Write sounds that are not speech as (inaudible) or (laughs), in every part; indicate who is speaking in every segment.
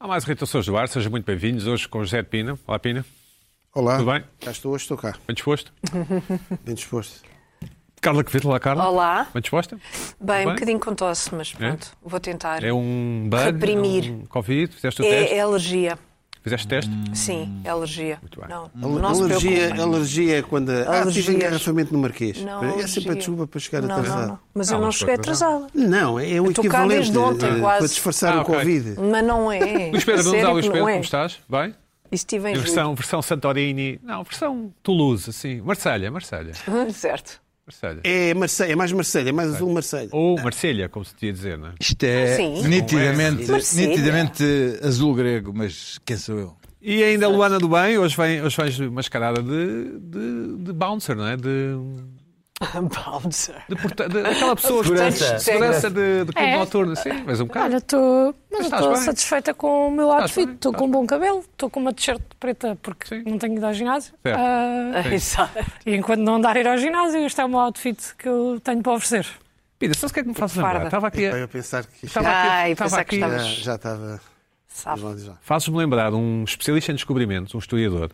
Speaker 1: Há mais irritações do ar, sejam muito bem-vindos hoje com o José de Pina. Olá, Pina.
Speaker 2: Olá.
Speaker 1: Tudo bem?
Speaker 2: Cá estou, hoje estou cá.
Speaker 1: Bem disposto?
Speaker 2: Bem disposto.
Speaker 1: Carla Quevedo, olá, Carla.
Speaker 3: Olá.
Speaker 1: Bem disposta?
Speaker 3: Bem,
Speaker 1: bem?
Speaker 3: um bocadinho com tosse, mas pronto, vou tentar.
Speaker 1: É um bug?
Speaker 3: Reprimir.
Speaker 1: é Um Covid? Fizeste o
Speaker 3: É,
Speaker 1: teste?
Speaker 3: é alergia.
Speaker 1: Fizeste teste?
Speaker 3: Sim, é alergia. Muito
Speaker 1: bem.
Speaker 3: Não,
Speaker 2: Al-
Speaker 3: não se
Speaker 2: alergia,
Speaker 3: preocupem.
Speaker 2: alergia é quando. Ah, tive
Speaker 3: Alergias.
Speaker 2: engarrafamento no Marquês.
Speaker 3: Não,
Speaker 2: é sempre
Speaker 3: alergia.
Speaker 2: a desculpa para chegar
Speaker 3: não,
Speaker 2: atrasado.
Speaker 3: Não, não. Mas
Speaker 1: Ah,
Speaker 3: eu não
Speaker 1: mas
Speaker 3: cheguei
Speaker 1: foi
Speaker 3: atrasada.
Speaker 2: Não, é o
Speaker 3: Eu tô cá
Speaker 2: equivalente
Speaker 3: desde ontem,
Speaker 2: eh,
Speaker 3: quase.
Speaker 2: para disfarçar
Speaker 1: Ah,
Speaker 2: o
Speaker 1: ok.
Speaker 2: Covid.
Speaker 3: Mas não é.
Speaker 1: Luís Pedro,
Speaker 3: A
Speaker 1: (laughs) vamos
Speaker 3: sério
Speaker 1: lá,
Speaker 3: que
Speaker 1: Luís
Speaker 3: não
Speaker 1: Pedro,
Speaker 3: é.
Speaker 1: como estás? Bem?
Speaker 3: Estive em
Speaker 1: Versão, versão Santorini. Não, versão Toulouse, assim. Marselha, Marselha.
Speaker 3: julho. (laughs) Certo.
Speaker 1: Marselha.
Speaker 2: É, Marseille, é mais Marselha, é mais azul Marselha.
Speaker 1: Ou Marselha, como se devia dizer, não é?
Speaker 4: Isto é
Speaker 3: Sim.
Speaker 4: nitidamente,
Speaker 3: Marselha.
Speaker 4: nitidamente azul grego, mas quem sou eu?
Speaker 1: E ainda a Luana do Bem, hoje vem, hoje vem mascarada de, de, de bouncer, não é? De,
Speaker 3: Bouncer.
Speaker 1: de, porta- de- aquela pessoa que-
Speaker 4: Segurança.
Speaker 1: segurança de, de clube
Speaker 5: É.
Speaker 1: noturno, assim, mas um bocado.
Speaker 5: Olha, estou mas
Speaker 1: estás
Speaker 5: estou
Speaker 1: bem.
Speaker 5: satisfeita com o meu
Speaker 1: Estás
Speaker 5: outfit.
Speaker 1: bem,
Speaker 5: Estou com um bom cabelo, estou com uma t-shirt preta porque
Speaker 1: Sim.
Speaker 5: não tenho ido ao ginásio.
Speaker 1: Certo.
Speaker 5: Ah,
Speaker 1: Sim.
Speaker 3: Exato.
Speaker 5: e enquanto não andar a ir ao ginásio, este é o meu outfit que eu tenho para oferecer.
Speaker 1: Pina, sabes o que é que me faz lembrar?
Speaker 3: Farda.
Speaker 1: Estava aqui
Speaker 2: Para
Speaker 1: a...
Speaker 2: eu pensar que
Speaker 3: Tá
Speaker 2: isto
Speaker 1: Estava aqui,
Speaker 3: Ai,
Speaker 1: estava
Speaker 3: pensava que
Speaker 1: aqui.
Speaker 2: já,
Speaker 3: estava-
Speaker 2: já estava. Diz
Speaker 3: Sabe.
Speaker 2: lá, diz lá.
Speaker 1: Fazes-me lembrar um especialista em descobrimentos, um historiador,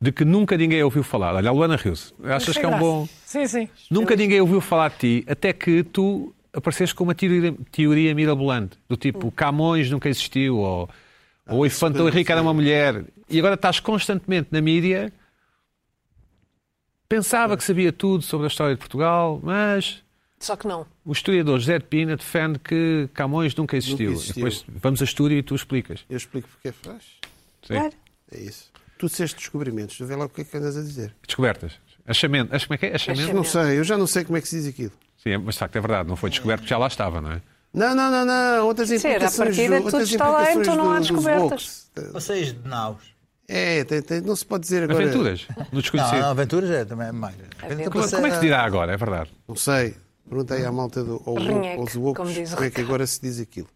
Speaker 1: de que nunca ninguém ouviu falar. Olha, a Luana Rios, achas
Speaker 5: Achei
Speaker 1: que é um
Speaker 5: graça.
Speaker 1: bom.
Speaker 5: Sim, sim.
Speaker 1: Nunca ninguém ouviu falar de ti, até que tu apareces com uma teoria, teoria mirabolante, do
Speaker 5: Hum.
Speaker 1: tipo Camões nunca existiu, ou, ou o Infante Henrique era uma mulher, e agora estás constantemente na mídia. Pensava que sabia tudo sobre a história de Portugal, mas
Speaker 3: Só que não.
Speaker 1: o historiador José de Pina defende que Camões nunca existiu.
Speaker 2: existiu.
Speaker 1: Depois vamos a estúdio e tu explicas.
Speaker 2: Eu explico porque é que faz.
Speaker 1: Sim.
Speaker 3: Claro.
Speaker 2: É isso. Tu disseste descobrimentos, vê lá o que é que andas a dizer.
Speaker 1: Descobertas. Achamento. Acho como é que é? Achamento?
Speaker 3: Achamento.
Speaker 2: Não sei, eu já não sei como é que se diz aquilo.
Speaker 1: Sim, mas de facto é verdade. Não foi descoberto porque já lá estava, não é?
Speaker 2: Não, não, não, não. Outras
Speaker 3: Quer dizer, à
Speaker 2: implicações.
Speaker 3: partida
Speaker 2: do-
Speaker 3: tudo
Speaker 2: outras
Speaker 3: está lá,
Speaker 2: implicações
Speaker 3: então não há
Speaker 2: do- dos
Speaker 3: descobertas.
Speaker 2: woke.
Speaker 4: Vocês de Naus.
Speaker 2: É, tem- tem- não se pode dizer agora.
Speaker 1: Aventuras. No
Speaker 4: Não,
Speaker 1: desconhecido.
Speaker 4: não, aventuras é também mais.
Speaker 1: Como, como é que se dirá agora? É verdade.
Speaker 2: Não sei. Perguntei à malta do, ao,
Speaker 3: Renheque,
Speaker 2: aos wokes
Speaker 3: como diz o
Speaker 2: como é que agora se diz aquilo.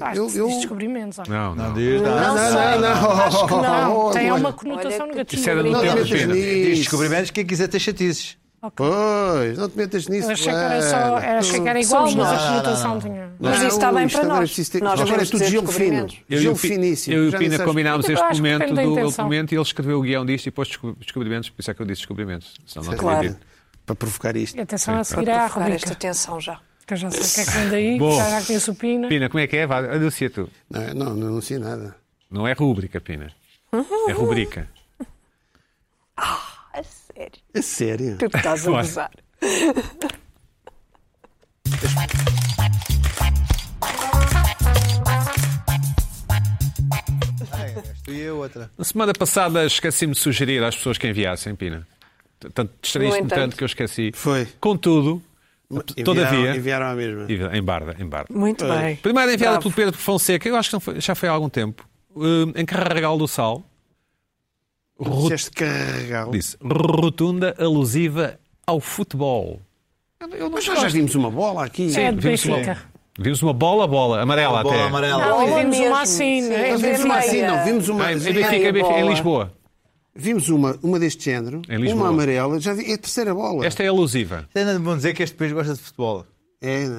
Speaker 5: Ah,
Speaker 2: Eh, Eu-
Speaker 5: isto
Speaker 2: eu-
Speaker 5: diz descobrimentos. olha.
Speaker 1: Não, não.
Speaker 4: Não diz, não.
Speaker 2: Não, não,
Speaker 3: sei.
Speaker 2: não.
Speaker 5: Acho que não.
Speaker 2: Oh,
Speaker 5: Tem
Speaker 2: olha.
Speaker 5: uma conotação
Speaker 3: Olha,
Speaker 5: negativa.
Speaker 1: Isso era do
Speaker 2: Não
Speaker 1: tempo
Speaker 2: metas
Speaker 1: de Pina.
Speaker 4: Diz
Speaker 2: nisso.
Speaker 4: descobrimentos quem quiser ter chatices.
Speaker 2: Pois, não te metas nisso.
Speaker 5: Eu achei que era, só,
Speaker 2: Ana.
Speaker 5: era- achei que era igual,
Speaker 3: Somos
Speaker 5: mas
Speaker 3: nós.
Speaker 5: a conotação tinha.
Speaker 3: Mas
Speaker 2: Não,
Speaker 3: isso está bem
Speaker 2: isto
Speaker 3: para
Speaker 2: agora
Speaker 3: nós.
Speaker 2: é preciso ter-
Speaker 3: Nós
Speaker 2: Agora é
Speaker 3: vamos
Speaker 2: tudo
Speaker 3: dizer
Speaker 2: gelo fino.
Speaker 3: descobrimentos.
Speaker 1: e o
Speaker 2: Gelo
Speaker 1: Pi-
Speaker 2: finíssimo.
Speaker 1: eu e o
Speaker 2: Já nem
Speaker 1: Pina
Speaker 2: sabes-
Speaker 1: combinámos
Speaker 5: Eu
Speaker 1: este
Speaker 5: acho que
Speaker 1: momento,
Speaker 5: depende da
Speaker 1: do,
Speaker 5: intenção.
Speaker 1: momento e ele escreveu o guião disto e depois desco- descobrimentos, por isso é que eu disse descobrimentos. Senão não
Speaker 3: Claro.
Speaker 1: teria dito.
Speaker 2: Para provocar isto.
Speaker 5: E atenção a seguir à
Speaker 3: Provocar esta
Speaker 5: rubrica,
Speaker 3: tensão já.
Speaker 5: que eu já sei o que é que vem daí, que
Speaker 1: Bom.
Speaker 5: já, já conheço o Pina.
Speaker 1: Pina, como é que é? Vá, anuncia tu.
Speaker 2: Não, é? não, não anuncia nada.
Speaker 1: Não é rúbrica, Pina.
Speaker 5: Uhum.
Speaker 1: É rubrica.
Speaker 3: A sério.
Speaker 2: É sério.
Speaker 3: Tu que estás a
Speaker 1: Claro.
Speaker 3: gozar.
Speaker 4: E a outra.
Speaker 1: Na semana passada esqueci-me de sugerir às pessoas que enviassem, Pina. T- Tanto distraíste-me
Speaker 3: No entanto.
Speaker 1: tanto que eu esqueci.
Speaker 2: Foi.
Speaker 1: Contudo, todavia,
Speaker 2: Enviaram, enviaram à mesma.
Speaker 1: em barda, em barda.
Speaker 3: Muito
Speaker 2: É.
Speaker 3: bem.
Speaker 1: Primeiro enviada
Speaker 3: Bravo.
Speaker 1: pelo Pedro Fonseca, eu acho que não foi- já foi há algum tempo, eh, em Carregal do Sal, ru-
Speaker 2: Disseste carregá-lo.
Speaker 1: disse, rotunda alusiva ao futebol. Eu, eu não
Speaker 2: Mas nós já vimos uma bola aqui.
Speaker 5: é de
Speaker 1: vimos
Speaker 5: Benfica.
Speaker 1: Vimos uma bola, bola, amarela até.
Speaker 4: Bola amarela.
Speaker 5: Não,
Speaker 3: Bola
Speaker 5: e vimos
Speaker 3: mesmo,
Speaker 5: uma assim,
Speaker 3: sim.
Speaker 5: né?
Speaker 2: Nós vimos uma assim, não. Vimos uma.
Speaker 1: Ah, em,
Speaker 2: sim.
Speaker 1: Benfica, em, Benfica, em
Speaker 3: bola.
Speaker 1: Lisboa.
Speaker 2: Vimos uma, uma deste género,
Speaker 1: Em É Lisboa.
Speaker 2: uma amarela, já vi, é a terceira bola.
Speaker 1: Esta é alusiva.
Speaker 4: Tem nada de bom dizer que este país gosta de futebol.
Speaker 2: É, não é?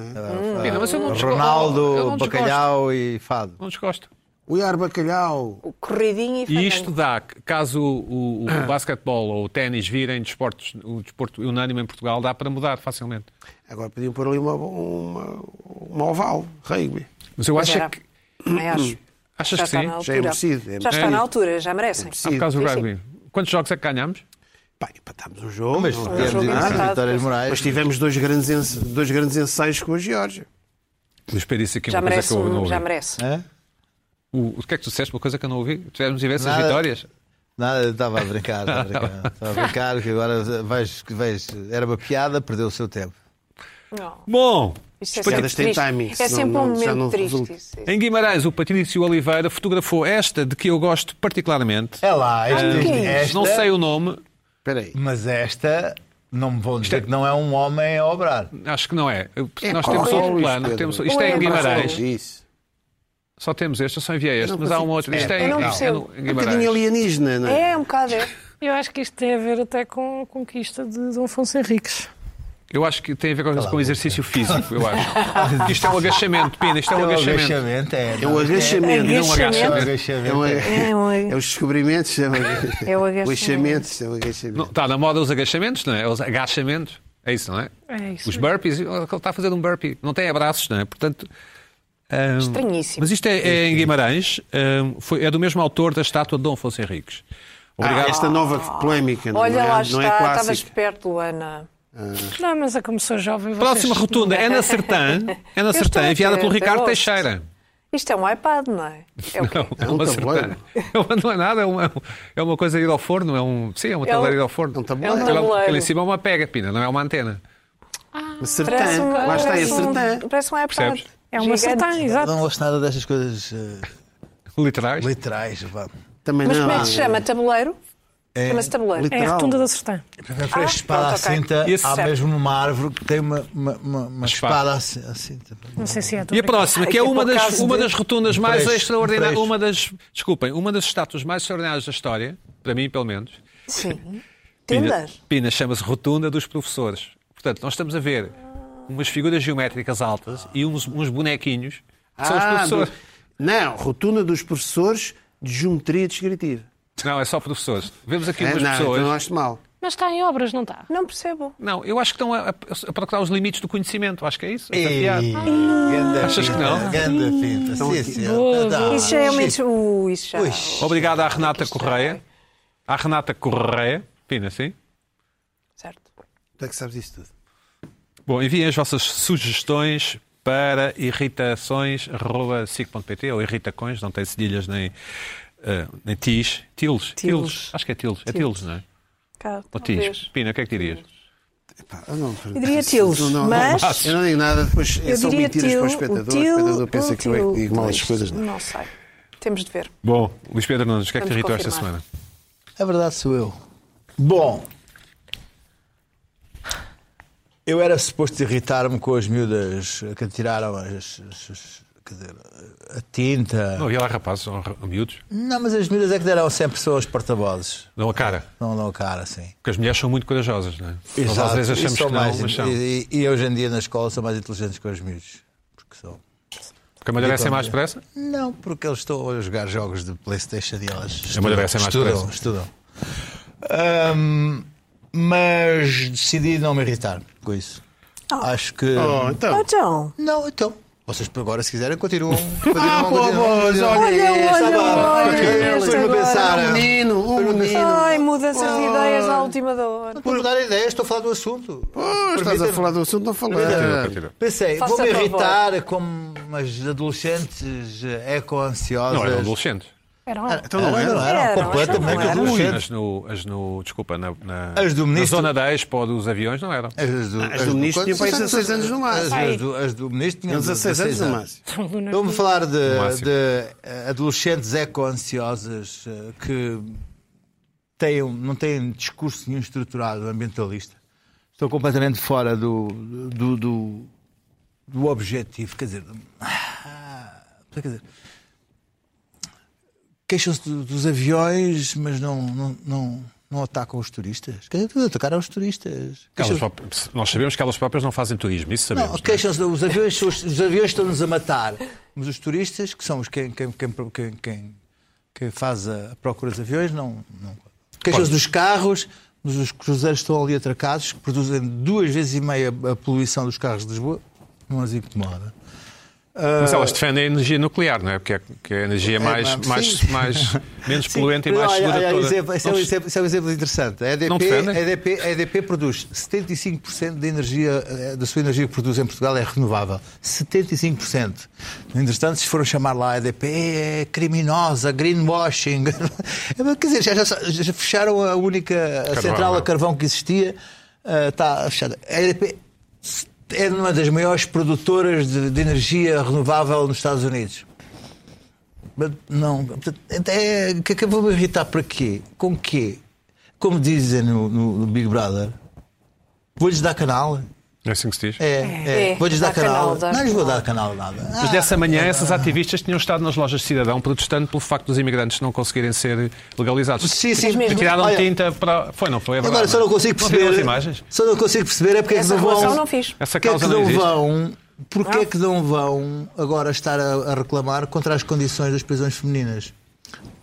Speaker 1: Hum. Pina, mas eu não desgosto. Eu
Speaker 4: Ah, Ronaldo,
Speaker 1: não desgosto.
Speaker 4: Bacalhau e Fado.
Speaker 1: Não desgosto.
Speaker 2: O Iar Bacalhau.
Speaker 3: O corridinho e
Speaker 1: E
Speaker 3: fandango.
Speaker 1: isto dá, caso o, o, o basquetebol ou o ténis virem desportos, o desporto unânime em Portugal, dá para mudar facilmente.
Speaker 2: Agora podiam pôr ali uma, uma, uma oval, rugby.
Speaker 1: Mas eu
Speaker 3: Mas
Speaker 1: acho é
Speaker 3: era.
Speaker 1: que.
Speaker 3: Também acho.
Speaker 1: Achas
Speaker 3: Já
Speaker 1: que
Speaker 3: está
Speaker 1: sim?
Speaker 3: na
Speaker 2: Já é
Speaker 3: altura.
Speaker 2: merecido, é
Speaker 3: Já está
Speaker 2: merecido.
Speaker 3: na altura, já merecem.
Speaker 1: Há por causa do
Speaker 3: Sim, sim.
Speaker 1: rugby. Quantos jogos é que ganhamos?
Speaker 2: Pá, empatámos o jogo,
Speaker 4: Mas
Speaker 2: não,
Speaker 4: tivemos
Speaker 2: ganhámos
Speaker 3: jogo
Speaker 2: nada.
Speaker 3: empatado.
Speaker 4: vitórias morais.
Speaker 2: Mas tivemos dois grandes, ensa- dois grandes ensaios com a Geórgia.
Speaker 1: Luís Pedro disse aqui
Speaker 3: Já
Speaker 1: uma coisa
Speaker 3: merece,
Speaker 1: é que eu não
Speaker 3: um,
Speaker 1: ouvi.
Speaker 3: já merece.
Speaker 4: Hã?
Speaker 1: O, o que é que tu disseste? Uma coisa que eu não ouvi? Tivemos diversas
Speaker 4: Nada.
Speaker 1: vitórias?
Speaker 4: Nada, estava a brincar, estava a brincar. Estava a brincar que agora vais, vais. Era uma piada, perdeu o seu tempo.
Speaker 3: Não.
Speaker 1: Bom,
Speaker 3: Isto é
Speaker 2: piadas
Speaker 3: sempre
Speaker 2: têm
Speaker 3: triste.
Speaker 2: timing,
Speaker 3: É
Speaker 2: senão
Speaker 3: sempre
Speaker 2: não-
Speaker 3: um
Speaker 2: já não
Speaker 3: momento triste.
Speaker 2: resulta.
Speaker 3: isso, isso.
Speaker 1: em Guimarães, o Patrício Oliveira fotografou esta de que eu gosto particularmente.
Speaker 4: É lá,
Speaker 1: Ah,
Speaker 4: esta,
Speaker 1: Mas Não sei o nome,
Speaker 2: Espera aí.
Speaker 4: Mas esta, não me vão dizer que não é um homem a obrar.
Speaker 1: acho que não é. Eu-
Speaker 2: É
Speaker 1: Nós
Speaker 2: pá,
Speaker 1: temos
Speaker 2: Luís
Speaker 1: outro plano.
Speaker 2: Pedro.
Speaker 1: Temos, isto é em
Speaker 3: Não é
Speaker 1: Guimarães.
Speaker 3: possível.
Speaker 2: Isso.
Speaker 1: Só temos este, eu só enviei este,
Speaker 2: não
Speaker 1: mas há um
Speaker 2: consigo
Speaker 1: outro. Isto é em,
Speaker 3: Eu não
Speaker 1: é
Speaker 3: percebo.
Speaker 1: no- em
Speaker 2: Um bocadinho
Speaker 1: Guimarães.
Speaker 2: alienígena, não é?
Speaker 3: É, um bocado é.
Speaker 5: Eu acho que isto tem a ver até com a conquista de Dom Afonso Henriques.
Speaker 1: Eu acho que tem a ver com, com exercício físico, eu (laughs) acho. Isto é um agachamento, Pina, isto é um agachamento.
Speaker 4: é.
Speaker 2: É o agachamento.
Speaker 1: Não um
Speaker 4: É o
Speaker 1: agachamento.
Speaker 2: É, o-
Speaker 4: agachamento. é-
Speaker 2: é
Speaker 3: É um ag-
Speaker 2: os descobrimentos. É o
Speaker 3: É o agachamento.
Speaker 2: O achamento, é o agachamento.
Speaker 1: Não, Está Tá, na moda os agachamentos, não é? Os agachamentos. É isso, não é?
Speaker 5: É isso.
Speaker 1: Os burpees, ele está a fazer um burpee. Não tem abraços, não é? Portanto. hum,
Speaker 3: Estranhíssimo.
Speaker 1: Mas isto é, é em Guimarães, hum, foi, é do mesmo autor da estátua de Dom Afonso Henriques.
Speaker 2: Ah,
Speaker 1: Obrigado.
Speaker 2: esta nova polémica, não,
Speaker 3: Olha,
Speaker 2: é,
Speaker 3: lá
Speaker 2: não
Speaker 3: está,
Speaker 2: é
Speaker 3: estava
Speaker 2: clássica.
Speaker 3: esperto, Luana.
Speaker 5: Não, mas é como sou jovem. vocês-
Speaker 1: Próxima rotunda,
Speaker 3: (laughs)
Speaker 1: Ana Sertã, Ana
Speaker 3: estou
Speaker 1: Sertã,
Speaker 3: a
Speaker 1: enviada
Speaker 3: ver,
Speaker 1: pelo
Speaker 3: até
Speaker 1: Ricardo
Speaker 3: gosto.
Speaker 1: Teixeira.
Speaker 3: Isto é um iPad, não é? É o quê?
Speaker 1: Não, é (laughs)
Speaker 2: um
Speaker 1: uma
Speaker 2: tabuleiro.
Speaker 1: Sertã. É uma- Não é nada, é uma, é uma coisa a ir ao forno. É um, sim, é uma
Speaker 3: É um-
Speaker 1: tabuleira a ir ao forno.
Speaker 2: é um
Speaker 1: Aquela-
Speaker 3: tabuleiro.
Speaker 1: Aquela em cima é uma pega, Pina, não é uma antena.
Speaker 2: Sertã. Lá está, é
Speaker 3: parece um-
Speaker 2: sertã.
Speaker 3: Parece um iPad.
Speaker 1: Percebes?
Speaker 5: É uma
Speaker 3: Gigante.
Speaker 5: satã, exato.
Speaker 4: Não gosto nada destas coisas eh,
Speaker 1: Literais.
Speaker 4: literais. Vá.
Speaker 2: Também
Speaker 3: Mas
Speaker 2: não.
Speaker 3: como é que se chama? Tabuleiro?
Speaker 4: É-
Speaker 3: Chama-se tabuleiro.
Speaker 5: É a rotunda da Sertã.
Speaker 4: Para a espada
Speaker 3: Ah, pronto,
Speaker 4: à
Speaker 3: ok.
Speaker 4: cinta,
Speaker 1: Esse
Speaker 4: há
Speaker 3: serve.
Speaker 4: mesmo uma árvore que tem uma, uma, uma- uma
Speaker 1: espada.
Speaker 4: espada à ci- à cinta.
Speaker 5: Não sei se é a
Speaker 1: E a
Speaker 5: tua.
Speaker 1: próxima, que é
Speaker 3: Aqui é
Speaker 1: uma
Speaker 3: por
Speaker 1: das,
Speaker 3: causa
Speaker 1: uma
Speaker 3: de-
Speaker 1: das rotundas mais
Speaker 4: Preço,
Speaker 1: extraordinárias,
Speaker 4: preço.
Speaker 1: uma das, desculpem, uma das estátuas mais extraordinárias da história, para mim pelo menos.
Speaker 3: Sim.
Speaker 1: Pina,
Speaker 3: Tendas.
Speaker 1: Pina chama-se Rotunda dos Professores. Portanto, nós estamos a ver umas figuras geométricas altas e uns, uns bonequinhos que são os
Speaker 2: Ah,
Speaker 1: professores.
Speaker 2: do- Não, rotunda dos professores de geometria descritiva.
Speaker 1: Não, é só professores. Vemos aqui
Speaker 2: É,
Speaker 1: umas
Speaker 2: não,
Speaker 1: pessoas.
Speaker 2: então acho mal.
Speaker 5: Mas está em obras, não está?
Speaker 3: Não percebo.
Speaker 1: Não, eu acho que estão a, a- a procurar os limites do conhecimento. Acho que é isso. a tatear.
Speaker 4: Ganda
Speaker 1: Achas que não?
Speaker 4: Ganda pinta. Sim, sim. Dá.
Speaker 3: Isso já é uma... Ui, isso já...
Speaker 4: Ah,
Speaker 3: é um-
Speaker 4: Ui.
Speaker 1: Obrigado à Renata Correia. À Renata Correia. Pina, sim?
Speaker 3: Certo.
Speaker 2: Tu é que sabes isso tudo.
Speaker 1: Bom, enviem as vossas sugestões para irritações.sic.pt ou irritacões, não tem cedilhas nem, eh, nem tis. Tiles.
Speaker 3: Tiles.
Speaker 1: Acho que é tiles. É tiles, não é?
Speaker 3: Cá,
Speaker 1: Ou tis.
Speaker 3: talvez.
Speaker 1: Pina, o que é que dirias?
Speaker 2: Pá, eu, Ah, não,
Speaker 3: Eu diria tilos,
Speaker 2: Não, não, não.
Speaker 3: mas-
Speaker 2: Eu não digo nada, depois é
Speaker 3: Eu
Speaker 2: são
Speaker 3: diria
Speaker 2: mentiras
Speaker 3: til,
Speaker 2: para o
Speaker 3: o
Speaker 2: espectador.
Speaker 3: til,
Speaker 2: o espectador pensa
Speaker 3: o
Speaker 2: que eu é
Speaker 3: til.
Speaker 2: que digo mal as coisas. Não. é?
Speaker 3: Não sei. Temos de ver.
Speaker 1: Bom, Luís Pedro Nunes, o que é que te
Speaker 3: Vamos
Speaker 1: irritou esta
Speaker 3: confirmar.
Speaker 1: semana?
Speaker 4: A verdade sou eu. Bom, eu era suposto irritar-me com as miúdas que tiraram as, as- as- quer dizer, a tinta.
Speaker 1: Não havia lá rapazes, ou ra- miúdos?
Speaker 4: Não, mas as miúdas é que deram sempre são os porta-vozes.
Speaker 1: Não a cara.
Speaker 4: Não dão a cara assim.
Speaker 1: Porque as mulheres são muito corajosas, não é? Nós às
Speaker 4: Exato.
Speaker 1: vezes
Speaker 4: E
Speaker 1: achamos que
Speaker 4: são
Speaker 1: não,
Speaker 4: é mais-
Speaker 1: mas são.
Speaker 4: e, e- e hoje em dia na escola são mais inteligentes que os miúdos. Porque são.
Speaker 1: Porque a amadurece é mais depressa?
Speaker 4: Não, porque eles estão a jogar jogos de Playstation e elas estudam,
Speaker 1: amadurecem mais
Speaker 4: estudam,
Speaker 1: depressa.
Speaker 4: estudam. Ahm, mas decidi não me irritar com isso.
Speaker 3: Ah.
Speaker 4: Acho que.
Speaker 2: Oh, então.
Speaker 3: Então,
Speaker 4: Não, então. Vocês agora, se quiserem, continuam.
Speaker 2: Ah, pô, pois, olha, esta,
Speaker 3: olha,
Speaker 2: pá,
Speaker 3: olha,
Speaker 2: continua,
Speaker 3: esta
Speaker 2: foi-me
Speaker 3: agora.
Speaker 2: pensar. Um menino, um menino.
Speaker 3: ai, mudanças
Speaker 2: Ah.
Speaker 3: de ideias à última da hora.
Speaker 4: Por dar ideia, estou a falar do assunto.
Speaker 2: Oh, Estás a
Speaker 4: Permitem-me.
Speaker 2: falar do assunto, não
Speaker 1: Continua,
Speaker 4: Ah,
Speaker 2: falar.
Speaker 1: continua.
Speaker 4: Pensei,
Speaker 3: Faça
Speaker 4: vou-me
Speaker 3: favor.
Speaker 4: irritar como umas adolescentes eh, eco-ansiosas.
Speaker 1: Não, eram adolescentes.
Speaker 5: Era uma-
Speaker 4: Ah,
Speaker 2: Então não
Speaker 4: Eram,
Speaker 2: era.
Speaker 4: eram
Speaker 3: Eram,
Speaker 4: completamente
Speaker 3: eram.
Speaker 1: Ui,
Speaker 4: Ah, adolescentes.
Speaker 1: as no, as no, desculpa, na, na,
Speaker 4: As
Speaker 1: na
Speaker 4: do ministro-
Speaker 1: zona da Expo dos aviões não eram.
Speaker 4: As do,
Speaker 2: as do ministro tinham para aí 16 anos no máximo.
Speaker 4: As, as do, as do ministro tinham
Speaker 2: Tinha 16 anos no máximo.
Speaker 4: Estou-me a falar de,
Speaker 1: máximo.
Speaker 4: de, eh, adolescentes eco-ansiosas eh, que têm, um- não têm discurso nenhum estruturado ambientalista. Estão completamente fora do, do, do, do objetivo. Quer dizer, ah, quer dizer, queixam-se do- dos aviões, mas não, não, não, não atacam os turistas. Quer dizer, atacaram os turistas.
Speaker 1: Elas
Speaker 4: Queixam-se-
Speaker 1: próprias- nós sabemos que elas próprias não fazem turismo, isso sabemos.
Speaker 4: não, queixam-se, os aviões, os, os aviões estão-nos a matar. Mas os turistas, que são os quem, quem, quem, quem, quem, quem faz a procura dos aviões, não. não. Queixam-se dos carros, mas os cruzeiros estão ali atracados, que produzem duas vezes e meia a poluição dos carros de Lisboa, não as incomoda.
Speaker 1: Mas elas defendem a energia nuclear, não é? Porque é, que é a energia mais,
Speaker 4: mas-
Speaker 1: mais,
Speaker 4: sim. (laughs)
Speaker 1: mais, menos poluente e
Speaker 4: Olha,
Speaker 1: mais segura
Speaker 4: olha,
Speaker 1: de todas.
Speaker 4: exemplo, Esse é, um exemplo, esse é um exemplo interessante. A EDP,
Speaker 1: Não defendem?
Speaker 4: a EDP, a EDP produz 75% da energia, eh, da sua energia que produz em Portugal é renovável. 75%. No entretanto, se foram chamar lá a EDP, é criminosa, greenwashing. (laughs) É, Quer dizer, já, já- já fecharam a única
Speaker 1: Carvão,
Speaker 4: central
Speaker 1: não é?
Speaker 4: a carvão que existia. eh, Está fechada. A EDP é uma das maiores produtoras de- de energia renovável nos Estados Unidos. Mas Não, portanto, é, que que eu vou me irritar para quê? Com quê? Como dizem no, no- no Big Brother, vou-lhes dar canal.
Speaker 6: É assim que se diz?
Speaker 4: É, é.
Speaker 3: É,
Speaker 4: Vou-lhes
Speaker 3: dá
Speaker 4: dar canal.
Speaker 3: canal, dá
Speaker 4: não lhes vou dar canal nada.
Speaker 1: Mas dessa manhã,
Speaker 4: Ah.
Speaker 1: essas ativistas tinham estado nas lojas de cidadão protestando pelo facto dos imigrantes não conseguirem ser legalizados.
Speaker 4: Sim, sim.
Speaker 1: Porque Tiraram
Speaker 4: Olha,
Speaker 1: tinta para. Foi, não foi? É
Speaker 4: Agora
Speaker 1: verdade,
Speaker 4: só não consigo
Speaker 1: Não viram
Speaker 4: perceber.
Speaker 1: as imagens?
Speaker 4: Só não consigo perceber é porque é que
Speaker 3: Essa
Speaker 4: não
Speaker 3: relação
Speaker 4: vão.
Speaker 3: não fiz.
Speaker 1: Essa
Speaker 4: Porque é que
Speaker 1: causa não
Speaker 4: não
Speaker 1: existe.
Speaker 4: vão. Porque é que não vão agora estar a, a reclamar contra as condições das prisões femininas?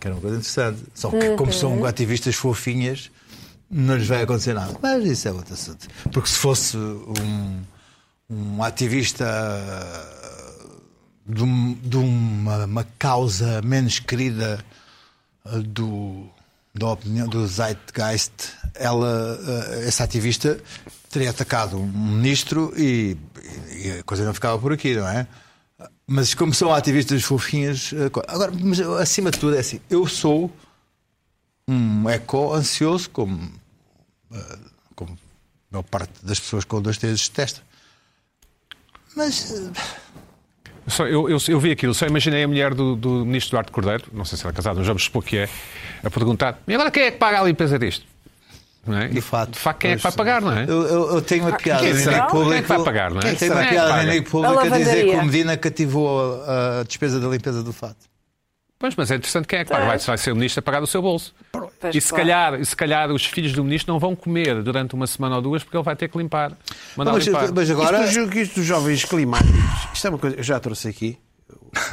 Speaker 4: Que era uma coisa interessante. Só que, como são ativistas fofinhas, não lhes vai acontecer nada. Mas isso é outro assunto. Porque se fosse um, um ativista ah, de, um- de uma, uma causa menos querida eh, do, da opinião do Zeitgeist, ela, eh, essa ativista teria atacado um ministro e, e a coisa não ficava por aqui, não é? Mas como são ativistas fofinhas, eh, co- agora, mas eu, acima de tudo é assim, eu sou um eco ansioso, como, eh, como a maior parte das pessoas com dois dedos de testa. Mas eh,
Speaker 1: Só- eu, eu- eu vi aquilo, só imaginei a mulher do, do ministro Duarte Cordeiro, não sei se era casado, mas vamos supor que é, a perguntar: e agora quem é que paga a limpeza disto? Não é?
Speaker 4: De fato.
Speaker 1: De facto, quem é que vai
Speaker 4: Pois,
Speaker 1: pagar, não é?
Speaker 4: Eu, eu- eu tenho uma piada
Speaker 1: quem
Speaker 4: em
Speaker 1: será?
Speaker 4: público.
Speaker 1: Quem é que vai pagar, não é?
Speaker 4: Eu tenho uma
Speaker 1: Quem é que
Speaker 4: piada
Speaker 1: paga?
Speaker 4: em
Speaker 3: A
Speaker 4: público a dizer
Speaker 3: lavandaria.
Speaker 4: que o Medina cativou a, a despesa da limpeza do fato.
Speaker 1: Pois, mas é interessante quem é que paga. Vai, vai ser o ministro a pagar do seu bolso.
Speaker 3: Pois,
Speaker 1: e, se
Speaker 3: claro.
Speaker 1: calhar, e se calhar os filhos do ministro não vão comer durante uma semana ou duas porque ele vai ter que limpar. Mandar
Speaker 4: Mas,
Speaker 1: limpar.
Speaker 4: mas agora.
Speaker 2: Isto, do- isto dos jovens climáticos, isto é uma coisa, eu já trouxe aqui.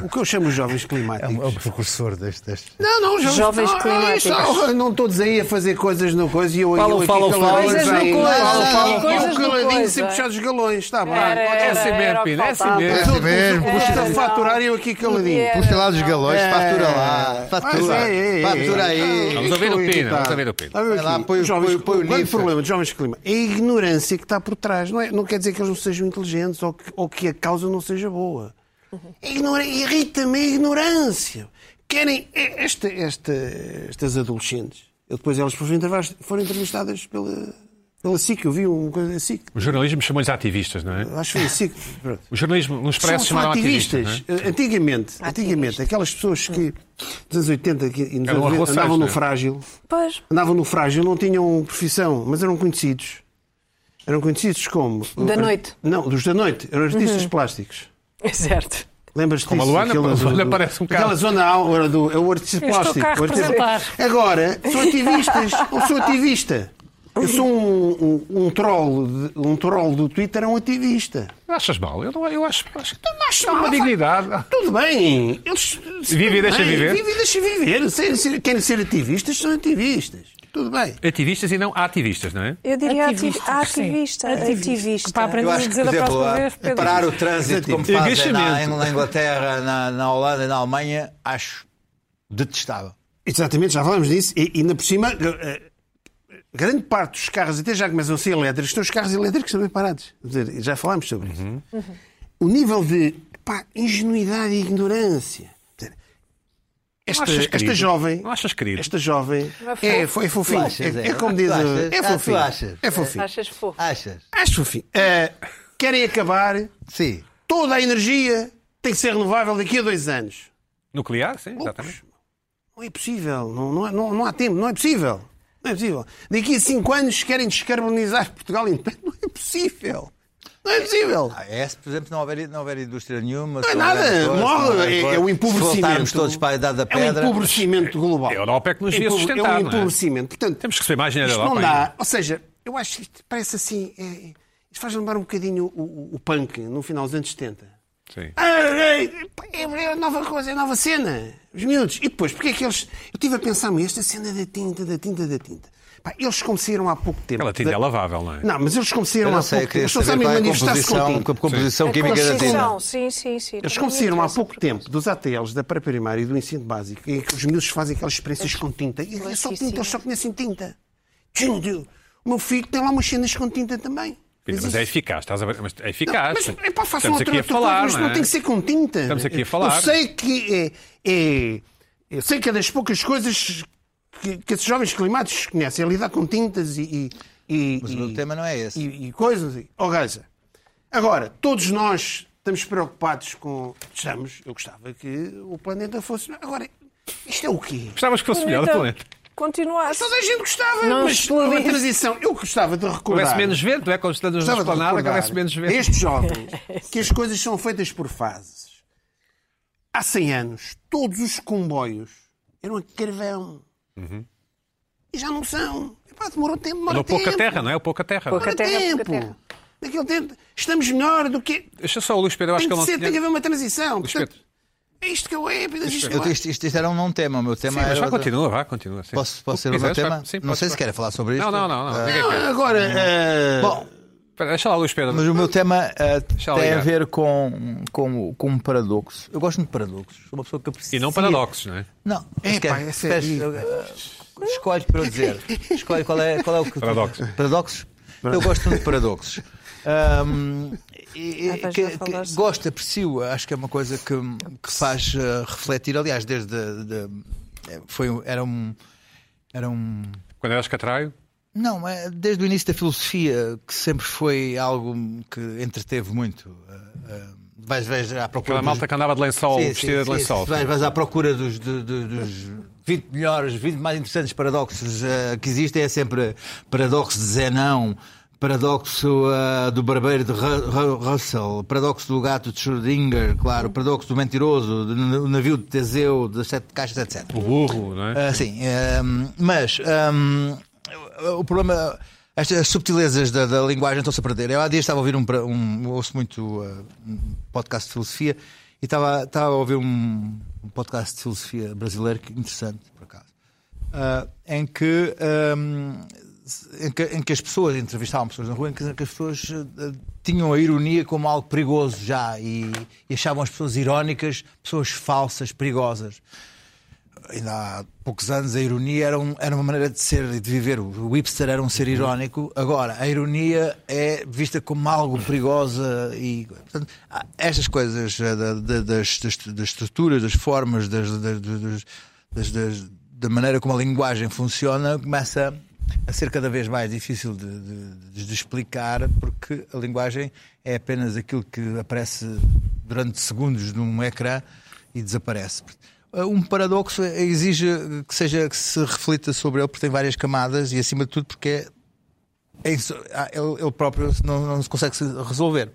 Speaker 2: O que eu chamo de jovens climáticos.
Speaker 4: precursor deste. deste.
Speaker 2: Não, não, jovens,
Speaker 3: Jovens
Speaker 2: não,
Speaker 3: climáticos.
Speaker 2: Não, ah, não todos aí a fazer coisas no coisa e eu
Speaker 1: Falam,
Speaker 2: eu aqui
Speaker 1: falam,
Speaker 2: calor,
Speaker 1: falam.
Speaker 2: mas
Speaker 3: Coisas no
Speaker 2: aí-
Speaker 3: coisa,
Speaker 2: Falam,
Speaker 3: sim.
Speaker 2: falam,
Speaker 3: Coisas
Speaker 2: e o
Speaker 3: no
Speaker 2: caladinho
Speaker 3: coisa.
Speaker 2: sempre puxar os galões, está bem.
Speaker 3: Era,
Speaker 1: É assim
Speaker 3: era, era
Speaker 1: mesmo,
Speaker 3: o que
Speaker 1: Pina, é assim
Speaker 3: faltava.
Speaker 1: mesmo.
Speaker 2: Todo
Speaker 4: mesmo.
Speaker 2: o custo a
Speaker 3: Era,
Speaker 2: faturar e eu aqui caladinho.
Speaker 3: Era,
Speaker 4: Puxa lá dos galões,
Speaker 2: É.
Speaker 4: fatura lá. Fatura.
Speaker 2: Mas é, é, é.
Speaker 4: fatura aí.
Speaker 1: Vamos ouvir o
Speaker 2: Estou
Speaker 1: Pina, vamos
Speaker 2: irritado.
Speaker 1: ouvir o Pina.
Speaker 2: Está a ver
Speaker 4: Vai lá,
Speaker 2: aqui?
Speaker 4: põe o-
Speaker 2: Os jovens
Speaker 4: põe- põe o
Speaker 2: clima- grande
Speaker 4: Nitsa.
Speaker 2: problema dos jovens de clima é a ignorância que está por trás. Não, é, não quer dizer que eles não sejam inteligentes ou que, ou que a causa não seja boa. É Ignora- Irrita-me a ignorância. Querem é- esta, esta, estas adolescentes. Eu depois elas foram entrevist- foram entrevistadas pela, pela SIC. Eu vi uma coisa da SIC.
Speaker 1: O jornalismo chamou-lhes ativistas, não é?
Speaker 2: Acho que foi
Speaker 1: (laughs)
Speaker 2: a SIC. Pronto.
Speaker 1: O jornalismo, nos
Speaker 2: São-
Speaker 1: parece,
Speaker 2: são
Speaker 1: chamaram ativistas.
Speaker 2: ativistas. Eh, Antigamente, antigamente, aquelas pessoas que dos anos 80 que- e nos
Speaker 1: Eram
Speaker 2: anos 90
Speaker 1: arroçais,
Speaker 2: andavam
Speaker 1: não é?
Speaker 2: no frágil,
Speaker 3: Pois.
Speaker 2: andavam no frágil, não tinham profissão, mas eram conhecidos. Eram conhecidos como?
Speaker 3: Da
Speaker 2: Eh,
Speaker 3: noite.
Speaker 2: Não, dos da noite. Eram
Speaker 5: Uhum.
Speaker 2: artistas plásticos.
Speaker 3: É certo.
Speaker 2: Lembras-te disso?
Speaker 1: a Luana,
Speaker 2: Aquela
Speaker 1: a
Speaker 2: do-
Speaker 1: Luana
Speaker 2: do-
Speaker 1: parece um bocado.
Speaker 2: Aquela zona aura do... É o artista
Speaker 5: Eu estou
Speaker 2: plástico.
Speaker 5: cá a
Speaker 2: o artista-
Speaker 5: representar.
Speaker 2: Agora,
Speaker 5: (laughs)
Speaker 2: sou ativistas. Eu sou ativista. Eu sou um, um, um troll, de- um troll do Twitter, é um ativista.
Speaker 1: Não é? Achas mal? Eu, não, eu acho, acho que tem
Speaker 2: acho
Speaker 1: uma
Speaker 2: mal.
Speaker 1: dignidade.
Speaker 2: Tudo bem. Eles,
Speaker 1: Vive e deixa
Speaker 2: Bem,
Speaker 1: viver.
Speaker 2: Vive e deixa viver. Se- se- Querem ser ativistas, são ativistas. Tudo bem.
Speaker 1: Ativistas e não ativistas, não é?
Speaker 3: Eu diria ativi-
Speaker 5: Ativistas, sim.
Speaker 3: ativista.
Speaker 5: Ativista.
Speaker 3: Ativista.
Speaker 5: Para aprender-
Speaker 4: Eu acho que, por
Speaker 5: Dizer da
Speaker 4: exemplo,
Speaker 5: próxima
Speaker 4: a-
Speaker 5: vez, Pedro.
Speaker 4: parar o trânsito como fazem na,
Speaker 1: Engaixamento.
Speaker 4: na Inglaterra, na, na Holanda e na Alemanha, acho detestável.
Speaker 2: Exatamente, já falámos disso. E e ainda por cima, eh, eh, grande parte dos carros até já começam a ser elétricos. Estão os carros elétricos também parados. Quer dizer, Já falámos sobre isso. O nível de pá, ingenuidade e ignorância. Quer dizer, Esta,
Speaker 1: achas
Speaker 2: esta
Speaker 1: querido?
Speaker 2: jovem.
Speaker 1: Não achas querido?
Speaker 2: Esta jovem.
Speaker 3: fofo.
Speaker 2: É, foi, é fofinho.
Speaker 4: Tu achas,
Speaker 2: é,
Speaker 4: é?
Speaker 2: é como diz.
Speaker 4: Tu
Speaker 2: o-
Speaker 4: achas? Ah,
Speaker 2: É
Speaker 4: tu
Speaker 2: fofinho.
Speaker 4: achas?
Speaker 2: É fofinho.
Speaker 3: Achas fofo.
Speaker 4: Achas?
Speaker 2: Acho fofinho. Eh, querem acabar
Speaker 4: Sim.
Speaker 2: toda a energia tem que ser renovável daqui a dois anos.
Speaker 1: Nuclear, sim, exatamente.
Speaker 2: Não é possível, não, não, não, não há tempo, não é possível. Não é possível. Daqui a cinco anos querem descarbonizar Portugal inteiro. Não é possível. Não é possível.
Speaker 4: Ah, É, se, por exemplo, não houver, não houver indústria nenhuma.
Speaker 2: Não é
Speaker 4: se
Speaker 2: nada,
Speaker 4: houver
Speaker 2: morre,
Speaker 4: flores, se não houver
Speaker 2: é-
Speaker 4: flores,
Speaker 2: é o
Speaker 4: Se voltarmos
Speaker 2: empobrecimento.
Speaker 4: todos para a idade da
Speaker 2: É um
Speaker 4: pedra.
Speaker 2: empobrecimento global.
Speaker 1: A Europa é que nos devia
Speaker 2: Empobre-
Speaker 1: sustentar,
Speaker 2: É um
Speaker 1: não é?
Speaker 2: empobrecimento. Portanto,
Speaker 1: Temos que ser mais dinheiro
Speaker 2: isto
Speaker 1: da
Speaker 2: não
Speaker 1: Europa
Speaker 2: dá.
Speaker 1: ainda.
Speaker 2: Ou seja, eu acho que isto parece assim. É, é- isto faz lembrar um bocadinho o, o- o punk no final dos anos 70.
Speaker 1: Sim.
Speaker 2: Ah, é, é, é a nova coisa, é a nova cena. Os miúdos. E depois, porque é que eles. Eu estive a pensar-me esta cena da tinta, da tinta, da tinta. Pá, eles como saíram há pouco tempo.
Speaker 1: Aquela tinta é
Speaker 2: da-
Speaker 1: lavável, não é?
Speaker 2: Não, mas eles como
Speaker 4: Eu
Speaker 2: saíram
Speaker 4: não
Speaker 2: há
Speaker 4: sei,
Speaker 2: pouco
Speaker 4: eu queria
Speaker 2: tempo. Eles só
Speaker 4: saber
Speaker 2: sabem
Speaker 4: qual é a
Speaker 2: manifestar-se com
Speaker 4: composição,
Speaker 2: tinta.
Speaker 4: a
Speaker 6: É
Speaker 4: composição
Speaker 3: A
Speaker 4: química da tinta.
Speaker 3: construção, É sim, sim, sim.
Speaker 2: Eles
Speaker 3: Também
Speaker 2: como saíram há
Speaker 3: interessa
Speaker 2: pouco
Speaker 3: por
Speaker 2: tempo dos ATLs da pré-primária e do ensino básico, em que os miúdos fazem aquelas experiências com tinta. E é só tinta, eles só conhecem tinta. Tchum, tchum. O meu filho tem lá umas cenas com tinta também.
Speaker 1: Pina, mas é eficaz, estás a ver? Mas é eficaz.
Speaker 2: Mas é pá, façam
Speaker 1: Estamos
Speaker 2: outra,
Speaker 1: aqui a
Speaker 2: outra
Speaker 1: falar,
Speaker 2: coisa, mas não,
Speaker 1: não é?
Speaker 2: tem que ser com tinta.
Speaker 1: Estamos aqui a falar.
Speaker 2: Eu sei que é, é- eu sei que é das poucas coisas que, que esses jovens climáticos conhecem, é lidar com tintas e, e, e-
Speaker 4: Mas o meu
Speaker 2: e-
Speaker 4: tema não é esse.
Speaker 2: E, e coisas. e- Oh, gaza. Agora, todos nós estamos preocupados com. Estamos, eu gostava que o planeta fosse. Agora, isto é o quê?
Speaker 1: Gostavas que fosse melhor o
Speaker 5: Então,
Speaker 1: planeta.
Speaker 3: continuasse.
Speaker 2: Toda a gente gostava,
Speaker 3: Não
Speaker 2: mas pela
Speaker 3: explodisse.
Speaker 2: transição. Eu gostava de recordar.
Speaker 1: Houvesse menos vento, não é? Quando estamos na
Speaker 2: Gostava de
Speaker 1: esplanada, que
Speaker 2: recordar
Speaker 1: houvesse menos
Speaker 2: a
Speaker 1: vento.
Speaker 2: estes jovens que as coisas são feitas por fases. Há 100 anos, todos os comboios eram a carvão. E já não são. Epá, demorou tempo, demora
Speaker 1: Ou
Speaker 2: tempo.
Speaker 1: pouca terra, não é? Ou pouca terra.
Speaker 3: Pouca
Speaker 2: Demora
Speaker 3: terra,
Speaker 2: tempo.
Speaker 3: pouca terra.
Speaker 2: Naquele tempo, estamos melhor do que...
Speaker 1: Deixa só o Luís Pedro, eu acho
Speaker 2: Tem
Speaker 1: que ele
Speaker 2: que
Speaker 1: não
Speaker 2: ser, tem que
Speaker 1: tinha...
Speaker 2: haver uma transição.
Speaker 1: Luís
Speaker 2: Portanto,
Speaker 1: Pedro.
Speaker 2: é isto que eu é, isto que
Speaker 4: Eu,
Speaker 2: eu é.
Speaker 4: isto, isto- isto era um não tema. O meu tema
Speaker 1: Mas
Speaker 4: era.
Speaker 1: vá, continua, vá, continua. sim.
Speaker 4: Posso,
Speaker 1: O que
Speaker 4: posso ser o meu
Speaker 1: quiseres,
Speaker 4: tema?
Speaker 1: vá. Sim,
Speaker 4: não
Speaker 1: podes,
Speaker 4: sei se
Speaker 1: vá.
Speaker 4: quer falar sobre isto.
Speaker 1: Não, não, não. não.
Speaker 4: Ah,
Speaker 1: ninguém
Speaker 2: Não,
Speaker 1: quer.
Speaker 2: Agora, eh,
Speaker 4: Bom,
Speaker 1: Espera, Deixa lá o Luís Pedro.
Speaker 4: mas o meu tema ah,
Speaker 1: eu
Speaker 4: tem a
Speaker 1: ligar.
Speaker 4: ver com, com, com um paradoxo. Eu gosto de paradoxos. Sou uma pessoa que aprecia.
Speaker 1: E não paradoxos, não é?
Speaker 4: Não,
Speaker 2: É,
Speaker 4: sequer.
Speaker 2: pá, é sério.
Speaker 4: Espera, eu- eu- Escolhe para eu dizer. Escolhe qual é, qual é o que.
Speaker 1: Paradoxo.
Speaker 4: Paradoxos? Eu gosto muito de paradoxos. Ahm, e- e-
Speaker 3: Ah, pois,
Speaker 4: que-
Speaker 3: já
Speaker 4: que-
Speaker 3: falaste.
Speaker 4: gosto, aprecio, acho que é uma coisa que, que faz eh, refletir. Aliás, desde. de- eh, foi, um- era um. Era um
Speaker 1: Quando eras catraio,
Speaker 4: não, é desde o início da filosofia, que sempre foi algo que entreteve muito. Eh, eh, vais, vais à
Speaker 1: aquela
Speaker 4: procura dos-
Speaker 1: malta que andava de lençol,
Speaker 4: Sim,
Speaker 1: vestida
Speaker 4: sim,
Speaker 1: de
Speaker 4: sim,
Speaker 1: lençol.
Speaker 4: sim. Vais, vais à procura dos, do- do- dos 20 melhores, 20 mais interessantes paradoxos eh, que existem. É sempre paradoxo de Zenão, paradoxo eh, do barbeiro de Ru- Ru- Russell, paradoxo do gato de Schrödinger, claro, paradoxo do mentiroso, do n- o navio de Teseu, das sete caixas, etc.
Speaker 1: O burro, não é?
Speaker 4: Ah, sim, ehm, mas ehm, o problema. Estas subtilezas da, da linguagem estão-se a perder. Eu há dias estava a ouvir um. pra- um ouço muito ah, um podcast de filosofia e estava, estava a ouvir um, um podcast de filosofia brasileiro que, interessante, por acaso, ah, em, que, ehm, em que em que as pessoas entrevistavam pessoas na rua, em que, que as pessoas ah, tinham a ironia como algo perigoso já e, e achavam as pessoas irónicas, pessoas falsas, perigosas ainda há poucos anos a ironia era, um- era uma maneira de ser e de viver. O o hipster era um ser irónico. Agora, a ironia é vista como algo perigosa e portanto, há estas coisas eh, da- da- das, das- das estruturas, das formas, das, das- das- das- das- da maneira como a linguagem funciona começa a ser cada vez mais difícil de, de- de explicar porque a linguagem é apenas aquilo que aparece durante segundos num ecrã e desaparece. Um paradoxo exige que, seja, que se reflita sobre ele, porque tem várias camadas e, acima de tudo, porque é- é isso- ah, ele, ele próprio não, não se consegue se resolver.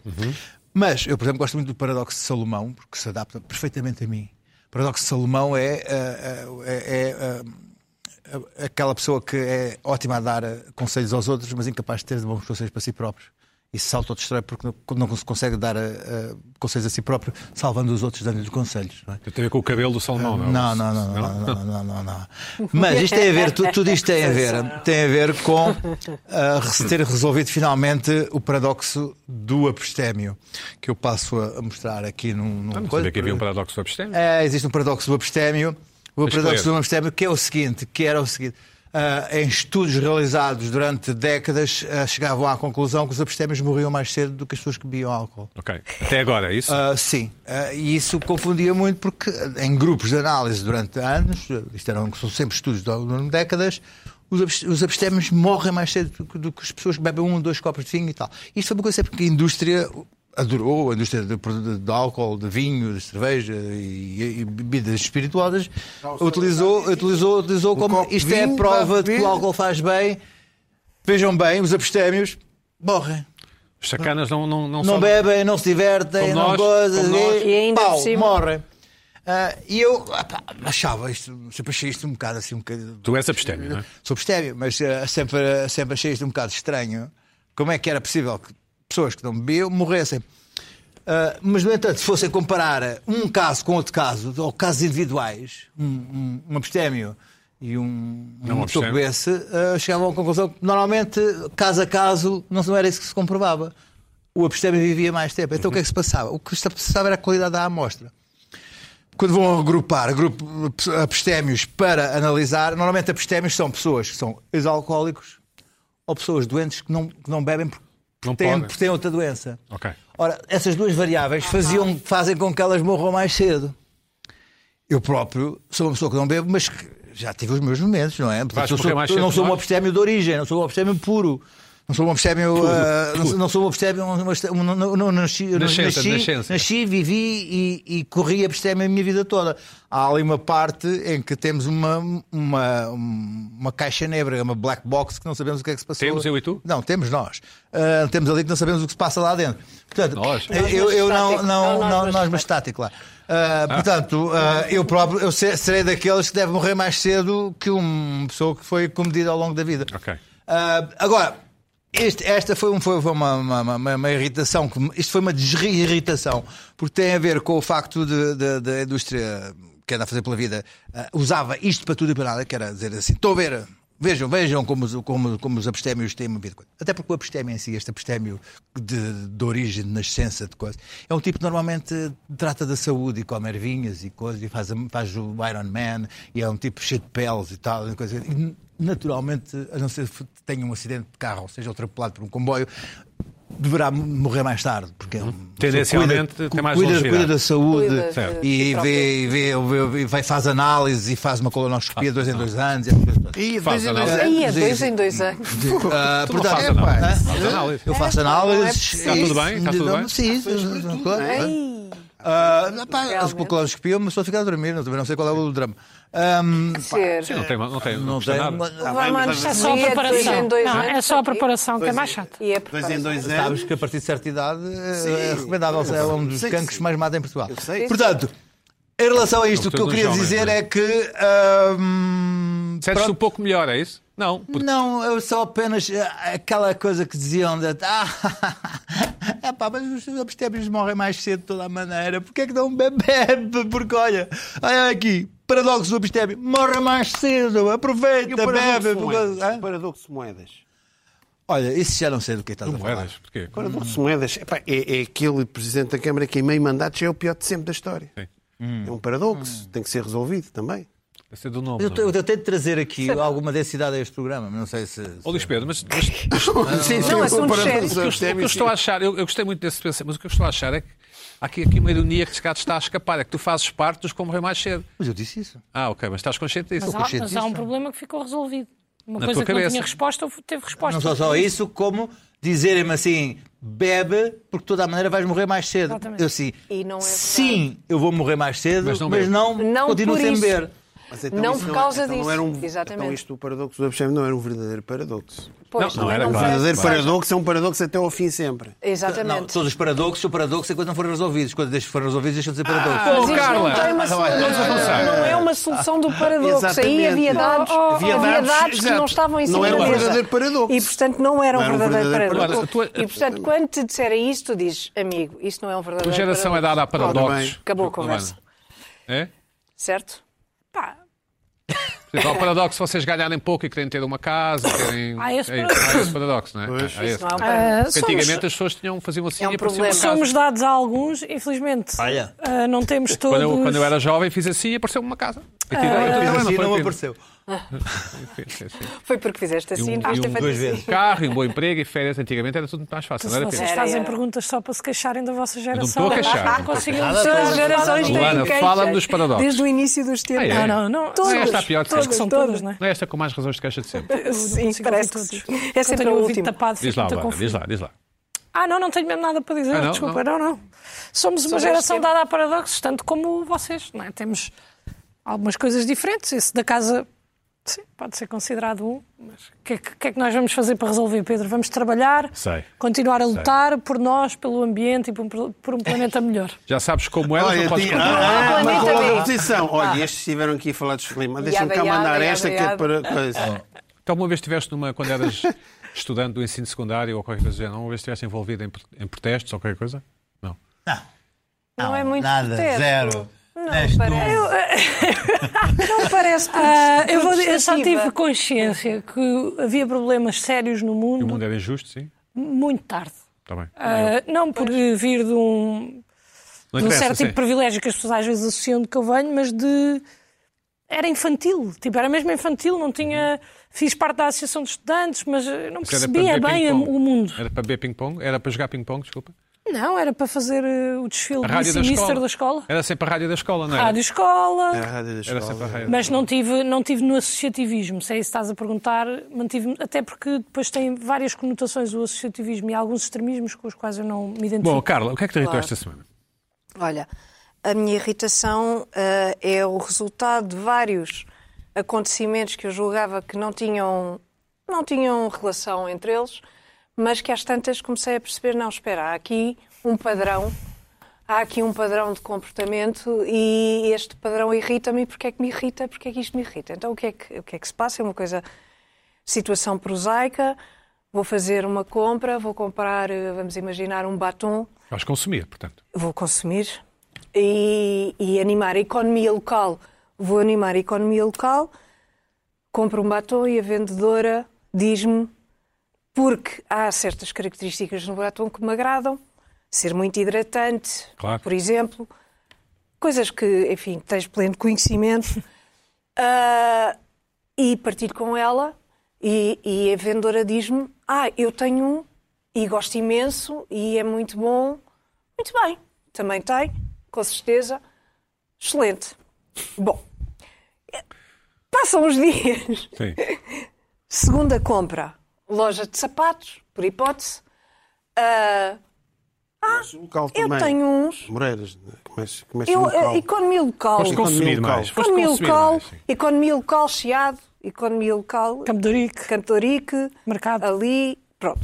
Speaker 4: Mas eu, por exemplo, gosto muito do paradoxo de Salomão, porque se adapta perfeitamente a mim. O paradoxo de Salomão é, ah, ah, é- é, ah, aquela pessoa que é ótima a dar ah, conselhos aos outros, mas incapaz de ter bons conselhos para si próprio. E se autodestrói porque não, não se consegue dar ah, ah, conselhos a si próprio, salvando os outros, dando-lhes conselhos. Não é?
Speaker 1: Tem a ver com o cabelo do Salomão, não é?
Speaker 4: Não, não, não, não, não, não, não, não. Mas isto tem a ver, tu- tudo isto tem a ver, tem a ver com ah, se ter resolvido finalmente o paradoxo do abstémio, que eu passo a a mostrar aqui num, num
Speaker 1: Ah, Não
Speaker 4: coisa.
Speaker 1: sabia que havia um paradoxo do abstêmio.
Speaker 4: É, existe um paradoxo do abstémio. O
Speaker 1: Mas
Speaker 4: paradoxo
Speaker 1: claro.
Speaker 4: do abstémio que é o seguinte, que era o seguinte. ah, em estudos realizados durante décadas, ah, chegavam à conclusão que os abstémios morriam mais cedo do que as pessoas que bebiam álcool.
Speaker 1: Ok. Até agora, é isso?
Speaker 4: Ah, sim, Ah, e isso confundia muito porque em grupos de análise durante anos, isto eram são sempre estudos de algumas décadas, os, abs- os abstémios morrem mais cedo do, que- do que as pessoas que bebem um ou dois copos de vinho e tal. Isto foi uma coisa sempre que a indústria adorou, a indústria de, de- de álcool, de vinho, de cerveja e, e bebidas espirituosas, utilizou, utilizou, utilizou como
Speaker 2: copo de
Speaker 4: isto é a
Speaker 2: vinho,
Speaker 4: prova de que o
Speaker 2: beber.
Speaker 4: álcool faz bem. Vejam bem, os abstémios morrem
Speaker 1: Os sacanas não, não, não,
Speaker 4: não
Speaker 1: são-
Speaker 4: bebem, não se divertem,
Speaker 1: Como
Speaker 4: não
Speaker 1: nós,
Speaker 4: gozam,
Speaker 1: como nós.
Speaker 3: E ainda por
Speaker 4: pau,
Speaker 3: cima-
Speaker 4: morrem. Ah, e eu ah, pá, achava isto, sempre achei isto um bocado assim, um bocado.
Speaker 1: Tu és abstêmio, não é?
Speaker 4: Sou abstêmio, mas ah, sempre, sempre achei isto um bocado estranho. Como é que era possível que pessoas que não bebiam morressem? Ah, mas, no entanto, se fossem comparar um caso com outro caso, ou casos individuais, um, um, um abstémio e um,
Speaker 1: Não
Speaker 4: uma pessoa que
Speaker 1: abstêmio.
Speaker 4: bebesse, ah, chegavam à conclusão que, normalmente, caso a caso, não não era isso que se comprovava. O abstémio vivia mais tempo. Então, o que é que se passava? O que se passava era a qualidade da amostra quando vão agrupar grupo, abstémios para analisar, normalmente abstémios são pessoas que são ex-alcoólicos ou pessoas doentes que não, que não bebem porque,
Speaker 1: Não
Speaker 4: têm,
Speaker 1: podem.
Speaker 4: porque têm outra doença.
Speaker 1: Ok.
Speaker 4: Ora, essas duas variáveis faziam, fazem com que elas morram mais cedo. Eu próprio sou uma pessoa que não bebo, mas que já tive os meus momentos, não é? Portanto,
Speaker 1: Vais
Speaker 4: eu
Speaker 1: morrer
Speaker 4: sou-
Speaker 1: mais
Speaker 4: eu
Speaker 1: cedo
Speaker 4: não
Speaker 1: que
Speaker 4: sou um
Speaker 1: nós.
Speaker 4: abstémio de origem, não sou um abstémio puro. Não sou um obstério, ah, não, sou- não sou um obstério, não, não, não, não nasci,
Speaker 1: Nascença,
Speaker 4: nasci,
Speaker 1: nascença.
Speaker 4: nasci, vivi e, e corri abstémio a minha vida toda. Há ali uma parte em que temos uma, uma, uma caixa negra, uma black box que não sabemos o que é que se passou.
Speaker 1: Temos, eu e tu?
Speaker 4: Não, temos nós. Ah, temos ali que não sabemos o que se passa lá dentro. Portanto,
Speaker 1: Nós.
Speaker 4: eu, eu, eu não,
Speaker 3: Nós,
Speaker 4: não,
Speaker 3: nós,
Speaker 4: não,
Speaker 3: nós,
Speaker 4: nós, mas estático lá. Ah, Portanto, ah, eu próprio eu se- serei daqueles que deve morrer mais cedo que uma pessoa que foi comedida ao longo da vida.
Speaker 1: Ok.
Speaker 4: Ah, agora, este- esta foi, um- foi- foi uma, uma- uma- uma irritação, que me- isto foi uma desirritação, porque tem a ver com o facto de- de- da indústria que anda a fazer pela vida ah, usava isto para tudo e para nada, que era dizer assim: estou a ver. Vejam, vejam como, os- como, como os abstémios têm uma vida. Até porque o abstémio em si, este abstémio de, de origem, de nascença, de coisa, é um tipo que normalmente trata da saúde e come ervinhas e coisas, e faz, faz o Iron Man, e é um tipo cheio de peles e tal, e coisa, e naturalmente, a não ser que tenha um acidente de carro ou seja atropelado por um comboio, deverá morrer mais tarde, porque é um,
Speaker 1: Tendencialmente,
Speaker 4: cuida,
Speaker 1: tem mais
Speaker 4: cuida,
Speaker 1: longevidade.
Speaker 4: cuida da saúde
Speaker 3: Cuida, Certo.
Speaker 4: e,
Speaker 3: cuida
Speaker 4: vê, e vê, vê- vai, faz análises e faz uma
Speaker 1: Ah,
Speaker 4: colonoscopia de dois em dois anos. E essas coisas todas.
Speaker 2: E
Speaker 1: Faz
Speaker 2: depois é
Speaker 1: análise.
Speaker 3: Aí é
Speaker 4: Sim,
Speaker 3: dois
Speaker 4: sim.
Speaker 3: em dois anos.
Speaker 4: Ah,
Speaker 1: Tu (laughs) não fazes
Speaker 4: portanto,
Speaker 1: análise.
Speaker 4: é,
Speaker 1: Fazes análise.
Speaker 4: eu faço análises.
Speaker 3: Está
Speaker 1: tudo bem? Está tudo bem?
Speaker 4: Sim, sim. claro.
Speaker 3: Ai,
Speaker 4: Ah, não, pá, A
Speaker 3: Realmente.
Speaker 4: colonoscopia, uma pessoa fica a dormir, não, também não sei qual é o drama. Ahm,
Speaker 3: ser.
Speaker 1: Sim, não tem, não tem, não
Speaker 4: não
Speaker 1: custa
Speaker 4: tem.
Speaker 1: nada. Ah,
Speaker 4: mas-
Speaker 3: Vai, mas
Speaker 5: É só a
Speaker 3: Sim, é dois
Speaker 5: preparação.
Speaker 3: em dois
Speaker 5: Não,
Speaker 3: anos,
Speaker 5: é só a
Speaker 3: está aqui.
Speaker 5: preparação, que é mais chato.
Speaker 3: E é
Speaker 2: Dois em
Speaker 3: preparação.
Speaker 2: dois anos.
Speaker 4: Sabes que a partir de certa idade é recomendável, é um dos
Speaker 2: sei que
Speaker 4: cancros
Speaker 2: sim.
Speaker 4: mais mata em Portugal.
Speaker 2: sei.
Speaker 4: Portanto, em relação a isto, o que eu
Speaker 1: Sobretudo
Speaker 4: queria
Speaker 1: nos jovens,
Speaker 4: dizer
Speaker 1: não é?
Speaker 4: é que. ahm,
Speaker 1: Sentes-te um pouco melhor, é isso?
Speaker 4: Hum.
Speaker 1: Não, porque
Speaker 4: Não, eu só apenas eh, aquela coisa que diziam de ah, (laughs) é pá, mas os abstémios morrem mais cedo de toda a maneira, porque é que não bebe? (laughs) Porque olha, olha aqui, paradoxo do abstémio, morre mais cedo,
Speaker 2: E o
Speaker 4: aproveita,
Speaker 2: paradoxo
Speaker 4: bebe.
Speaker 2: de
Speaker 4: porque-
Speaker 2: moedas?
Speaker 4: Hã?
Speaker 2: O Paradoxo de moedas.
Speaker 4: Olha, isso já não sei do que estás a falar.
Speaker 1: moedas, porquê?
Speaker 2: O Paradoxo de moedas epá, é, é aquele presidente da Câmara que em meio mandato já é o pior de sempre da história.
Speaker 1: Sim. Hum.
Speaker 2: É um paradoxo, tem que ser resolvido também.
Speaker 1: Deve ser do nome.
Speaker 4: Eu,
Speaker 1: não é?
Speaker 4: eu tentei trazer aqui
Speaker 5: é-
Speaker 4: alguma densidade a este programa, mas não sei se.
Speaker 1: Ó Luís Pedro, mas, mas
Speaker 2: sim, é um
Speaker 3: não, é um assuntos sérios.
Speaker 1: o, que eu, o que eu estou a achar, eu, eu gostei muito desse pensamento, mas o que eu estou a achar é que há aqui, aqui uma ironia que se calhar te está a escapar, é que tu fazes parte dos que vão morrer mais cedo.
Speaker 4: Mas eu disse isso.
Speaker 1: Ah, ok, mas estás consciente disso?
Speaker 5: Mas há, mas há um problema que ficou resolvido. Uma
Speaker 1: Na
Speaker 5: coisa
Speaker 1: tua
Speaker 5: que não
Speaker 1: cabeça.
Speaker 5: tinha resposta, houve- teve resposta.
Speaker 4: Não só, só isso, como dizerem-me assim: bebe, porque de toda a maneira vais morrer mais cedo.
Speaker 5: Exatamente.
Speaker 4: Eu assim,
Speaker 3: E não é
Speaker 4: sim, eu vou morrer mais cedo, mas
Speaker 1: Mas
Speaker 4: não,
Speaker 1: não bebo.
Speaker 3: Não
Speaker 4: continuo
Speaker 3: por
Speaker 4: sem
Speaker 3: isso.
Speaker 4: beber.
Speaker 2: Mas então
Speaker 3: Não é
Speaker 2: isso
Speaker 3: por causa
Speaker 2: então
Speaker 3: disso.
Speaker 2: Não era um,
Speaker 3: Exatamente.
Speaker 2: Então isto, o paradoxo do Abstémio não era um verdadeiro paradoxo.
Speaker 3: Pois, é?
Speaker 1: Não, não
Speaker 3: também
Speaker 1: era,
Speaker 2: O
Speaker 1: claro.
Speaker 3: parece
Speaker 2: verdadeiro
Speaker 3: que seja.
Speaker 2: paradoxo é um paradoxo até ao fim sempre.
Speaker 4: Não,
Speaker 3: Exatamente.
Speaker 4: todos os paradoxos, o paradoxo é quando não forem resolvidos. Quando deixam- forem resolvidos, deixam de ser
Speaker 1: Ah,
Speaker 4: paradoxos.
Speaker 3: Mas isto
Speaker 1: Carla,
Speaker 3: não,
Speaker 4: Tá
Speaker 3: tem uma
Speaker 1: mas
Speaker 3: solu-
Speaker 1: olha,
Speaker 3: não-
Speaker 1: vamos lá.
Speaker 3: não é uma solução do paradoxo. Aí
Speaker 2: Exatamente.
Speaker 3: havia dados,
Speaker 5: Oh, oh, oh.
Speaker 3: havia
Speaker 2: Havia
Speaker 3: dados,
Speaker 2: dados,
Speaker 3: que não
Speaker 2: exato.
Speaker 3: estavam em
Speaker 2: Não
Speaker 3: cima
Speaker 2: era
Speaker 3: da
Speaker 2: um
Speaker 3: mesa.
Speaker 2: verdadeiro paradoxo.
Speaker 3: E, portanto, não era um
Speaker 2: Não era um
Speaker 3: verdadeiro
Speaker 2: verdadeiro
Speaker 3: paradoxo.
Speaker 1: paradoxo. Agora, a tua-
Speaker 3: E, portanto, quando te disserem isto, tu dizes, amigo, isso não é um verdadeiro
Speaker 1: A geração é dada a
Speaker 2: bem.
Speaker 1: paradoxos.
Speaker 3: Acabou a
Speaker 1: Não,
Speaker 3: conversa.
Speaker 1: Ana? É?
Speaker 3: Certo? Pá,
Speaker 1: Por exemplo, Há então, o paradoxo se vocês ganharem pouco e querem ter uma casa, querem.
Speaker 5: Há esse
Speaker 1: é isso,
Speaker 5: paradoxo.
Speaker 1: há esse paradoxo, não é? Há esse.
Speaker 3: Ah, não é um
Speaker 5: Ah,
Speaker 3: paradoxo.
Speaker 1: Porque Antigamente as pessoas tinham, faziam assim
Speaker 3: É um
Speaker 1: e aparecia uma
Speaker 3: problema.
Speaker 1: casa.
Speaker 5: Somos dados a alguns, infelizmente.
Speaker 4: Olha.
Speaker 5: ah, não temos todos.
Speaker 1: Quando eu, quando eu era jovem fiz assim e apareceu uma casa. E
Speaker 3: É.
Speaker 1: tirei,
Speaker 4: Fiz
Speaker 1: também,
Speaker 4: assim,
Speaker 1: foi
Speaker 4: não
Speaker 1: pena.
Speaker 4: apareceu.
Speaker 1: Sim, sim, sim.
Speaker 3: Foi porque fizeste assim,
Speaker 1: um-
Speaker 3: devias
Speaker 1: e
Speaker 3: ter
Speaker 1: um-
Speaker 3: feito
Speaker 4: duas
Speaker 3: assim.
Speaker 4: vezes.
Speaker 1: Carro e um bom emprego e férias antigamente era tudo muito mais fácil.
Speaker 5: Se
Speaker 1: Não era
Speaker 5: vocês
Speaker 1: tempo.
Speaker 3: Era,
Speaker 5: fazem
Speaker 3: era.
Speaker 5: perguntas só para se queixarem da vossa geração,
Speaker 1: estou a queixar, não estou a
Speaker 5: conseguiam
Speaker 4: queixar. Nada,
Speaker 3: Todas as gerações têm
Speaker 1: Luana,
Speaker 3: queixas.
Speaker 1: fala-me dos paradoxos.
Speaker 3: Desde o início dos tempos.
Speaker 1: Ah, é?
Speaker 5: Não, não, não.
Speaker 1: Não é
Speaker 5: Todas,
Speaker 1: esta a pior de
Speaker 5: todas,
Speaker 1: sempre.
Speaker 5: que são todas,
Speaker 3: Todas.
Speaker 5: não é?
Speaker 1: Não é esta com mais razões de queixa de sempre.
Speaker 3: Sim,
Speaker 5: Consigo
Speaker 3: parece
Speaker 5: ouvir
Speaker 3: que
Speaker 5: todos.
Speaker 3: sim.
Speaker 5: Eu
Speaker 3: É sempre a
Speaker 5: tenho ouvido
Speaker 3: última.
Speaker 5: tapado,
Speaker 1: Diz
Speaker 5: fico
Speaker 1: lá,
Speaker 3: Então
Speaker 1: Luana,
Speaker 5: muito confusa.
Speaker 1: diz lá, diz lá.
Speaker 5: Ah, não, não tenho mesmo nada para dizer,
Speaker 1: Ah, não?
Speaker 5: desculpa, não, não. Somos uma
Speaker 3: Somos
Speaker 5: geração
Speaker 3: este-
Speaker 5: dada a paradoxos, tanto como vocês, não é? Temos algumas coisas diferentes. Esse da casa, sim, pode ser considerado um, mas o que, é que- o que é que nós vamos fazer para resolver, Pedro? Vamos trabalhar,
Speaker 1: Sei.
Speaker 5: continuar a lutar por nós, pelo ambiente e por um, por um planeta (laughs) melhor.
Speaker 1: Já sabes como elas, não podes
Speaker 2: tinha-
Speaker 1: controlar.
Speaker 2: Ah, ah, mas
Speaker 3: Planeta
Speaker 2: logo
Speaker 3: B.
Speaker 2: a posição. Olha, estes estiveram aqui a falar dos clima. Deixa-me cá
Speaker 3: Yada, yada,
Speaker 2: mandar
Speaker 3: yada,
Speaker 2: esta que é
Speaker 3: yada.
Speaker 2: para
Speaker 3: Ah.
Speaker 2: coisa.
Speaker 1: Então, uma vez estiveste numa, quando eras estudante do ensino secundário ou qualquer coisa do género, uma vez estiveste envolvido em, em protestos ou qualquer coisa? Não.
Speaker 3: Não é muito
Speaker 4: Nada,
Speaker 3: protesto.
Speaker 4: zero. És tu.
Speaker 3: parece. Não parece
Speaker 5: Ah, eu, vou- eu só
Speaker 3: protestativa.
Speaker 5: tive consciência que havia problemas sérios
Speaker 1: E
Speaker 5: no
Speaker 1: o
Speaker 5: mundo
Speaker 1: mundo é- era injusto, sim?
Speaker 5: muito tarde.
Speaker 1: Está bem.
Speaker 5: Ah, não por vir de um,
Speaker 1: Não
Speaker 5: de um
Speaker 1: interessa, é
Speaker 5: certo tipo
Speaker 1: sim.
Speaker 5: de privilégio que as pessoas às vezes associam de que eu venho, mas de. Era infantil, tipo, era mesmo infantil, não tinha. Fiz parte da Associação de Estudantes, mas eh, não
Speaker 1: Uhum. Era para
Speaker 5: percebia
Speaker 1: beber
Speaker 5: bem a-
Speaker 1: é ping-pong.
Speaker 5: o mundo.
Speaker 1: Era para beber ping-pong? Era para jogar ping-pong, desculpa.
Speaker 5: Não, era para fazer eh, o desfile
Speaker 1: A
Speaker 5: do
Speaker 1: rádio da
Speaker 5: Minister
Speaker 1: escola.
Speaker 5: da escola.
Speaker 1: Era sempre a rádio da escola, não era? É.
Speaker 5: Rádio Escola.
Speaker 2: Era a rádio da
Speaker 1: Era sempre a
Speaker 2: escola.
Speaker 1: rádio.
Speaker 5: Mas não tive, não tive no associativismo, se é isso que estás a perguntar, mantive até porque depois tem várias conotações o associativismo e há alguns extremismos com os quais eu não me identifico.
Speaker 1: Bom, Carla, o que é que te irritou
Speaker 6: Claro.
Speaker 1: esta semana?
Speaker 6: Olha, a minha irritação ah, é o resultado de vários acontecimentos que eu julgava que não tinham, não tinham relação entre eles, mas que às tantas comecei a perceber, não, espera, há aqui um padrão, há aqui um padrão de comportamento e este padrão irrita-me, e porque é que me irrita, porque é que isto me irrita? Então o que é que, o que, é que se passa? É uma coisa situação prosaica, vou fazer uma compra, vou comprar, eh, vamos imaginar, um batom
Speaker 1: Vais consumir, portanto.
Speaker 6: vou consumir e, e animar a economia local. Vou animar a economia local, compro um batom e a vendedora diz-me porque há certas características no batom que me agradam, ser muito hidratante,
Speaker 1: Claro.
Speaker 6: por exemplo, coisas que, enfim, tens pleno conhecimento. (laughs) Ah, e partilho com ela e, e a vendedora diz-me ah, eu tenho um e gosto imenso e é muito bom. Muito bem, também tem, com certeza. Excelente. Bom, eh, passam os (laughs) dias.
Speaker 1: Sim.
Speaker 6: Segunda compra, loja de sapatos, por hipótese. Ah,
Speaker 2: Mas o local
Speaker 6: eu
Speaker 3: um-
Speaker 2: também.
Speaker 6: tenho uns.
Speaker 2: Moreiras, né? começa, começa
Speaker 6: Eu,
Speaker 2: o
Speaker 6: a
Speaker 2: local.
Speaker 3: eh,
Speaker 6: economia local.
Speaker 1: Foste consumir
Speaker 2: local.
Speaker 1: mais. Foste
Speaker 6: Economia
Speaker 1: consumir
Speaker 6: local,
Speaker 2: é?
Speaker 1: mais. sim.
Speaker 6: economia local, Chiado, economia local,
Speaker 5: Campo de Ourique,
Speaker 6: Cantorique,
Speaker 5: Mercado.
Speaker 6: ali, pronto.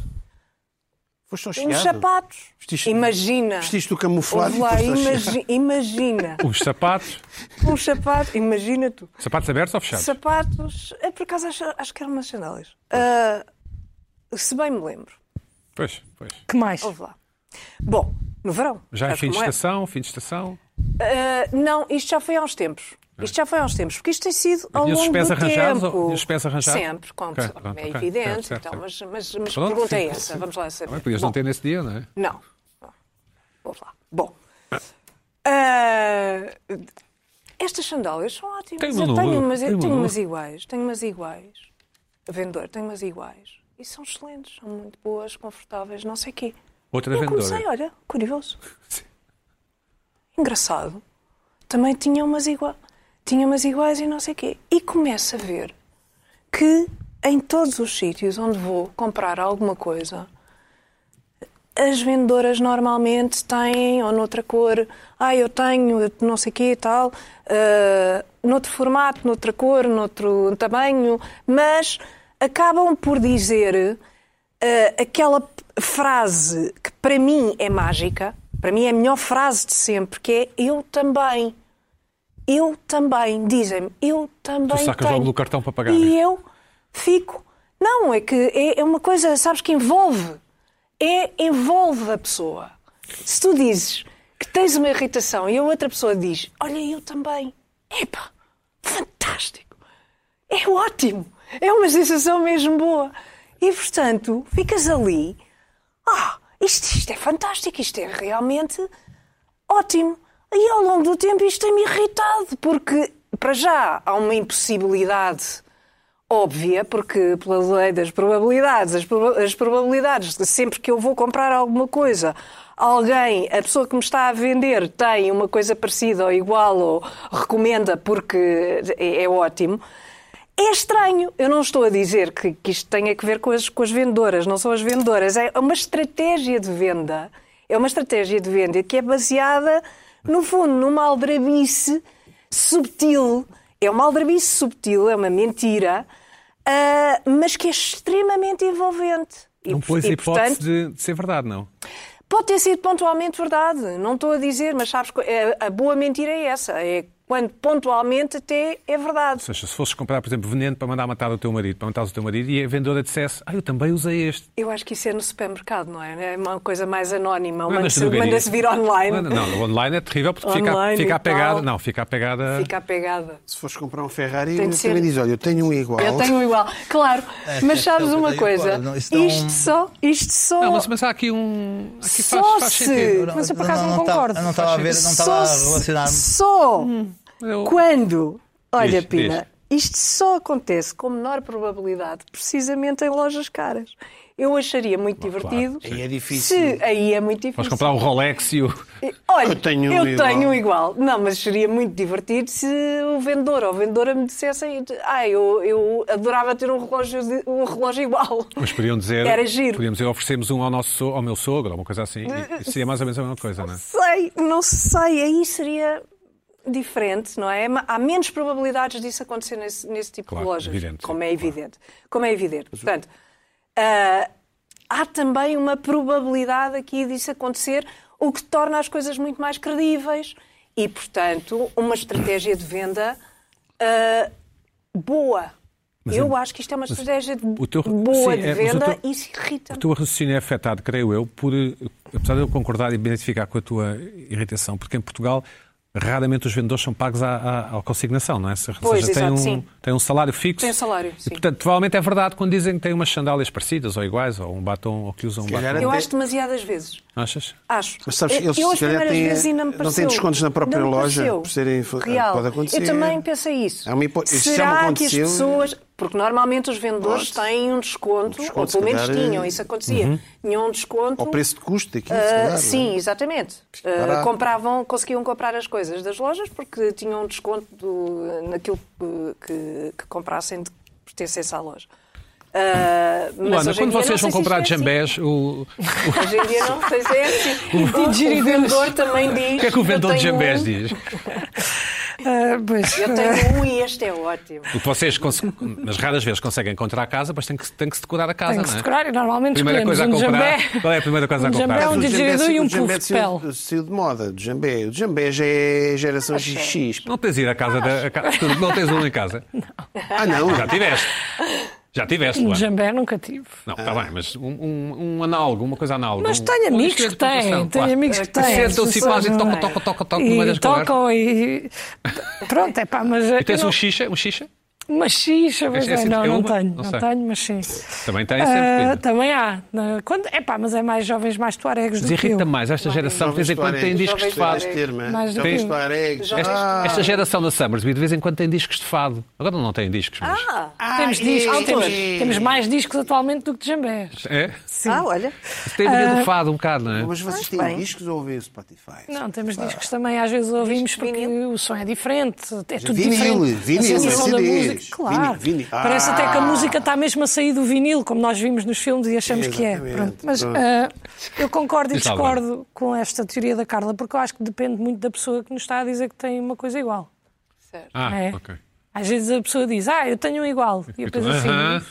Speaker 2: Foste ao
Speaker 3: um
Speaker 6: Uns
Speaker 2: chiado.
Speaker 6: sapatos,
Speaker 2: Vestiste-
Speaker 6: imagina.
Speaker 2: Vestiste o camuflado
Speaker 6: Ouve
Speaker 2: e
Speaker 6: lá,
Speaker 2: foste ao
Speaker 6: imagi-
Speaker 2: chiado. (laughs)
Speaker 6: imagina.
Speaker 1: Os sapatos,
Speaker 6: Uns sapatos, imagina tu.
Speaker 1: sapatos abertos ou fechados?
Speaker 6: Sapatos, é, por acaso acho, acho que eram umas sandálias. Ah, se bem me lembro,
Speaker 1: Pois, pois.
Speaker 5: que mais?
Speaker 6: ouve lá. Bom, no verão.
Speaker 1: Já em
Speaker 6: sabes
Speaker 1: fim de
Speaker 6: como é.
Speaker 1: estação, fim de estação.
Speaker 6: Ah, não, isto já foi há uns tempos. Isto já foi há uns tempos, porque isto tem sido ao
Speaker 1: Tinhas É. os
Speaker 6: longo
Speaker 1: pés
Speaker 6: do
Speaker 1: arranjados ou-
Speaker 6: tempo.
Speaker 1: tinhas os pés arranjados?
Speaker 6: Sempre, como
Speaker 1: Ok,
Speaker 6: é
Speaker 1: pronto, ok,
Speaker 6: evidente.
Speaker 1: certo, certo,
Speaker 6: então,
Speaker 1: certo.
Speaker 6: mas mas, mas
Speaker 1: Pronto,
Speaker 6: pergunta é
Speaker 1: sim,
Speaker 6: essa,
Speaker 1: sim.
Speaker 6: vamos lá saber.
Speaker 1: Também podias
Speaker 6: Bom,
Speaker 1: não ter nesse dia, não é?
Speaker 6: Não. Vamos lá. Bom. Ah, estas sandálias são ótimas.
Speaker 1: Tem uma
Speaker 6: eu
Speaker 1: número,
Speaker 6: tenho umas,
Speaker 1: tem uma
Speaker 6: tenho umas
Speaker 1: número.
Speaker 6: iguais. Tenho umas iguais. A vendedora tem umas iguais. E são excelentes, são muito boas, confortáveis, não sei o quê.
Speaker 1: Outra
Speaker 6: eu
Speaker 1: vendedora.
Speaker 6: comecei, olha, curioso. Engraçado. Também tinha umas iguais. Tinha umas iguais e não sei o quê. E começo a ver que em todos os sítios onde vou comprar alguma coisa, as vendedoras normalmente têm, ou noutra cor, ah, eu tenho, eu não sei o quê e tal, ah, noutro formato, noutra cor, noutro tamanho, mas acabam por dizer ah, aquela p- frase que para mim é mágica, para mim é a melhor frase de sempre, que é eu também. Eu também, dizem-me, eu também
Speaker 1: Tu sacas
Speaker 6: tenho.
Speaker 1: logo do cartão para pagar.
Speaker 6: E eu fico. Não, é que é, é uma coisa, sabes, que envolve. É, envolve a pessoa. Se tu dizes que tens uma irritação e a outra pessoa diz, olha, eu também. Epá, fantástico. É ótimo. É uma sensação mesmo boa. E, portanto, ficas ali. Ah, isto, isto é fantástico. Isto é realmente ótimo. E ao longo do tempo isto tem-me irritado, porque para já há uma impossibilidade óbvia, porque pela lei das probabilidades, as, proba- as probabilidades de sempre que eu vou comprar alguma coisa, alguém, a pessoa que me está a vender tem uma coisa parecida ou igual ou recomenda porque é, é ótimo. É estranho, eu não estou a dizer que, que isto tenha a ver com as, com as vendedoras, não são as vendedoras, é uma estratégia de venda. É uma estratégia de venda que é baseada, no fundo, numa aldrabice subtil. É uma aldrabice subtil, é uma mentira, ah, mas que é extremamente envolvente. E,
Speaker 1: Não
Speaker 6: por-
Speaker 1: pôs
Speaker 6: e,
Speaker 1: a hipótese
Speaker 6: portanto,
Speaker 1: de, de ser verdade, não.
Speaker 6: Pode ter sido pontualmente verdade, não estou a dizer, mas sabes, co- é- a boa mentira é essa, é quando pontualmente até é verdade.
Speaker 1: Ou seja, se fosses comprar, por exemplo, veneno para mandar matar o teu marido, para matar o teu marido, e a vendedora dissesse, ah, eu também usei este.
Speaker 6: Eu acho que isso é no supermercado, não é? É uma coisa mais anónima.
Speaker 1: Não é nas
Speaker 6: Manda-se
Speaker 1: drogarias.
Speaker 6: manda-se vir online.
Speaker 1: Não, não, online é terrível porque fica,
Speaker 6: Online
Speaker 1: fica
Speaker 6: e
Speaker 1: a pegada.
Speaker 6: tal.
Speaker 1: Não, fica a pegada.
Speaker 6: Fica a pegada.
Speaker 2: Se fores comprar um Ferrari,
Speaker 6: Tem de
Speaker 2: também
Speaker 6: ser-
Speaker 2: diz, olha, eu tenho um igual.
Speaker 6: Eu tenho igual. Claro. Mas sabes
Speaker 4: eu
Speaker 6: uma
Speaker 4: tenho
Speaker 6: coisa?
Speaker 4: igual. Não, isso não-
Speaker 6: Isto só. Isto só.
Speaker 1: Não, mas, mas há aqui um. Aqui faz,
Speaker 6: Só
Speaker 1: faz
Speaker 6: se-
Speaker 1: sentido.
Speaker 5: Mas eu por acaso não
Speaker 4: tava-
Speaker 5: concordo.
Speaker 4: eu Não estava a ver, não estava a
Speaker 6: se-
Speaker 4: relacionar-me.
Speaker 6: Só
Speaker 1: Eu-
Speaker 6: quando. Olha,
Speaker 1: Diz,
Speaker 6: Pina, Isto só acontece com menor probabilidade, precisamente em lojas caras. Eu acharia muito divertido.
Speaker 2: Aí é difícil.
Speaker 6: Se, aí é muito difícil. Eh,
Speaker 1: Vais comprar um Rolex e o...
Speaker 6: Olha, eu
Speaker 2: Eu
Speaker 6: tenho,
Speaker 2: tenho
Speaker 6: eu
Speaker 2: um igual.
Speaker 6: tenho igual. Não, mas seria muito divertido se o vendedor ou a vendedora me dissessem ah, eu, eu adorava ter um relógio, de- um relógio igual.
Speaker 1: Mas podiam dizer,
Speaker 6: Era giro.
Speaker 1: podiam dizer oferecemos um ao, nosso, so- ao meu sogro, ou uma coisa assim. E- e seria mais ou menos a mesma coisa, não é?
Speaker 6: Sei, não sei. Aí seria diferente, não é? Ma- Há menos probabilidades disso acontecer nesse, nesse tipo
Speaker 1: Claro,
Speaker 6: de lojas.
Speaker 1: evidente,
Speaker 6: como
Speaker 1: sim,
Speaker 6: é evidente. Como é evidente. Portanto, ah, há também uma probabilidade aqui disso acontecer, o que torna as coisas muito mais credíveis e, portanto, uma estratégia de venda ah, boa. eu acho que isto é uma estratégia de-
Speaker 1: o teu-
Speaker 6: boa
Speaker 1: sim,
Speaker 6: de
Speaker 1: é, mas o
Speaker 6: venda
Speaker 1: teu-
Speaker 6: e isso irrita.
Speaker 1: O teu raciocínio é afetado, creio eu, por, eh, apesar de eu concordar e identificar com a tua irritação, porque em Portugal raramente os vendedores são pagos à, à, à consignação, não é? Se- Ou
Speaker 6: Pois,
Speaker 1: tem,
Speaker 6: exato,
Speaker 1: um,
Speaker 6: sim.
Speaker 1: tem um salário fixo.
Speaker 6: Tem um salário, sim.
Speaker 1: E, portanto, provavelmente é verdade quando dizem que têm umas sandálias parecidas ou iguais, ou um batom, ou que usam um
Speaker 2: calhar
Speaker 1: batom.
Speaker 6: Eu
Speaker 2: até-
Speaker 6: acho demasiadas vezes.
Speaker 1: Achas?
Speaker 6: Acho.
Speaker 2: Mas sabes,
Speaker 6: Eu-
Speaker 2: eles
Speaker 6: eu
Speaker 2: se
Speaker 6: as
Speaker 2: calhar
Speaker 6: primeiras
Speaker 2: têm-
Speaker 6: vezes ainda
Speaker 2: não
Speaker 6: me
Speaker 2: têm
Speaker 6: pareceu.
Speaker 2: descontos na própria
Speaker 6: Não me
Speaker 2: loja,
Speaker 6: pareceu.
Speaker 2: por serem fo-
Speaker 6: Real.
Speaker 2: pode acontecer.
Speaker 6: Eu também pensei isso.
Speaker 2: É uma hipo- isso já
Speaker 6: Será
Speaker 2: me
Speaker 6: que as
Speaker 2: aconteceu.
Speaker 6: pessoas... Porque normalmente os vendedores
Speaker 2: Pode.
Speaker 6: têm um desconto,
Speaker 2: Um desconto,
Speaker 6: ou pelo
Speaker 2: se
Speaker 6: menos
Speaker 2: calhar, é-
Speaker 6: tinham, isso acontecia.
Speaker 1: Uhum.
Speaker 6: Tinham um desconto...
Speaker 2: Ao preço de custo daqui, se
Speaker 6: Ah,
Speaker 2: calhar, não é?
Speaker 6: sim, exatamente. Ah,
Speaker 2: barato.
Speaker 6: compravam, conseguiam comprar as coisas das lojas porque tinham um desconto do- naquilo que, que- que comprassem de pertencesse à loja. Ah, mas
Speaker 1: Luana,
Speaker 6: hoje em
Speaker 1: quando
Speaker 6: dia
Speaker 1: vocês
Speaker 6: não sei
Speaker 1: vão
Speaker 6: se isto
Speaker 1: comprar
Speaker 6: é assim.
Speaker 1: jambés, o,
Speaker 6: Hoje em dia não sei se é assim. O, vendedor também diz.
Speaker 1: o
Speaker 6: (laughs)
Speaker 1: que é que o vendedor de jambés
Speaker 6: um,
Speaker 1: diz?
Speaker 5: Ah, pois,
Speaker 6: Eu
Speaker 5: ah,
Speaker 6: tenho um e este é ótimo.
Speaker 1: O que vocês, conse- nas raras vezes, conseguem encontrar a casa, mas tem que, tem que se decorar a casa,
Speaker 5: Tem
Speaker 1: não
Speaker 5: que
Speaker 1: é?
Speaker 5: se decorar e normalmente
Speaker 1: Primeira
Speaker 5: escolhemos
Speaker 1: coisa a
Speaker 5: um
Speaker 1: comprar.
Speaker 5: jambé.
Speaker 1: Qual é a primeira coisa a
Speaker 5: Um
Speaker 1: comprar?
Speaker 5: jambé, um
Speaker 2: Ah, O jambé
Speaker 5: didgeridoo
Speaker 2: saiu-
Speaker 5: e
Speaker 2: o
Speaker 5: um
Speaker 2: jambé
Speaker 5: puff de
Speaker 2: saiu-
Speaker 5: pele.
Speaker 2: Saiu de moda, do jambé. O jambé já é geração
Speaker 6: é
Speaker 2: XX.
Speaker 1: Não tens ir à casa da. a ca- tu Não tens um em casa?
Speaker 2: Ah, não.
Speaker 1: Já tiveste. Já tiveste,
Speaker 5: Um
Speaker 1: Luana.
Speaker 5: jambé nunca tive.
Speaker 1: Não, está bem, mas um, um, um análogo, uma coisa análoga.
Speaker 5: Mas
Speaker 1: um-
Speaker 5: tenho
Speaker 1: um
Speaker 5: amigos
Speaker 1: instrumento
Speaker 5: que
Speaker 1: de percussão,
Speaker 5: têm, tenho
Speaker 1: claro.
Speaker 5: amigos que têm.
Speaker 1: Sentam-se e
Speaker 5: As
Speaker 1: fazem
Speaker 5: pessoas
Speaker 1: é assim, toca, toca, toca, toca, no meio
Speaker 5: é? E
Speaker 1: das conversas.
Speaker 5: tocam e. Pronto, é pá, mas.
Speaker 1: E tens um xixa, um xixa?
Speaker 5: Mas xixa, mas
Speaker 1: É- é
Speaker 5: é, não,
Speaker 1: sempre- é
Speaker 5: não
Speaker 1: uma?
Speaker 5: tenho,
Speaker 1: Não
Speaker 5: não
Speaker 1: sei. É
Speaker 5: tenho, mas sim.
Speaker 1: Também tem
Speaker 5: Ah,
Speaker 1: sempre.
Speaker 5: também há. Na- Quando, é pá, mas é mais jovens, mais tuaregos
Speaker 1: Mas
Speaker 5: do que eu.
Speaker 1: irrita mais esta geração, de vez em quando tem discos de fado. Ah.
Speaker 6: Jovens
Speaker 5: Mais do
Speaker 6: um.
Speaker 5: que eu.
Speaker 1: Esta, esta geração da Summersby, de vez em quando tem discos de fado. Agora não tem discos, mas.
Speaker 6: Ah,
Speaker 5: Temos discos, temos,
Speaker 2: e-
Speaker 5: temos mais discos atualmente do que de jambés.
Speaker 1: É?
Speaker 6: ah, olha.
Speaker 1: Tem medo
Speaker 5: Ah.
Speaker 1: do fado um bocado, não é?
Speaker 2: Mas vocês têm
Speaker 6: bem.
Speaker 2: discos ou ouvem o Spotify?
Speaker 5: Não, temos discos também, às vezes ouvimos porque
Speaker 6: vinil?
Speaker 5: o som é diferente, é tudo
Speaker 2: Vinil,
Speaker 5: diferente.
Speaker 2: vinil, é
Speaker 5: a sensação da
Speaker 2: CDs.
Speaker 5: música, claro.
Speaker 2: Vinil, vinil.
Speaker 5: Parece até que a
Speaker 2: Ah!
Speaker 5: música está mesmo a sair do vinil, como nós vimos nos filmes e achamos que é.
Speaker 2: Exatamente,
Speaker 5: Pronto. Mas
Speaker 2: pronto.
Speaker 5: ah, eu concordo e
Speaker 1: Diz lá, Bárbara.
Speaker 5: discordo com esta teoria da Carla, porque eu acho que depende muito da pessoa que nos está a dizer que tem uma coisa igual.
Speaker 1: Ah,
Speaker 5: É.
Speaker 1: ok.
Speaker 5: Às vezes a pessoa diz, ah, eu tenho um igual. E eu
Speaker 1: E tu,
Speaker 5: penso assim, Então
Speaker 1: aham.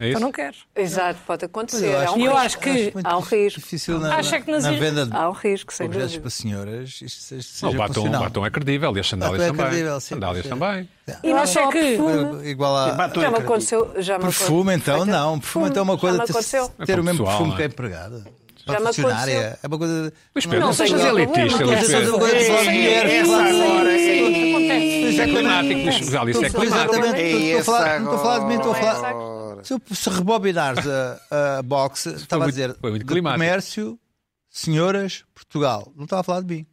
Speaker 1: É
Speaker 5: eu
Speaker 1: isso?
Speaker 5: não quero.
Speaker 6: Exato, pode acontecer. Há um
Speaker 5: E eu
Speaker 6: risco.
Speaker 5: acho que.
Speaker 6: Há um risco.
Speaker 4: Difícil na,
Speaker 5: Acho é que
Speaker 4: na,
Speaker 5: nas-
Speaker 4: na venda de
Speaker 6: Há um risco, sem
Speaker 4: objetos para
Speaker 6: dúvida.
Speaker 4: senhoras. Isto seja, seja
Speaker 1: Não, o batom,
Speaker 4: funcional.
Speaker 1: batom é credível e as sandálias
Speaker 4: Batom é
Speaker 1: também.
Speaker 4: credível, sim,
Speaker 1: sandálias
Speaker 4: sim.
Speaker 1: também.
Speaker 6: E não
Speaker 5: acho é
Speaker 6: só
Speaker 5: que-
Speaker 6: perfume.
Speaker 4: Uhum. Igual a
Speaker 2: Batom
Speaker 6: Já me
Speaker 2: é
Speaker 6: aconteceu. Já me
Speaker 4: perfume, então, não. Perfume então é uma coisa
Speaker 6: Hum, Já me
Speaker 4: ter,
Speaker 6: aconteceu.
Speaker 4: ter o mesmo
Speaker 1: É para o pessoal,
Speaker 4: perfume
Speaker 1: não é?
Speaker 4: que a empregada.
Speaker 6: Já
Speaker 4: Para a
Speaker 6: me
Speaker 4: funcionária.
Speaker 6: aconteceu.
Speaker 4: É uma coisa.
Speaker 1: Mas espera, não,
Speaker 6: não
Speaker 1: sejas
Speaker 6: tem
Speaker 1: elitista,
Speaker 6: problema.
Speaker 1: Luís
Speaker 4: Essa é
Speaker 1: Pedro.
Speaker 4: uma coisa só de mulheres.
Speaker 2: Essa agora é-
Speaker 5: Acontece.
Speaker 1: Isso é climático, Luís Pedro, isso é
Speaker 4: Estou- estou-
Speaker 1: climático.
Speaker 4: exatamente, estou a falar-
Speaker 2: Essa
Speaker 4: Não estou a falar de mim, estou a falar.
Speaker 2: agora.
Speaker 4: Se, eu- se rebobinares a, a box, estava a
Speaker 1: muito-
Speaker 4: dizer
Speaker 1: foi muito
Speaker 4: de
Speaker 1: climático.
Speaker 4: comércio, senhoras, Portugal. Não estava a falar de mim.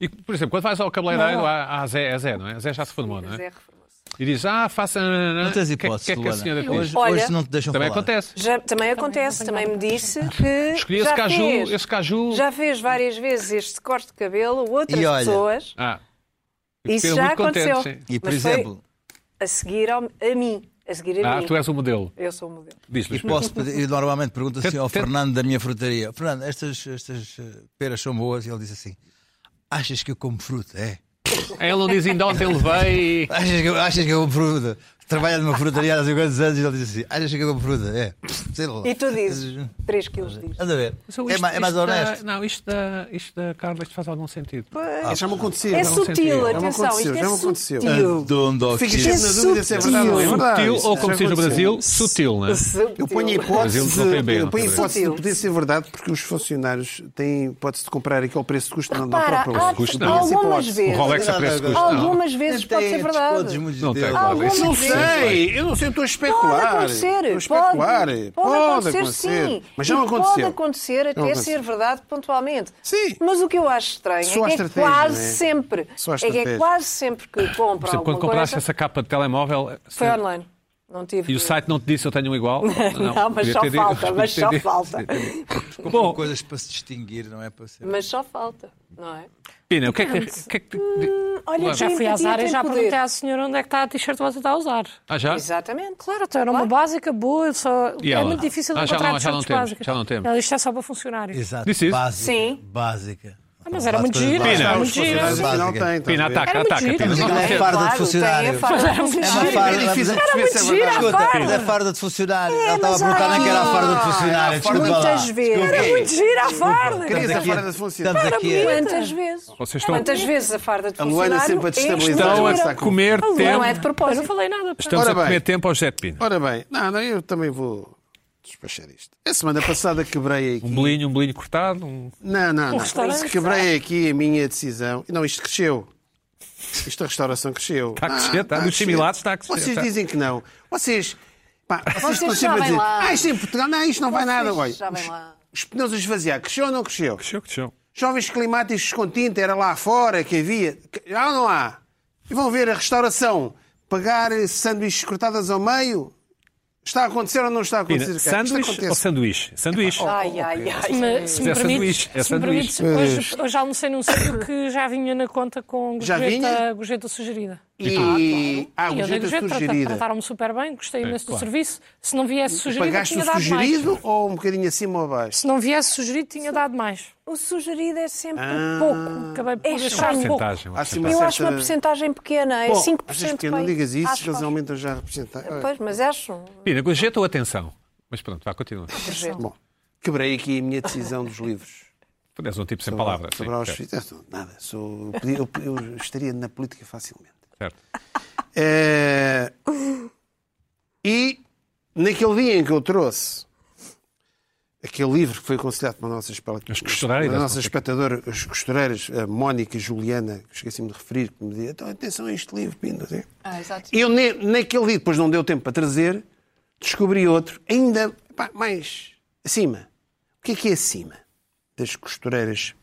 Speaker 1: E, por exemplo, quando vais ao cabeleireiro, há, há Zé, é Zé, não é? A Zé já se formou, não é?
Speaker 6: Zé reformou-se.
Speaker 1: E diz, ah, faça...
Speaker 4: Não tens
Speaker 1: O que é-
Speaker 4: hipótese,
Speaker 1: que é que a
Speaker 4: Luana.
Speaker 1: senhora diz?
Speaker 4: Hoje,
Speaker 6: Olha,
Speaker 4: hoje não te deixam
Speaker 1: Também
Speaker 4: falar.
Speaker 1: acontece.
Speaker 6: Já- também acontece, também me disse que.
Speaker 1: Escolhi
Speaker 6: já
Speaker 1: esse caju,
Speaker 6: fez.
Speaker 1: esse caju...
Speaker 6: Já fez várias vezes este corte de cabelo, outras
Speaker 4: E olha,
Speaker 6: pessoas.
Speaker 1: Ah,
Speaker 6: Isso
Speaker 1: ficaram
Speaker 6: já
Speaker 1: muito contentes,
Speaker 6: aconteceu.
Speaker 1: sim.
Speaker 4: E, por
Speaker 6: Mas foi
Speaker 4: exemplo,
Speaker 6: a seguir ao- a mim. A seguir a
Speaker 1: ah,
Speaker 6: mim.
Speaker 1: tu és o modelo.
Speaker 6: Eu sou o modelo.
Speaker 1: Diz, Luís
Speaker 4: E
Speaker 1: Pedro.
Speaker 4: posso pedir, e normalmente pergunto assim
Speaker 1: Tenta-
Speaker 4: ao
Speaker 1: tenta-
Speaker 4: Fernando da minha frutaria: Fernando, estas, estas eh, peras são boas? E ele diz assim: Achas que eu como fruta? É.
Speaker 1: Ele não diz, ainda ontem levei... e-
Speaker 4: Achas que eu, achas que eu como fruta? Trabalha numa frutaria há não sei quantos anos e ele diz assim: Achas que eu como fruta? É. Sei lá.
Speaker 6: E tu dizes, 3 quilos disto.
Speaker 4: Estás a ver?
Speaker 1: Mas, oh,
Speaker 4: é,
Speaker 1: isto-
Speaker 4: ma- é mais
Speaker 1: isto da-
Speaker 4: honesto.
Speaker 1: Não, isto da, isto da Carla, isto faz algum sentido.
Speaker 2: Ah, Já me aconteceu.
Speaker 6: É
Speaker 2: já me
Speaker 6: sutil,
Speaker 2: Já me
Speaker 6: atenção, isto
Speaker 2: aconteceu,
Speaker 6: é
Speaker 2: já me aconteceu.
Speaker 6: sutil.
Speaker 4: Dondo,
Speaker 2: Fica
Speaker 4: que-
Speaker 2: sempre na dúvida se é verdade ou não é verdade.
Speaker 1: Sutil,
Speaker 2: Isso
Speaker 1: ou
Speaker 2: já
Speaker 1: como se diz no
Speaker 2: aconteceu.
Speaker 1: Brasil, sutil, não é?
Speaker 2: Eu ponho a
Speaker 1: Mas eles
Speaker 2: hipótese,
Speaker 1: não têm bem,
Speaker 2: eu
Speaker 1: não
Speaker 2: ponho a
Speaker 1: têm
Speaker 2: hipótese de
Speaker 6: bem.
Speaker 2: poder ser verdade porque os funcionários têm hipótese de comprar aqui ao preço de custo, não da
Speaker 6: Repara,
Speaker 2: própria loja.
Speaker 1: custo,
Speaker 6: há
Speaker 1: não.
Speaker 2: Essa
Speaker 6: algumas
Speaker 2: hipótese.
Speaker 1: O
Speaker 6: vezes.
Speaker 1: Rolex a é preço de custo, não.
Speaker 6: Algumas vezes pode ser verdade.
Speaker 1: Não tem,
Speaker 4: Não
Speaker 1: claro.
Speaker 6: Algumas
Speaker 1: Isso não
Speaker 6: vezes
Speaker 2: sei, eu não sei, eu estou a especular.
Speaker 6: Ah, Pode acontecer.
Speaker 2: Estou a especular.
Speaker 6: Pode, pode acontecer, sim.
Speaker 2: Mas
Speaker 6: E
Speaker 2: já não aconteceu.
Speaker 6: Pode acontecer até
Speaker 2: Não aconteceu.
Speaker 6: ser verdade pontualmente.
Speaker 2: Sim.
Speaker 6: Mas o que eu acho estranho
Speaker 2: Só a
Speaker 6: é que é
Speaker 2: estratégia,
Speaker 6: quase
Speaker 2: não é?
Speaker 6: sempre.
Speaker 2: Só a
Speaker 6: é que é
Speaker 2: estratégia.
Speaker 6: quase sempre que compro
Speaker 1: Por exemplo,
Speaker 6: alguma
Speaker 1: quando compraste
Speaker 6: coisa.
Speaker 1: essa capa de telemóvel
Speaker 6: Foi online. Não tive.
Speaker 1: e o
Speaker 6: (laughs)
Speaker 1: site não te disse eu tenho um igual?
Speaker 6: Não,
Speaker 1: podia
Speaker 6: mas só
Speaker 1: ter dito-
Speaker 6: falta,
Speaker 1: (laughs)
Speaker 6: mas
Speaker 1: podia
Speaker 6: só
Speaker 1: ter dito.
Speaker 6: falta.
Speaker 1: Bom,
Speaker 4: Coisas para se distinguir, não é para ser.
Speaker 6: Mas só falta, não é?
Speaker 1: Pina, o que é que. o que é que-
Speaker 6: Olha,
Speaker 5: Já fui às áreas, já
Speaker 6: poder.
Speaker 5: perguntei à senhora onde é que está a t-shirt que você está a usar.
Speaker 1: Ah, já?
Speaker 6: Exatamente.
Speaker 5: Claro, então era uma básica boa, só
Speaker 1: E
Speaker 5: é
Speaker 1: ela?
Speaker 5: muito difícil de
Speaker 1: Ah, já
Speaker 5: encontrar
Speaker 1: não- já não
Speaker 5: t-shirts
Speaker 1: temos,
Speaker 5: básicas.
Speaker 1: já não temos.
Speaker 5: Ela, Isto é só para funcionários. (laughs)
Speaker 4: Exato.
Speaker 1: Disse isso?
Speaker 4: Básica.
Speaker 6: Sim. Ah,
Speaker 4: Básica.
Speaker 5: mas era muito giro,
Speaker 4: gira.
Speaker 5: era
Speaker 1: Pina.
Speaker 5: muito giro.
Speaker 2: Mas afinal
Speaker 4: Básica.
Speaker 2: tem.
Speaker 1: Pina,
Speaker 2: estás a ver?
Speaker 1: ataca,
Speaker 5: Era muito
Speaker 1: ataca.
Speaker 5: giro.
Speaker 1: Pina,
Speaker 5: Mas
Speaker 1: não
Speaker 4: aquilo é
Speaker 1: quer-
Speaker 4: fardo
Speaker 6: Claro,
Speaker 4: de
Speaker 6: tem a
Speaker 4: funcionário.
Speaker 6: farda de
Speaker 5: Mas era muito
Speaker 6: funcionário.
Speaker 5: giro.
Speaker 4: É uma farda.
Speaker 2: É difícil de perceber se é
Speaker 5: gira,
Speaker 2: verdade.
Speaker 5: Escuta,
Speaker 4: Mas
Speaker 5: farda.
Speaker 4: a farda de funcionário. Ela estava a
Speaker 6: É, mas
Speaker 4: perguntar
Speaker 6: há-
Speaker 4: naquela era a farda de
Speaker 2: Ah,
Speaker 4: funcionário. Desculpa lá.
Speaker 6: Muitas vezes.
Speaker 4: Desculpa.
Speaker 5: Era muito giro à farda.
Speaker 2: Queria dizer
Speaker 4: Estamos aqui a-
Speaker 2: farda de funcionário.
Speaker 4: Estamos aqui a-
Speaker 6: Quantas vezes?
Speaker 1: Vocês estão-
Speaker 6: Quantas vezes a farda de
Speaker 2: é? A Luana
Speaker 6: funcionário
Speaker 2: sempre a destabilizar.
Speaker 6: é
Speaker 1: Estão
Speaker 2: Mas
Speaker 1: Então, a
Speaker 2: está
Speaker 6: mentira?
Speaker 2: com-
Speaker 1: comer tempo.
Speaker 6: Não é de
Speaker 5: Eu
Speaker 6: propósito.
Speaker 5: não falei nada. pá.
Speaker 1: Estamos a
Speaker 2: Ora bem.
Speaker 1: comer tempo ao Jet Pina.
Speaker 2: Ora bem, não, não, eu também vou despachar isto. A semana passada quebrei aqui.
Speaker 1: Um bolinho, um bolinho cortado. um-
Speaker 2: Não, não,
Speaker 5: restaurante,
Speaker 2: não. Quebrei aqui a minha decisão. Não, isto cresceu. Isto a restauração cresceu. Ah,
Speaker 1: Está a crescer, está. Nos similares está a crescer,
Speaker 2: Vocês
Speaker 1: está.
Speaker 2: dizem que não. Vocês. Pá, vocês
Speaker 6: Vocês
Speaker 2: continuam a
Speaker 6: sabem
Speaker 2: dizer.
Speaker 6: lá.
Speaker 2: Ah, isto é em Portugal. Não, isto não vai nada. Olha,
Speaker 6: Vocês sabem
Speaker 2: os-
Speaker 6: lá.
Speaker 2: os pneus a esvaziar. Cresceu ou não cresceu?
Speaker 1: Que show, que show.
Speaker 2: Jovens climáticos com tinta, era lá fora que havia. Já não há. E vão ver a restauração. Pagar sanduíches cortadas ao meio. Está a acontecer ou não está a
Speaker 1: Pina,
Speaker 2: acontecer? cá? é Isto
Speaker 1: sanduíche
Speaker 2: acontece.
Speaker 1: ou sanduíche? Sanduíche.
Speaker 2: Oh,
Speaker 6: Ai, ai, ai.
Speaker 5: Me- Eh, se me
Speaker 1: É sanduíche,
Speaker 5: permites,
Speaker 1: é
Speaker 5: se me
Speaker 1: sanduíche.
Speaker 5: permites hoje, hoje almocei num sítio que já vinha na conta com
Speaker 2: Já vinha?
Speaker 5: gorjeta, gorjeta sugerida.
Speaker 2: E ah,
Speaker 5: e eu dei
Speaker 2: gorjeta
Speaker 5: gorjeta, tra-
Speaker 2: sugerida.
Speaker 5: trataram-me super bem, gostei
Speaker 1: É,
Speaker 5: imenso do serviço. Se não viesse sugerido,
Speaker 2: Pagaste
Speaker 5: tinha
Speaker 2: o
Speaker 5: dado mais.
Speaker 2: sugerido ou um bocadinho acima ou abaixo?
Speaker 5: Se não viesse sugerido, tinha dado mais.
Speaker 6: O sugerido é sempre pouco.
Speaker 5: Pouco. Acabei por
Speaker 6: É
Speaker 5: deixar um
Speaker 6: estranho.
Speaker 5: pouco.
Speaker 1: Porcentagem, uma
Speaker 2: Há-se
Speaker 1: porcentagem.
Speaker 2: uma
Speaker 6: Eu acho
Speaker 2: Ah, certa-
Speaker 6: uma porcentagem pequena, é
Speaker 2: Bom,
Speaker 6: 5%.
Speaker 2: achas que eu
Speaker 6: pai.
Speaker 2: não digas isso,
Speaker 6: Acho
Speaker 2: que eles aumentam já a representagem.
Speaker 6: fácil. Pois, mas acho.
Speaker 1: Pina, gorjeta ou atenção? Mas pronto, vá, continua.
Speaker 2: Bom, quebrei aqui a minha decisão dos livros.
Speaker 1: És um tipo sem palavras.
Speaker 2: Sobre
Speaker 1: sim,
Speaker 2: Auschwitz. Não, Nada. Sou, eu podia- eu, eu estaria na política facilmente.
Speaker 1: certo.
Speaker 2: Eh, E naquele dia em que eu trouxe aquele livro que foi aconselhado pela nossa, espel-
Speaker 1: As costureiras,
Speaker 2: pela
Speaker 1: não
Speaker 2: nossa
Speaker 1: sei.
Speaker 2: espectadora, as costureiras, a Mónica Juliana, que esqueci-me de referir, que me dizia, então atenção a este livro, Pindo. assim.
Speaker 6: Ah, exato.
Speaker 2: Eu ne- naquele dia, depois não deu tempo para trazer, descobri outro, ainda pá, mais acima. O que é que é acima das costureiras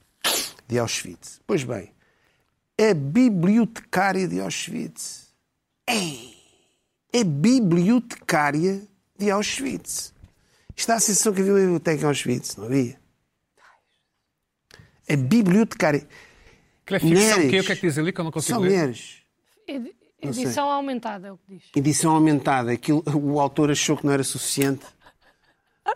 Speaker 2: de Auschwitz? Pois bem, a bibliotecária de Auschwitz. Ei, a É bibliotecária de Auschwitz. Isto dá a sensação que havia uma biblioteca em Auschwitz, não havia? A bibliotecária.
Speaker 1: Aquilo é ficção,
Speaker 2: Mulheres.
Speaker 1: que é? o que é que diz ali que eu não consigo
Speaker 2: São
Speaker 1: ler?
Speaker 2: mulheres.
Speaker 5: Edi- Edição aumentada, é o que diz.
Speaker 2: Edição aumentada. Aquilo, o autor achou que não era suficiente.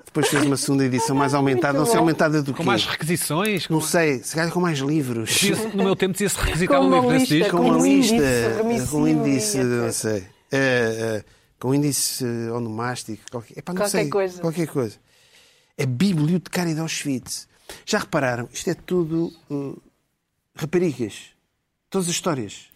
Speaker 2: Depois fez uma segunda edição mais aumentada. Não sei aumentada do
Speaker 1: Com
Speaker 2: quê?
Speaker 1: mais requisições?
Speaker 2: Não sei. Se calhar com mais livros.
Speaker 1: Dizia-se- No meu tempo dizia-se requisitar
Speaker 6: Com
Speaker 1: um
Speaker 6: uma
Speaker 1: livro desse
Speaker 6: lista,
Speaker 1: disco.
Speaker 2: Com uma
Speaker 6: um índice
Speaker 2: lista.
Speaker 6: remissivo
Speaker 2: Com um índice.
Speaker 6: e etc.
Speaker 2: Não sei. Eh, eh, com um índice eh, onomástico. Qualquer, epá, não
Speaker 6: Qualquer
Speaker 2: sei,
Speaker 6: coisa.
Speaker 2: Qualquer coisa. A bibliotecária de Auschwitz. Já repararam? Isto é tudo eh, raparigas. Todas as histórias.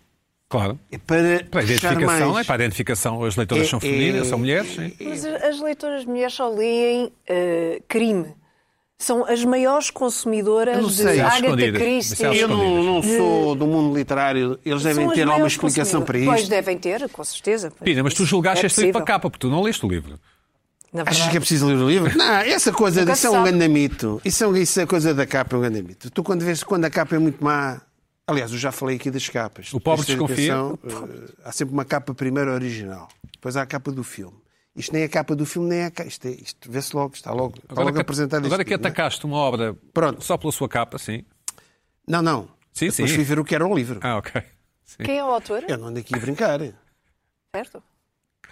Speaker 1: Claro.
Speaker 2: É para,
Speaker 1: Para a
Speaker 2: puxar
Speaker 1: identificação, é
Speaker 2: mais.
Speaker 1: para a identificação, as leitoras são
Speaker 2: É,
Speaker 1: femininas,
Speaker 2: é,
Speaker 1: são mulheres. sim.
Speaker 6: Mas as leitoras mulheres só leem eh, crime. São as maiores
Speaker 2: Eu
Speaker 6: consumidoras
Speaker 2: não sei.
Speaker 6: de
Speaker 2: Às
Speaker 6: Agatha
Speaker 1: escondidas.
Speaker 6: Christie.
Speaker 1: Isso é às
Speaker 2: Eu não, não sou do mundo literário. Eles
Speaker 6: São
Speaker 2: devem
Speaker 6: as
Speaker 2: ter alguma
Speaker 6: maiores
Speaker 2: explicação para isto.
Speaker 6: consumidoras. Pois devem ter, com certeza. Pois,
Speaker 1: Pina, mas tu
Speaker 6: isso
Speaker 1: julgaste
Speaker 6: é
Speaker 1: este livro
Speaker 6: possível.
Speaker 1: para capa, porque tu não leste o livro.
Speaker 6: Na
Speaker 2: Achas que é
Speaker 6: verdade.
Speaker 2: preciso ler o livro? Não, essa coisa,
Speaker 6: Nunca
Speaker 2: isso
Speaker 6: se
Speaker 2: é um
Speaker 6: sabe.
Speaker 2: grande mito. Isso é, um- isso é coisa da capa, é um grande mito. Tu quando vês quando a capa é muito má. Aliás, eu já falei aqui das capas.
Speaker 1: O pobre
Speaker 2: Esta
Speaker 1: desconfia.
Speaker 2: educação, eh, Há sempre uma capa primeiro original, depois há a capa do filme. Isto nem é a capa do filme, nem é a capa. Isto, é- isto vê-se logo, está logo, está logo
Speaker 1: que,
Speaker 2: apresentado
Speaker 1: agora
Speaker 2: isto
Speaker 1: que
Speaker 2: tudo, não é?
Speaker 1: atacaste uma obra
Speaker 2: Pronto.
Speaker 1: só pela sua capa, sim.
Speaker 2: Não, não.
Speaker 1: Sim,
Speaker 2: depois
Speaker 1: sim.
Speaker 2: fui ver o que era o livro.
Speaker 1: Ah, ok. (laughs) Sim.
Speaker 6: Quem é o autor?
Speaker 2: Eu não ando aqui a brincar.
Speaker 6: Certo?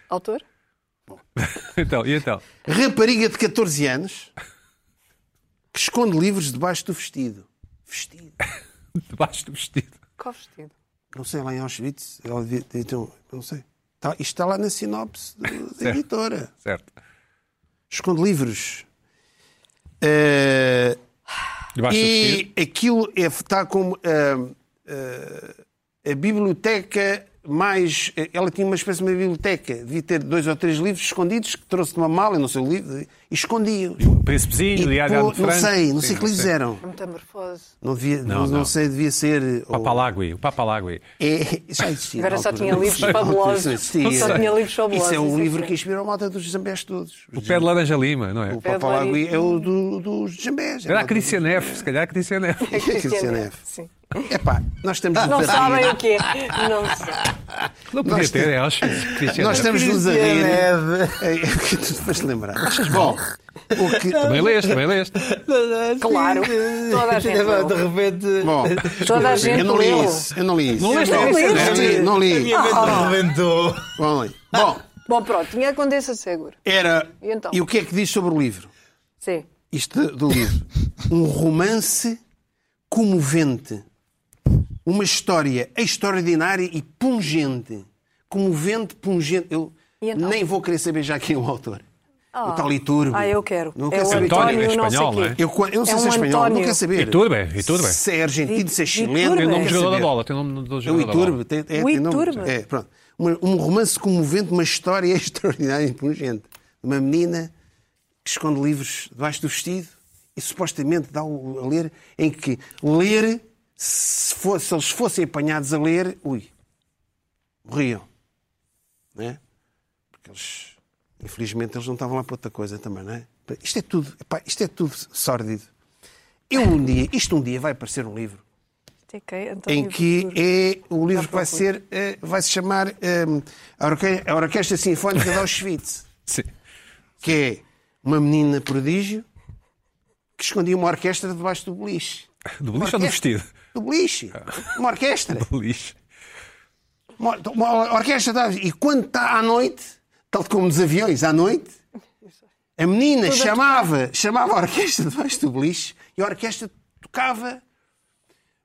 Speaker 6: Autor?
Speaker 1: Então, e então?
Speaker 2: Rapariga de 14 anos que esconde livros debaixo do vestido. Vestido.
Speaker 1: Debaixo do vestido.
Speaker 6: Qual vestido?
Speaker 2: Não sei, lá em Auschwitz, ela devia ter- então, não sei. Está, isto está lá na sinopse do- da editora.
Speaker 1: Certo.
Speaker 2: Esconde livros. Eh,
Speaker 1: Debaixo do vestido.
Speaker 2: tá e aquilo é, está como eh, eh, a biblioteca mais. Ela tinha uma espécie de uma biblioteca, devia ter dois ou três livros escondidos que trouxe numa mala, não sei o livro, e escondia.
Speaker 1: O Príncipezinho, o Diário de Anne
Speaker 2: não
Speaker 1: Frank.
Speaker 2: sei, não
Speaker 1: Sim,
Speaker 2: sei que livros eram.
Speaker 6: Metamorfose.
Speaker 2: Não, devia, não,
Speaker 1: não.
Speaker 2: não sei, devia ser. ou-
Speaker 1: Papalagui, o Papalagui.
Speaker 2: É, já existia.
Speaker 6: Agora
Speaker 2: na
Speaker 6: só
Speaker 2: altura.
Speaker 6: tinha livros fabulosos.
Speaker 2: Não existia.
Speaker 6: Só tinha livros fabulosos,
Speaker 2: Isso é
Speaker 6: isso
Speaker 2: um
Speaker 6: é
Speaker 2: livro
Speaker 6: que-
Speaker 2: que inspirou a malta dos Jambés todos.
Speaker 1: O Pé de Laranja Lima, não é?
Speaker 2: O Papalagui é o do, dos Jambés.
Speaker 1: Era a Cristian F, se calhar a Cristian F.
Speaker 2: É Cristian F.
Speaker 6: Sim.
Speaker 2: Epá, nós estamos
Speaker 6: Não
Speaker 2: nos a
Speaker 6: sabem
Speaker 2: rir.
Speaker 6: o que é. Não sabem.
Speaker 1: Não podia
Speaker 2: Nós
Speaker 1: ter,
Speaker 2: te-
Speaker 1: é Auschwitz. Christian F.
Speaker 2: Nós estamos nos a rir.
Speaker 6: né?
Speaker 2: É (laughs) porque tu te foste lembrar. Bom, o que.
Speaker 1: Também leste, também leste.
Speaker 6: é. Claro. Toda
Speaker 4: (laughs)
Speaker 6: a gente leu.
Speaker 4: De repente.
Speaker 2: Bom,
Speaker 6: Toda a gente
Speaker 2: eu não li
Speaker 6: leu.
Speaker 2: isso. Eu não li isso.
Speaker 1: Não leste
Speaker 6: Não
Speaker 1: esse,
Speaker 6: leste.
Speaker 1: né?
Speaker 2: Não li. Não li.
Speaker 4: A
Speaker 6: Ah.
Speaker 4: mente rebentou.
Speaker 2: Bom, li. Bom,
Speaker 6: Bom, pronto. Tinha a Condessa de Seguro.
Speaker 2: era.
Speaker 6: E então?
Speaker 2: E o que é que diz sobre o livro?
Speaker 6: Sim.
Speaker 2: Isto do
Speaker 1: (laughs)
Speaker 2: livro. Um romance comovente. Uma história extraordinária e pungente. Comovente, pungente. Eu
Speaker 6: E então?
Speaker 2: nem vou querer saber já quem é o autor. O tal Iturbe.
Speaker 6: Ah, eu quero.
Speaker 2: Não
Speaker 6: é
Speaker 2: quero
Speaker 6: o
Speaker 2: saber.
Speaker 1: António,
Speaker 6: António,
Speaker 1: é
Speaker 6: não
Speaker 1: espanhol,
Speaker 6: sei
Speaker 1: não é?
Speaker 6: quê.
Speaker 2: Eu, eu não sei
Speaker 6: É
Speaker 2: se é
Speaker 6: um
Speaker 2: espanhol, não
Speaker 6: António.
Speaker 2: quero saber.
Speaker 1: E Turbe, e Turbe.
Speaker 2: Se é argentino, se é chileno.
Speaker 6: Iturbe.
Speaker 2: eu
Speaker 1: Tem
Speaker 2: não
Speaker 1: nome de um
Speaker 2: quero
Speaker 1: jogador da
Speaker 2: saber.
Speaker 1: bola, tem nome de
Speaker 2: É o
Speaker 1: jogador da bola.
Speaker 2: Iturbe. Tem, é,
Speaker 6: O
Speaker 2: tem nome-
Speaker 6: Iturbe.
Speaker 2: é, pronto. Uma- Um romance comovente, uma história (laughs) extraordinária e pungente. Uma menina que esconde livros debaixo do vestido e supostamente dá o- a ler, em que ler, se, fo- se eles fossem apanhados a ler, ui, morriam. Não é? Porque eles, infelizmente, eles não estavam lá para outra coisa também, não é? Isto é tudo, epá, isto é tudo sórdido. Eu um dia, isto um dia vai aparecer um livro
Speaker 6: Ok, António
Speaker 2: em que
Speaker 6: Seguro.
Speaker 2: é o livro que vai ser eh, vai se chamar eh, a, Orque- a Orquestra Sinfónica de Auschwitz,
Speaker 1: Sim.
Speaker 2: que é uma menina prodígio que escondia uma orquestra debaixo do beliche.
Speaker 1: Do lixo ou do vestido?
Speaker 2: Do beliche. Uma orquestra.
Speaker 1: Do lixo.
Speaker 2: Uma, uma orquestra. da- E quando está à noite, tal como nos aviões, à noite, a menina chamava, chamava a orquestra debaixo do beliche e a orquestra tocava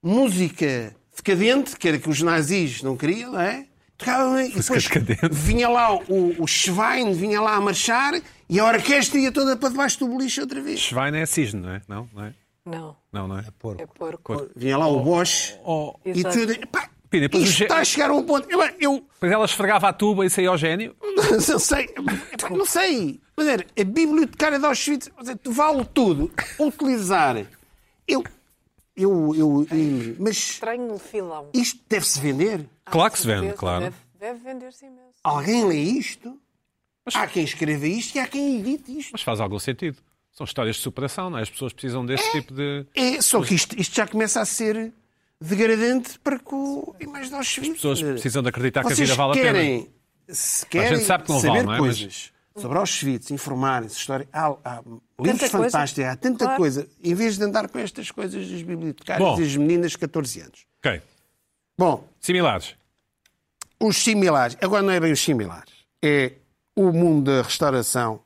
Speaker 2: música decadente, que era que os nazis não queriam, não é? Tocava, e depois
Speaker 1: decadente.
Speaker 2: vinha lá o, o Schwein, vinha lá a marchar e a orquestra ia toda para debaixo do beliche outra vez.
Speaker 1: Schwein é cisne, não é? Não, não é?
Speaker 6: Não,
Speaker 1: Não, não é?
Speaker 6: é porco.
Speaker 2: Vinha lá o Bosch
Speaker 1: Oh,
Speaker 2: e
Speaker 6: Exato.
Speaker 2: tudo. Pá,
Speaker 1: Pina, depois o
Speaker 2: isto
Speaker 1: Ge-
Speaker 2: está a chegar a um ponto. Eu, eu,
Speaker 1: Pois ela esfregava a tuba e saía ao gênio.
Speaker 2: (laughs) Não sei, epá, não sei. Mas era a bibliotecária de Auschwitz, quer dizer, vale tudo. Utilizar. Eu, eu, eu, eu- mas
Speaker 6: Estranho filão.
Speaker 2: isto deve-se vender?
Speaker 1: Claro que se vende,
Speaker 6: Deve-
Speaker 1: claro.
Speaker 6: Deve, deve vender-se imenso.
Speaker 2: Alguém lê isto? Há quem escreva isto e há quem edite isto.
Speaker 1: Mas faz algum sentido. São histórias de superação, não é? As pessoas precisam desse tipo de.
Speaker 2: É, só que isto, isto já começa a ser degradante para com a imagem de Auschwitz. As
Speaker 1: pessoas precisam de acreditar que a vida vale a pena.
Speaker 2: querem, pena. Se querem
Speaker 1: gente sabe que não
Speaker 2: saber
Speaker 1: vale, não é? Mas-
Speaker 2: coisas sobre Auschwitz, informarem-se, história. Há, há livros
Speaker 6: coisa.
Speaker 2: fantásticos, há tanta
Speaker 6: Claro.
Speaker 2: coisa. Em vez de andar com estas coisas dos bibliotecários
Speaker 1: Bom.
Speaker 2: e das meninas de 14 anos.
Speaker 1: Ok.
Speaker 2: Bom,
Speaker 1: Similares.
Speaker 2: os similares. Agora não é bem os similares. É o mundo da restauração.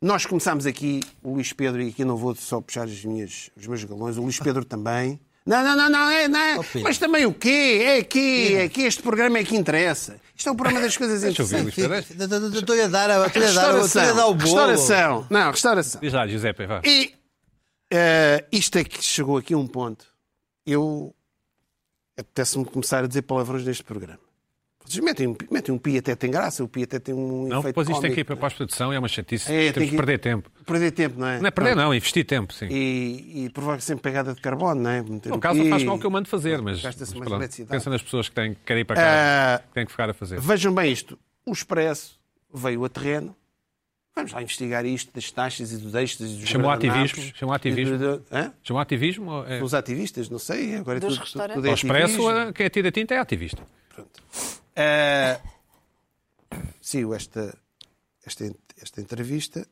Speaker 2: Nós começámos aqui, o Luís Pedro, e aqui não vou só puxar as minhas, os meus galões, o Luís Pedro também. Não, não, não, não, é, não. é.
Speaker 4: Pina.
Speaker 2: Mas também o quê? É aqui, é aqui, este programa é que interessa. Isto é um programa das
Speaker 4: (laughs)
Speaker 2: coisas
Speaker 1: Deixa eu ver,
Speaker 2: interessantes.
Speaker 1: Luís Pedro.
Speaker 4: Estou-lhe a dar, estou-lhe a dar, estou-lhe a dar
Speaker 2: Restauração.
Speaker 4: o bolo.
Speaker 2: Restauração. Não, restauração.
Speaker 1: Diz lá, Giuseppe, vá.
Speaker 2: E eh, isto é que chegou aqui a um ponto. Eu apetece-me começar a dizer palavrões neste programa. Vocês metem, um pi- metem um pi até tem graça, o pi até tem um
Speaker 1: Não,
Speaker 2: efeito
Speaker 1: depois isto
Speaker 2: cómico,
Speaker 1: aqui para a pós-produção é uma chatice.
Speaker 2: É, tem
Speaker 1: Temos que
Speaker 2: que-
Speaker 1: perder tempo.
Speaker 2: não é? Perder tempo, não é?
Speaker 1: Não é perder, não, investir tempo, sim.
Speaker 2: E, e provoca sempre pegada de carbono, não é? Meter
Speaker 1: No
Speaker 2: o
Speaker 1: caso,
Speaker 2: pi.
Speaker 1: não faz mal o que eu mando fazer, mas, mas
Speaker 2: Gasta-se É. mais
Speaker 1: pronto,
Speaker 2: eletricidade.
Speaker 1: pensa nas pessoas que têm que querem ir para casa, que têm que ficar a fazer.
Speaker 2: Eh, Vejam bem isto. O Expresso veio a terreno. Vamos lá investigar isto das taxas e dos eixos e dos
Speaker 1: Chamou
Speaker 2: guardanapos
Speaker 1: ativismo, chamou
Speaker 2: e
Speaker 1: ativismo.
Speaker 2: do- Hã?
Speaker 1: Chamou ativismo? ou É...
Speaker 2: Os ativistas, não sei. Agora é
Speaker 6: Dos
Speaker 2: tudo, tudo,
Speaker 6: restaurantes.
Speaker 2: tudo é
Speaker 1: Ao expresso,
Speaker 2: ativismo.
Speaker 1: eh, quem atira tinta é ativista.
Speaker 2: Ah, sigo esta, esta, esta entrevista.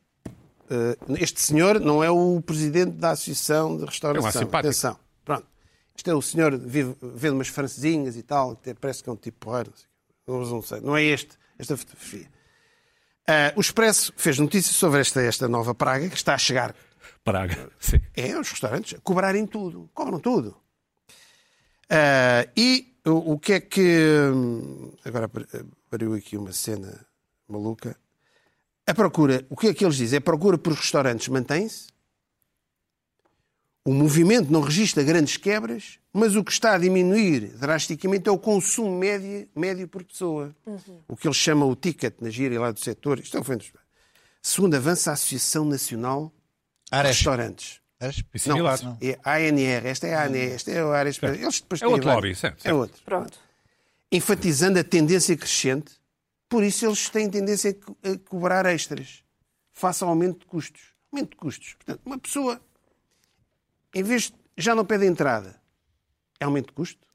Speaker 2: Ah, este senhor não é o presidente da Associação de
Speaker 1: É um
Speaker 2: Restauração.
Speaker 1: simpático.
Speaker 2: Atenção. Pronto. Este é o senhor vive, vende umas francesinhas e tal, que parece que é um tipo porreiro. Não, sei, não sei. Não é este, esta fotografia. Ah, o Expresso fez notícias sobre esta, esta nova praga que está a chegar
Speaker 1: Praga. (laughs) Sim.
Speaker 2: é, os restaurantes cobrarem tudo, cobram tudo. Ah, e o, o que é que. hum, Agora apar- apareceu aqui uma cena maluca. A procura, o que é que eles dizem? A procura por restaurantes mantém-se. O movimento não registra grandes quebras, mas o que está a diminuir drasticamente é o consumo médio, médio por pessoa. O que eles chamam o ticket na gíria lá do setor. Isto é um fenômeno. Segundo avança a Associação Nacional de
Speaker 4: Ares.
Speaker 2: Restaurantes.
Speaker 4: Ares?
Speaker 2: Não,
Speaker 7: Similar.
Speaker 2: é ANR, esta é a ANR, esta é a área. Eles depois
Speaker 7: É
Speaker 2: têm
Speaker 7: outro
Speaker 2: vários.
Speaker 7: lobby, certo,
Speaker 2: É
Speaker 7: certo.
Speaker 2: outro
Speaker 6: Pronto.
Speaker 2: enfatizando a tendência crescente, por isso eles têm tendência a co- a cobrar extras. Faça aumento de custos. Aumento de custos. Portanto, uma pessoa, em vez de, já não pede entrada, é aumento de custo?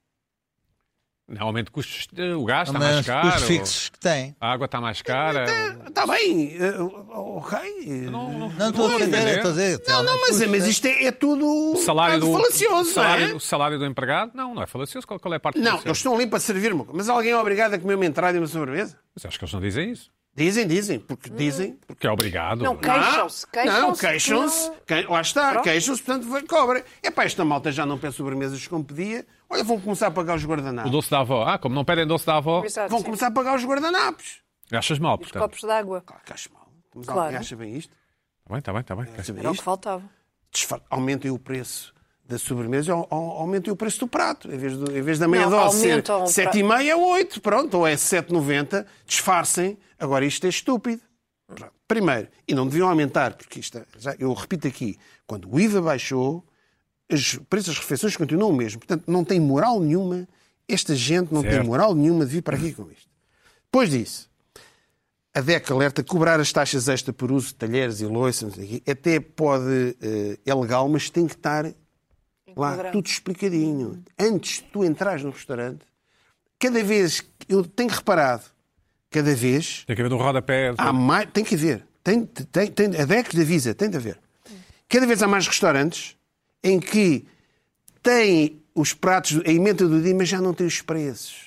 Speaker 1: Normalmente custos, eh, o gás está
Speaker 4: Mas
Speaker 1: mais
Speaker 4: os
Speaker 1: caro,
Speaker 4: custos fixos que tem.
Speaker 1: a água está mais cara.
Speaker 2: Está bem, eh, ok.
Speaker 4: Não estou
Speaker 1: vou
Speaker 4: a defender,
Speaker 1: defender.
Speaker 4: estou a dizer.
Speaker 2: Não, não, mas, é- mas isto é, é tudo um
Speaker 1: O salário
Speaker 2: bocado
Speaker 1: do,
Speaker 2: falacioso,
Speaker 1: o salário,
Speaker 2: não
Speaker 1: o
Speaker 2: é?
Speaker 1: salário do empregado? Não, não é falacioso. Qual, qual é a parte
Speaker 2: Não,
Speaker 1: falaciosa?
Speaker 2: eles estão ali para servir-me. Mas alguém é obrigado a comer uma entrada e uma sobremesa?
Speaker 1: Mas acho que eles não dizem isso.
Speaker 2: Dizem, dizem, porque dizem,
Speaker 1: Porque é obrigado.
Speaker 6: Não,
Speaker 2: Ah,
Speaker 6: queixam-se. Queixam-se.
Speaker 2: Não,
Speaker 6: que
Speaker 2: queixam-se.
Speaker 6: não-
Speaker 2: Que- Lá está, queixam-se, portanto, vai- cobrem. É pá, esta malta já não pede sobremesas como pedia. Olha, vão começar a pagar os
Speaker 1: O
Speaker 2: guardanapos.
Speaker 1: doce da avó. Ah, como não pedem doce da avó,
Speaker 6: Exato,
Speaker 2: Vão
Speaker 6: sim.
Speaker 2: começar a pagar os guardanapos.
Speaker 1: achas mal,
Speaker 6: Os
Speaker 1: portanto.
Speaker 6: copos de água.
Speaker 2: Claro que acho mal. Mas
Speaker 6: Claro.
Speaker 2: alguém acha bem isto?
Speaker 1: Está bem, está bem, está bem.
Speaker 2: Acha bem
Speaker 6: Era o que
Speaker 2: isto?
Speaker 6: faltava.
Speaker 2: Desfa- Aumentem o preço da sobremesa, au- au- aumentem o preço do prato. Em vez, do- em vez da meia
Speaker 6: Não,
Speaker 2: dose ser
Speaker 6: aumentam o
Speaker 2: 7,5 é 8, pronto, ou é 7,90, disfarcem. Agora isto é estúpido. Pronto. Primeiro, e não deviam aumentar, porque isto, é- já, eu repito aqui, quando o IVA baixou, os preços das refeições continuam o mesmo. Portanto, não tem moral nenhuma, esta gente não tem
Speaker 1: Certo.
Speaker 2: moral nenhuma de vir para aqui com isto. Depois disso, a DEC alerta que cobrar as taxas extra por uso de talheres e loiças, não sei o quê, até pode, eh, é legal, mas tem que estar lá
Speaker 6: Enquadrado.
Speaker 2: tudo explicadinho. Antes de tu entrares no restaurante, cada vez, que- eu tenho reparado, cada vez
Speaker 7: Tem que haver um rodapé.
Speaker 2: Há mais, tem que haver. Tem, tem, tem, a DEC de avisa, tem de haver. Cada vez há mais restaurantes em que têm os pratos, a emenda do dia, mas já não têm os preços.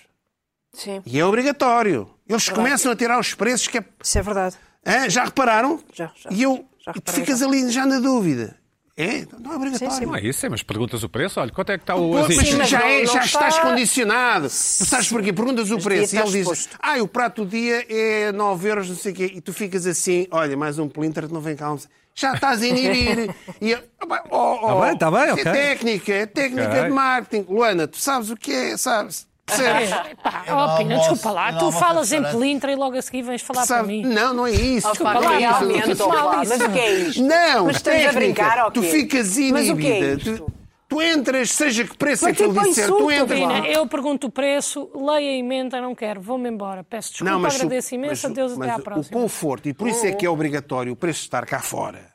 Speaker 6: Sim,
Speaker 2: E é obrigatório. Eles começam a tirar os preços que é.
Speaker 6: isso é verdade.
Speaker 2: Hã? Já repararam?
Speaker 6: Já, já.
Speaker 2: E, eu,
Speaker 6: Já
Speaker 2: e tu
Speaker 6: reparei,
Speaker 2: ficas ali já na dúvida. É? Não é obrigatório.
Speaker 6: Sim, sim.
Speaker 1: Não é isso, é, mas perguntas o preço. Olha, quanto é que está o
Speaker 2: Pô,
Speaker 1: asinho?
Speaker 2: mas
Speaker 6: Sim, mas
Speaker 2: já,
Speaker 6: não-
Speaker 2: é,
Speaker 6: não
Speaker 2: já
Speaker 6: está-
Speaker 2: estás condicionado. Sabes porquê? Perguntas o preço e
Speaker 6: devia
Speaker 2: ele
Speaker 6: estar
Speaker 2: diz:
Speaker 6: exposto.
Speaker 2: Ah, o prato do dia é 9 euros, não sei o quê. E tu ficas assim: Olha, mais um pelinter, não vem cá. almoçar." Já estás a inibir. E eu, "Ah, pá, oh, oh,
Speaker 7: Tá bem, tá bem,
Speaker 2: isso
Speaker 7: ok.
Speaker 2: É técnica, é técnica
Speaker 7: Ok.
Speaker 2: de marketing. Luana, tu sabes o que é, sabes?
Speaker 6: Ah,
Speaker 2: Percebes?
Speaker 5: Pá,
Speaker 2: É
Speaker 4: não
Speaker 5: ó, Pina,
Speaker 4: almoço,
Speaker 5: desculpa
Speaker 4: eu
Speaker 5: lá.
Speaker 4: não
Speaker 5: Tu
Speaker 4: almoço
Speaker 5: falas em
Speaker 4: restaurante.
Speaker 5: Pelintra e logo a seguir vens falar para
Speaker 2: Sabe-
Speaker 5: mim.
Speaker 2: Não, não é isso.
Speaker 6: Opa,
Speaker 5: lá,
Speaker 2: não é isso.
Speaker 5: realmente,
Speaker 6: realmente, opa,
Speaker 5: mal
Speaker 6: mas
Speaker 5: isso.
Speaker 6: o que é isto?
Speaker 2: Não,
Speaker 6: mas estamos
Speaker 2: técnica.
Speaker 6: a brincar,
Speaker 2: Tu
Speaker 6: ok.
Speaker 2: ficas
Speaker 6: Mas o que é
Speaker 2: inibida.
Speaker 6: isto?
Speaker 2: tu, tu entras, seja que preço
Speaker 6: Mas
Speaker 2: é que ele
Speaker 6: tipo
Speaker 2: disser, tu
Speaker 6: insulto,
Speaker 2: entras.
Speaker 6: Pina,
Speaker 5: Pina, eu pergunto o preço, leia a emenda, não quero, vou-me embora. Peço desculpa,
Speaker 2: o-
Speaker 5: agradeço imenso,
Speaker 2: mas o-
Speaker 5: adeus, até
Speaker 2: mas
Speaker 5: à
Speaker 2: o-
Speaker 5: próxima.
Speaker 2: O conforto, e por isso é que é obrigatório o preço estar cá fora.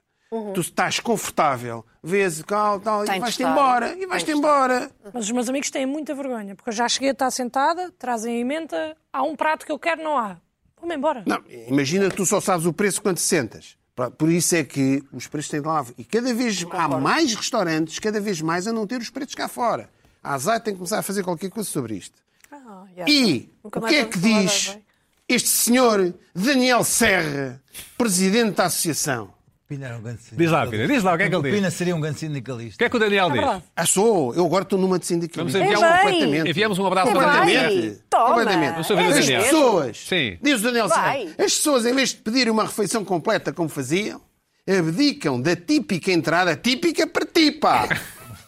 Speaker 2: Tu estás confortável, vês o cal, tal,
Speaker 6: Tem
Speaker 2: e
Speaker 6: de
Speaker 2: vais-te
Speaker 6: estar.
Speaker 2: embora,
Speaker 6: Tem
Speaker 2: e vais-te
Speaker 6: de
Speaker 2: embora.
Speaker 5: Mas os meus amigos têm muita vergonha, porque eu já cheguei a estar sentada, trazem a emenda, há um prato que eu quero, não há. Vou-me embora.
Speaker 2: Não, imagina que tu só sabes o preço quando te sentas. Pra- Por isso é que os preços têm de lá. E cada vez há mais restaurantes, cada vez mais, a não ter os preços cá fora. A Azai tem que começar a fazer qualquer coisa sobre isto.
Speaker 6: Ah, já.
Speaker 2: E
Speaker 6: Nunca
Speaker 2: o
Speaker 6: mais
Speaker 2: que é
Speaker 6: ouvi
Speaker 2: que
Speaker 6: falar da
Speaker 2: diz
Speaker 6: Azai.
Speaker 2: este senhor Daniel Serra, presidente da associação?
Speaker 4: Pina era um grande sindicalista.
Speaker 1: Diz lá, Pina, diz lá, o que é que ele diz?
Speaker 4: Pina seria um grande
Speaker 1: O
Speaker 4: sindicalista.
Speaker 1: que é que o Daniel diz?
Speaker 5: verdade.
Speaker 2: Ah, sou. Eu agora estou numa de sindicalismo.
Speaker 1: Vamos enviar
Speaker 6: um-
Speaker 2: completamente.
Speaker 1: Enviamos um abraço
Speaker 6: É
Speaker 1: para o
Speaker 6: verdade.
Speaker 1: Daniel.
Speaker 2: Completamente.
Speaker 6: Toma.
Speaker 2: Completamente.
Speaker 6: Não
Speaker 1: sou eu,
Speaker 2: As
Speaker 1: Daniel.
Speaker 2: pessoas,
Speaker 1: Sim.
Speaker 2: diz o Daniel Serrano,
Speaker 6: Vai.
Speaker 2: as pessoas, em vez de pedir uma refeição completa como faziam, abdicam da típica entrada, típica para ti,
Speaker 1: (laughs)
Speaker 2: pá.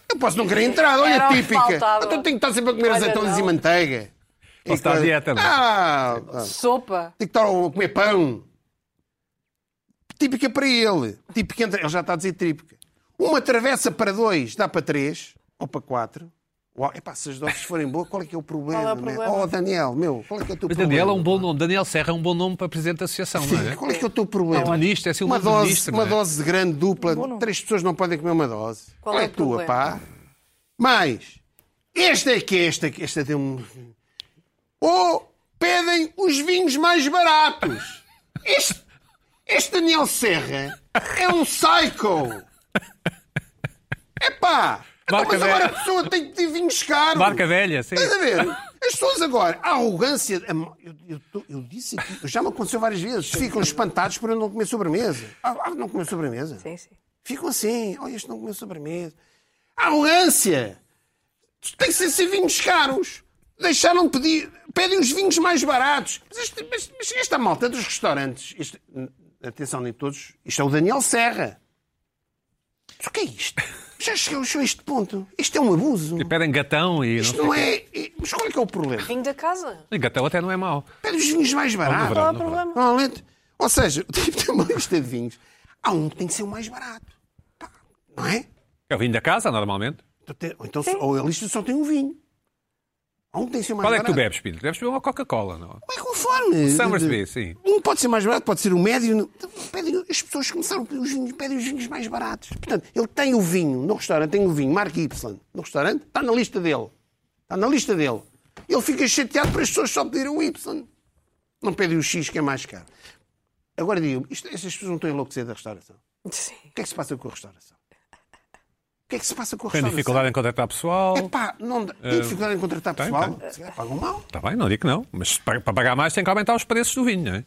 Speaker 2: Eu posso não querer entrada, olha
Speaker 6: Era o
Speaker 2: a
Speaker 6: que
Speaker 2: típica.
Speaker 6: faltava.
Speaker 2: Então tenho que estar sempre a comer
Speaker 6: Olha,
Speaker 2: azeitonas
Speaker 6: não.
Speaker 2: e manteiga. E
Speaker 1: estar à
Speaker 2: coisa-
Speaker 1: dieta, não é?
Speaker 2: Ah, pá.
Speaker 6: Sopa.
Speaker 2: Tem que estar a comer pão. Típica para ele. Típica entre... Ele já está a dizer típica. Uma travessa para dois dá para três ou para quatro. Uau, epá, se as doses forem boas, qual é que é o problema?
Speaker 6: Qual é o
Speaker 2: man?
Speaker 6: problema?
Speaker 2: Oh, Daniel, meu, qual é que é o teu
Speaker 1: Mas
Speaker 2: problema?
Speaker 1: Daniel é um bom nome. Daniel Serra é um bom nome para presidente da associação, não é?
Speaker 2: Qual é que é o teu problema?
Speaker 1: É um ministro, é assim um
Speaker 2: uma
Speaker 1: novo
Speaker 2: dose,
Speaker 1: ministro,
Speaker 2: uma
Speaker 1: não é?
Speaker 2: dose grande, dupla, três pessoas não podem comer uma dose.
Speaker 6: Qual é
Speaker 2: a
Speaker 6: o
Speaker 2: tua,
Speaker 6: problema?
Speaker 2: pá? Mas, esta é que é esta, que esta tem um. Ou pedem os vinhos mais baratos. Este, este Daniel Serra é um psycho. Epá! então,
Speaker 1: Marca
Speaker 2: Mas agora a
Speaker 1: dela.
Speaker 2: pessoa tem que ter vinhos caros.
Speaker 1: Marca velha, sim.
Speaker 2: Estás a ver? As pessoas agora, a arrogância. a mo- Eu, eu tô- eu disse aqui, já me aconteceu várias vezes. Ficam espantados por eu não comer sobremesa. Ah, ah, não comeu sobremesa?
Speaker 6: Sim, sim.
Speaker 2: Ficam assim, olha, este não comeu sobremesa. Arrogância! Tem que ser, ser vinhos caros. Deixaram de pedir. Pedem os vinhos mais baratos. Mas, este- mas- mas esta malta dos restaurantes. isto- atenção, nem todos. Isto é o Daniel Serra. Mas o que é isto? Já chegamos a este ponto. Isto é um abuso.
Speaker 1: E pedem gatão e.
Speaker 2: Isto
Speaker 1: não
Speaker 2: não é. Mas qual é que é o problema?
Speaker 6: Vinho da casa.
Speaker 1: sei. Gatão até não é mau.
Speaker 2: Pede os vinhos mais
Speaker 1: no
Speaker 2: baratos.
Speaker 6: Não
Speaker 1: verão.
Speaker 6: há problema.
Speaker 2: Normalmente. Ou seja, o tipo tem uma lista de vinhos. Há um que tem que ser o mais barato. Pá, Não é?
Speaker 1: É o vinho da casa, normalmente.
Speaker 2: Então tem- Ou, então, ou a lista só tem um vinho. Há um que tem que ser mais
Speaker 1: Qual é que
Speaker 2: barato.
Speaker 1: tu bebes, Pedro? Deves beber uma Coca-Cola, não?
Speaker 2: É conforme.
Speaker 1: Somersby, sim.
Speaker 2: Um pode ser mais barato, pode ser o médio. Então, Pedem, as pessoas começaram a pedir os vinhos, pedem os vinhos mais baratos. Portanto, ele tem o vinho, no restaurante tem o vinho, marca Y. No restaurante, está na lista dele. Está na lista dele. Ele fica chateado para as pessoas só pedirem o Y. Não pedem o X, que é mais caro. Agora digo, isto, estas pessoas não estão enlouquecidas da restauração.
Speaker 6: Sim.
Speaker 2: O que é que se passa com a restauração? O que é que se passa com a
Speaker 1: Tem
Speaker 2: restauração?
Speaker 1: dificuldade em contratar pessoal.
Speaker 2: Epá, não dá- Tem dificuldade em contratar
Speaker 1: tem,
Speaker 2: pessoal? Se calhar pagam mal?
Speaker 1: Está Tá bem, não digo que não. Mas para para pagar mais tem que aumentar os preços do vinho, não é?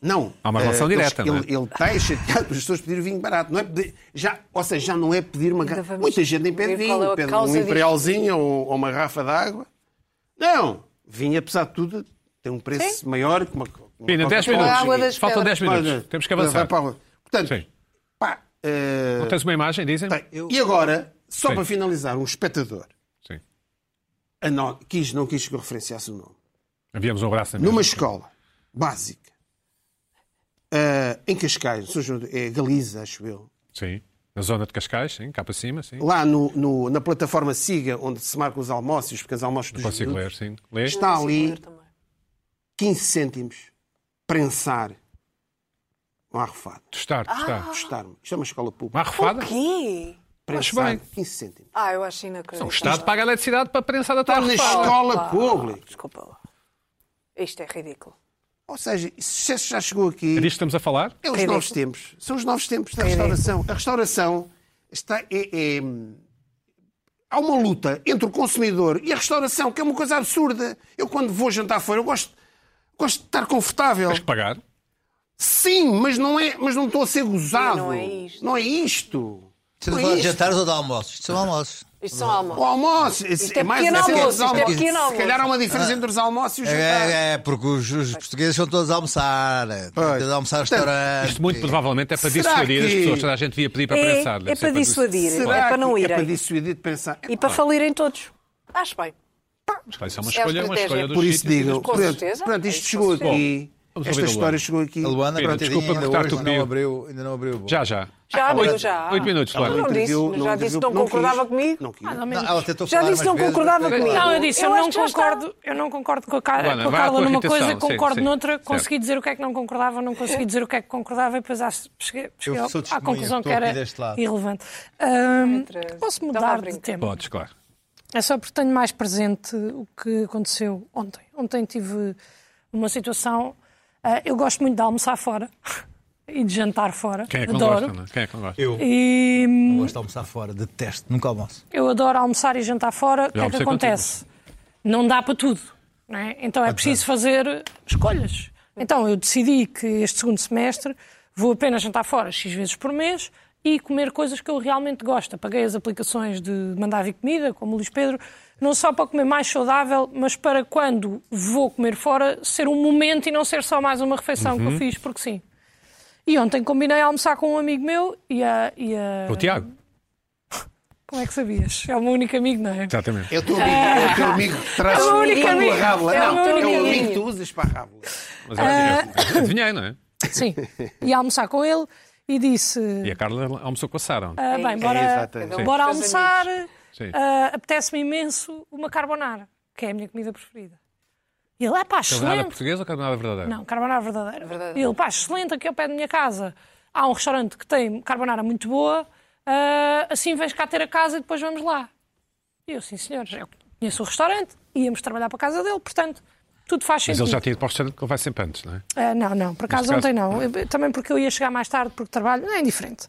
Speaker 2: Não.
Speaker 1: Há uma relação
Speaker 2: Eh, eles-
Speaker 1: direta,
Speaker 2: Ele,
Speaker 1: não é?
Speaker 2: ele está chateado pelas pessoas pedirem vinho barato. Não é pedir, já, ou seja, já não é pedir uma
Speaker 6: Ainda
Speaker 2: garrafa.
Speaker 6: vamos
Speaker 2: Muita gente nem pede
Speaker 6: ver qual
Speaker 2: vinho.
Speaker 6: é a
Speaker 2: pede
Speaker 6: causa
Speaker 2: um
Speaker 6: disto.
Speaker 2: imperialzinho ou, ou uma garrafa de água. Não. Vinho, apesar de tudo, tem um preço maior que uma. uma
Speaker 1: Pina, 10
Speaker 2: Coca-Cola.
Speaker 6: A água
Speaker 1: minutos.
Speaker 6: das
Speaker 1: Faltam 10
Speaker 6: pedras.
Speaker 1: minutos. Temos que
Speaker 2: Vai
Speaker 1: avançar.
Speaker 2: para a água. Portanto,
Speaker 1: Sim.
Speaker 2: pá, eh,
Speaker 1: Não tens uma imagem, dizem?
Speaker 2: tem. E agora, só
Speaker 1: Sim.
Speaker 2: para finalizar, um espectador,
Speaker 1: Sim.
Speaker 2: a no- quis, não quis que eu referenciasse o nome.
Speaker 1: Enviamos um abraço a
Speaker 2: numa escola básica ah, em Cascais, São João do- é Galiza, acho eu.
Speaker 1: Sim. Na zona de Cascais, sim. Cá para cima, sim.
Speaker 2: Lá no- no- na plataforma Siga, onde se marcam os almoços, os pequenos almoços dos
Speaker 1: Consigo
Speaker 2: miúdos,
Speaker 1: ler, sim. Lê.
Speaker 2: está ali
Speaker 6: Também.
Speaker 2: 15 cêntimos prensar um arrofado.
Speaker 1: Testar,
Speaker 6: Ah.
Speaker 1: testar.
Speaker 2: Testar-me. Isto é uma escola pública.
Speaker 1: Uma arrofada?
Speaker 6: Quê?
Speaker 2: Prensar
Speaker 1: bem.
Speaker 2: 15 cêntimos.
Speaker 6: Ah, eu acho
Speaker 1: O É
Speaker 6: inacreditável.
Speaker 1: um Estado paga a eletricidade para prensar a tua
Speaker 2: Está na
Speaker 1: arrofada.
Speaker 2: escola
Speaker 6: Opa,
Speaker 2: pública.
Speaker 6: é Desculpa lá. Isto é ridículo.
Speaker 2: Ou seja, se já chegou
Speaker 1: É
Speaker 2: aqui.
Speaker 1: disto que estamos a falar?
Speaker 2: É os
Speaker 6: Quem
Speaker 2: novos
Speaker 6: disse?
Speaker 2: tempos. São os novos tempos da
Speaker 6: Quem disse?
Speaker 2: restauração. A restauração está. É, é- Há uma luta entre o consumidor e a restauração, que é uma coisa absurda. Eu, quando vou jantar fora, eu gosto, gosto de estar confortável.
Speaker 1: Tens que pagar.
Speaker 2: Sim, mas não, é, mas não estou a ser gozado.
Speaker 6: Não é isto.
Speaker 2: Não é isto.
Speaker 4: Estamos
Speaker 2: Não é
Speaker 4: a falar de
Speaker 2: isto.
Speaker 4: jantares ou de almoços? Isto são almoços.
Speaker 6: Isto são
Speaker 2: O
Speaker 6: almoços.
Speaker 2: almoço.
Speaker 6: Isto é pequeno
Speaker 2: se calhar
Speaker 6: almoço,
Speaker 2: os
Speaker 6: isto é
Speaker 2: almoços.
Speaker 6: pequeno
Speaker 2: Se
Speaker 6: almoço.
Speaker 2: calhar há uma diferença entre os almoços e os jantares.
Speaker 4: É, é, porque os, os portugueses são todos a almoçar. Estão todos a almoçar ao restaurante.
Speaker 1: Isto muito provavelmente é para
Speaker 2: Será
Speaker 1: dissuadir as
Speaker 2: que-
Speaker 1: pessoas. Toda a gente devia pedir para
Speaker 6: É,
Speaker 1: prensar. Deve
Speaker 6: é
Speaker 1: ser
Speaker 6: para
Speaker 1: dis-
Speaker 6: dissuadir, é
Speaker 2: Será
Speaker 6: para não
Speaker 2: que É
Speaker 6: irem.
Speaker 2: para dissuadir de pensar.
Speaker 6: E para falirem todos. Acho bem.
Speaker 1: Mas Isso é uma
Speaker 6: É a
Speaker 1: escolha, uma
Speaker 6: estratégia.
Speaker 1: escolha dos
Speaker 2: Por isso
Speaker 1: sítios e
Speaker 2: digo,
Speaker 1: das-
Speaker 6: Com
Speaker 2: portanto,
Speaker 6: certeza.
Speaker 2: portanto,
Speaker 6: É
Speaker 2: isto
Speaker 6: isso,
Speaker 2: chegou
Speaker 6: com certeza.
Speaker 2: aqui,
Speaker 1: vamos ouvir
Speaker 2: esta
Speaker 1: a Luana.
Speaker 2: história chegou aqui.
Speaker 4: A Luana,
Speaker 1: Pedro,
Speaker 4: coitadinha,
Speaker 1: desculpa
Speaker 4: ainda
Speaker 1: cortar
Speaker 4: hoje
Speaker 1: tudo,
Speaker 4: não
Speaker 1: Pedro.
Speaker 4: abriu, ainda não abriu. a boca.
Speaker 1: Já, já.
Speaker 6: Já abriu,
Speaker 1: Oito-
Speaker 6: já.
Speaker 1: Oito minutos, claro.
Speaker 6: Não disse,
Speaker 2: interviu-
Speaker 6: já disse
Speaker 2: interviu-
Speaker 6: que não concordava
Speaker 2: quis.
Speaker 6: comigo?
Speaker 2: Não quis. (laughs)
Speaker 5: Ah, não me
Speaker 4: Não,
Speaker 5: diz.
Speaker 4: ela tentou
Speaker 6: Já
Speaker 4: falar
Speaker 6: disse que não
Speaker 4: umas vezes,
Speaker 6: concordava
Speaker 4: depois-
Speaker 6: comigo.
Speaker 5: Não, eu disse, eu,
Speaker 6: acho
Speaker 5: não
Speaker 6: que já está.
Speaker 5: concordo, eu não concordo com a, Ca-
Speaker 1: Luana,
Speaker 5: com a
Speaker 1: vai à
Speaker 5: Carla
Speaker 1: tua
Speaker 5: numa
Speaker 1: irritação,
Speaker 5: coisa,
Speaker 1: sim,
Speaker 5: concordo
Speaker 1: sim.
Speaker 5: noutra,
Speaker 1: Certo.
Speaker 5: consegui dizer o que é que não concordava, não consegui dizer o que é que concordava e depois acho- cheguei, cheguei
Speaker 4: sou
Speaker 5: à
Speaker 4: testemunha,
Speaker 5: conclusão que
Speaker 4: estou
Speaker 5: era
Speaker 4: aqui deste lado.
Speaker 5: irrelevante. Ahm,
Speaker 6: Teresa,
Speaker 5: posso
Speaker 6: estava a
Speaker 5: mudar de
Speaker 6: brincar.
Speaker 5: tema?
Speaker 1: Podes, claro.
Speaker 5: É só porque tenho mais presente o que aconteceu ontem. Ontem tive uma situação. ah, eu gosto muito de almoçar fora (laughs) e de jantar fora.
Speaker 1: Quem é que não
Speaker 5: adoro.
Speaker 1: gosta, não é? Quem é que não gosta?
Speaker 4: Eu
Speaker 5: E hum,
Speaker 4: gosto de almoçar fora, detesto, nunca almoço.
Speaker 5: eu adoro almoçar e jantar fora. O que é que
Speaker 1: almocei
Speaker 5: acontece? Não dá para tudo. não é? Então é preciso fazer escolhas. Então eu decidi que este segundo semestre vou apenas jantar fora X vezes por mês e comer coisas que eu realmente gosto. Apaguei as aplicações de mandar vir comida, como o Luís Pedro, não só para comer mais saudável, mas para quando vou comer fora ser um momento e não ser só mais uma refeição que eu fiz, porque sim. E ontem combinei almoçar com um amigo meu e a- e a...
Speaker 1: O Tiago.
Speaker 5: Como é que sabias? É o meu único amigo, não é?
Speaker 1: Exatamente.
Speaker 2: É o teu amigo, é o teu amigo que traz
Speaker 5: É o único
Speaker 2: para a tua
Speaker 5: amigo.
Speaker 2: rábula.
Speaker 5: É o
Speaker 2: Não,
Speaker 5: meu
Speaker 2: é o
Speaker 5: único
Speaker 2: amigo que
Speaker 6: amigo.
Speaker 2: tu usas para a rábula.
Speaker 5: Ah.
Speaker 1: Mas eu- eu adivinhei, não é?
Speaker 5: Sim. E almoçar com ele e disse:
Speaker 1: E a Carla almoçou com a Sara. ontem.
Speaker 5: "Ah, bem, bora,
Speaker 2: É,
Speaker 6: um
Speaker 2: exatamente.
Speaker 5: bora
Speaker 6: Sim.
Speaker 5: almoçar.
Speaker 1: Sim.
Speaker 5: ah, Apetece-me imenso uma carbonara, que é a minha comida preferida. E ele, é pá,
Speaker 1: Carbonada
Speaker 5: excelente.
Speaker 1: portuguesa ou é carbonada verdadeira?
Speaker 5: Não, carbonara verdadeira.
Speaker 6: Verdadeira.
Speaker 5: E ele, pá, excelente, aqui ao pé da minha casa há um restaurante que tem carbonara muito boa, ah, assim vens cá ter a casa e depois vamos lá. E eu, sim senhores, eu conheço o restaurante, íamos trabalhar para a casa dele, portanto, tudo faz
Speaker 1: Mas
Speaker 5: sentido.
Speaker 1: ele já tinha ido para o restaurante que ele vai sempre antes, não é?
Speaker 5: Ah, não, não, por acaso
Speaker 1: caso-
Speaker 5: ontem não. Eu- também porque eu ia chegar mais tarde porque trabalho, é indiferente.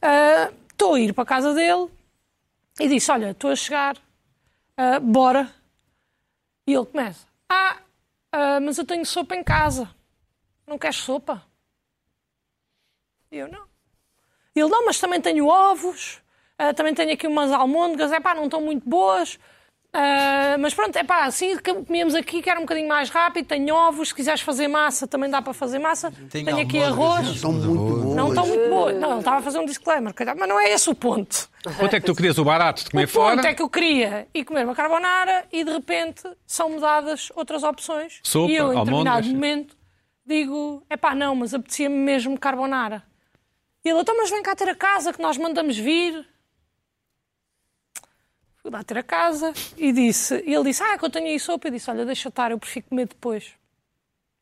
Speaker 5: Ah, Estou a ir para a casa dele e disse: Olha, estou a chegar, ah, bora. E ele começa: Ah, ah, mas eu tenho sopa em casa. Não queres sopa? E eu não. E Ele, não, mas também tenho ovos, ah, também tenho aqui umas almôndegas, é pá, não estão muito boas. Ah, mas pronto, é pá, assim que comíamos aqui, que era um bocadinho mais rápido. Tenho ovos, se quiseres fazer massa, também dá para fazer massa.
Speaker 4: Tem
Speaker 5: Tenho aqui
Speaker 4: almôndegas,
Speaker 5: arroz.
Speaker 2: Estão muito boas.
Speaker 5: Não estão muito boas. Não, ele estava a fazer um disclaimer, coitado, mas não é esse o ponto.
Speaker 1: Quanto é que tu querias o barato de comer
Speaker 5: o
Speaker 1: fora?
Speaker 5: ponto é que eu queria ir comer uma carbonara e de repente são-me dadas outras opções.
Speaker 1: Sopa,
Speaker 5: e eu, em determinado
Speaker 1: almôndegas.
Speaker 5: momento, digo: é pá, não, mas apetecia-me mesmo carbonara. E ele, então, mas vem cá ter a casa que nós mandamos vir. Fui lá ter a casa e disse: e ele disse: ah, que eu tenho aí sopa. Eu disse: olha, deixa estar, eu prefiro comer depois.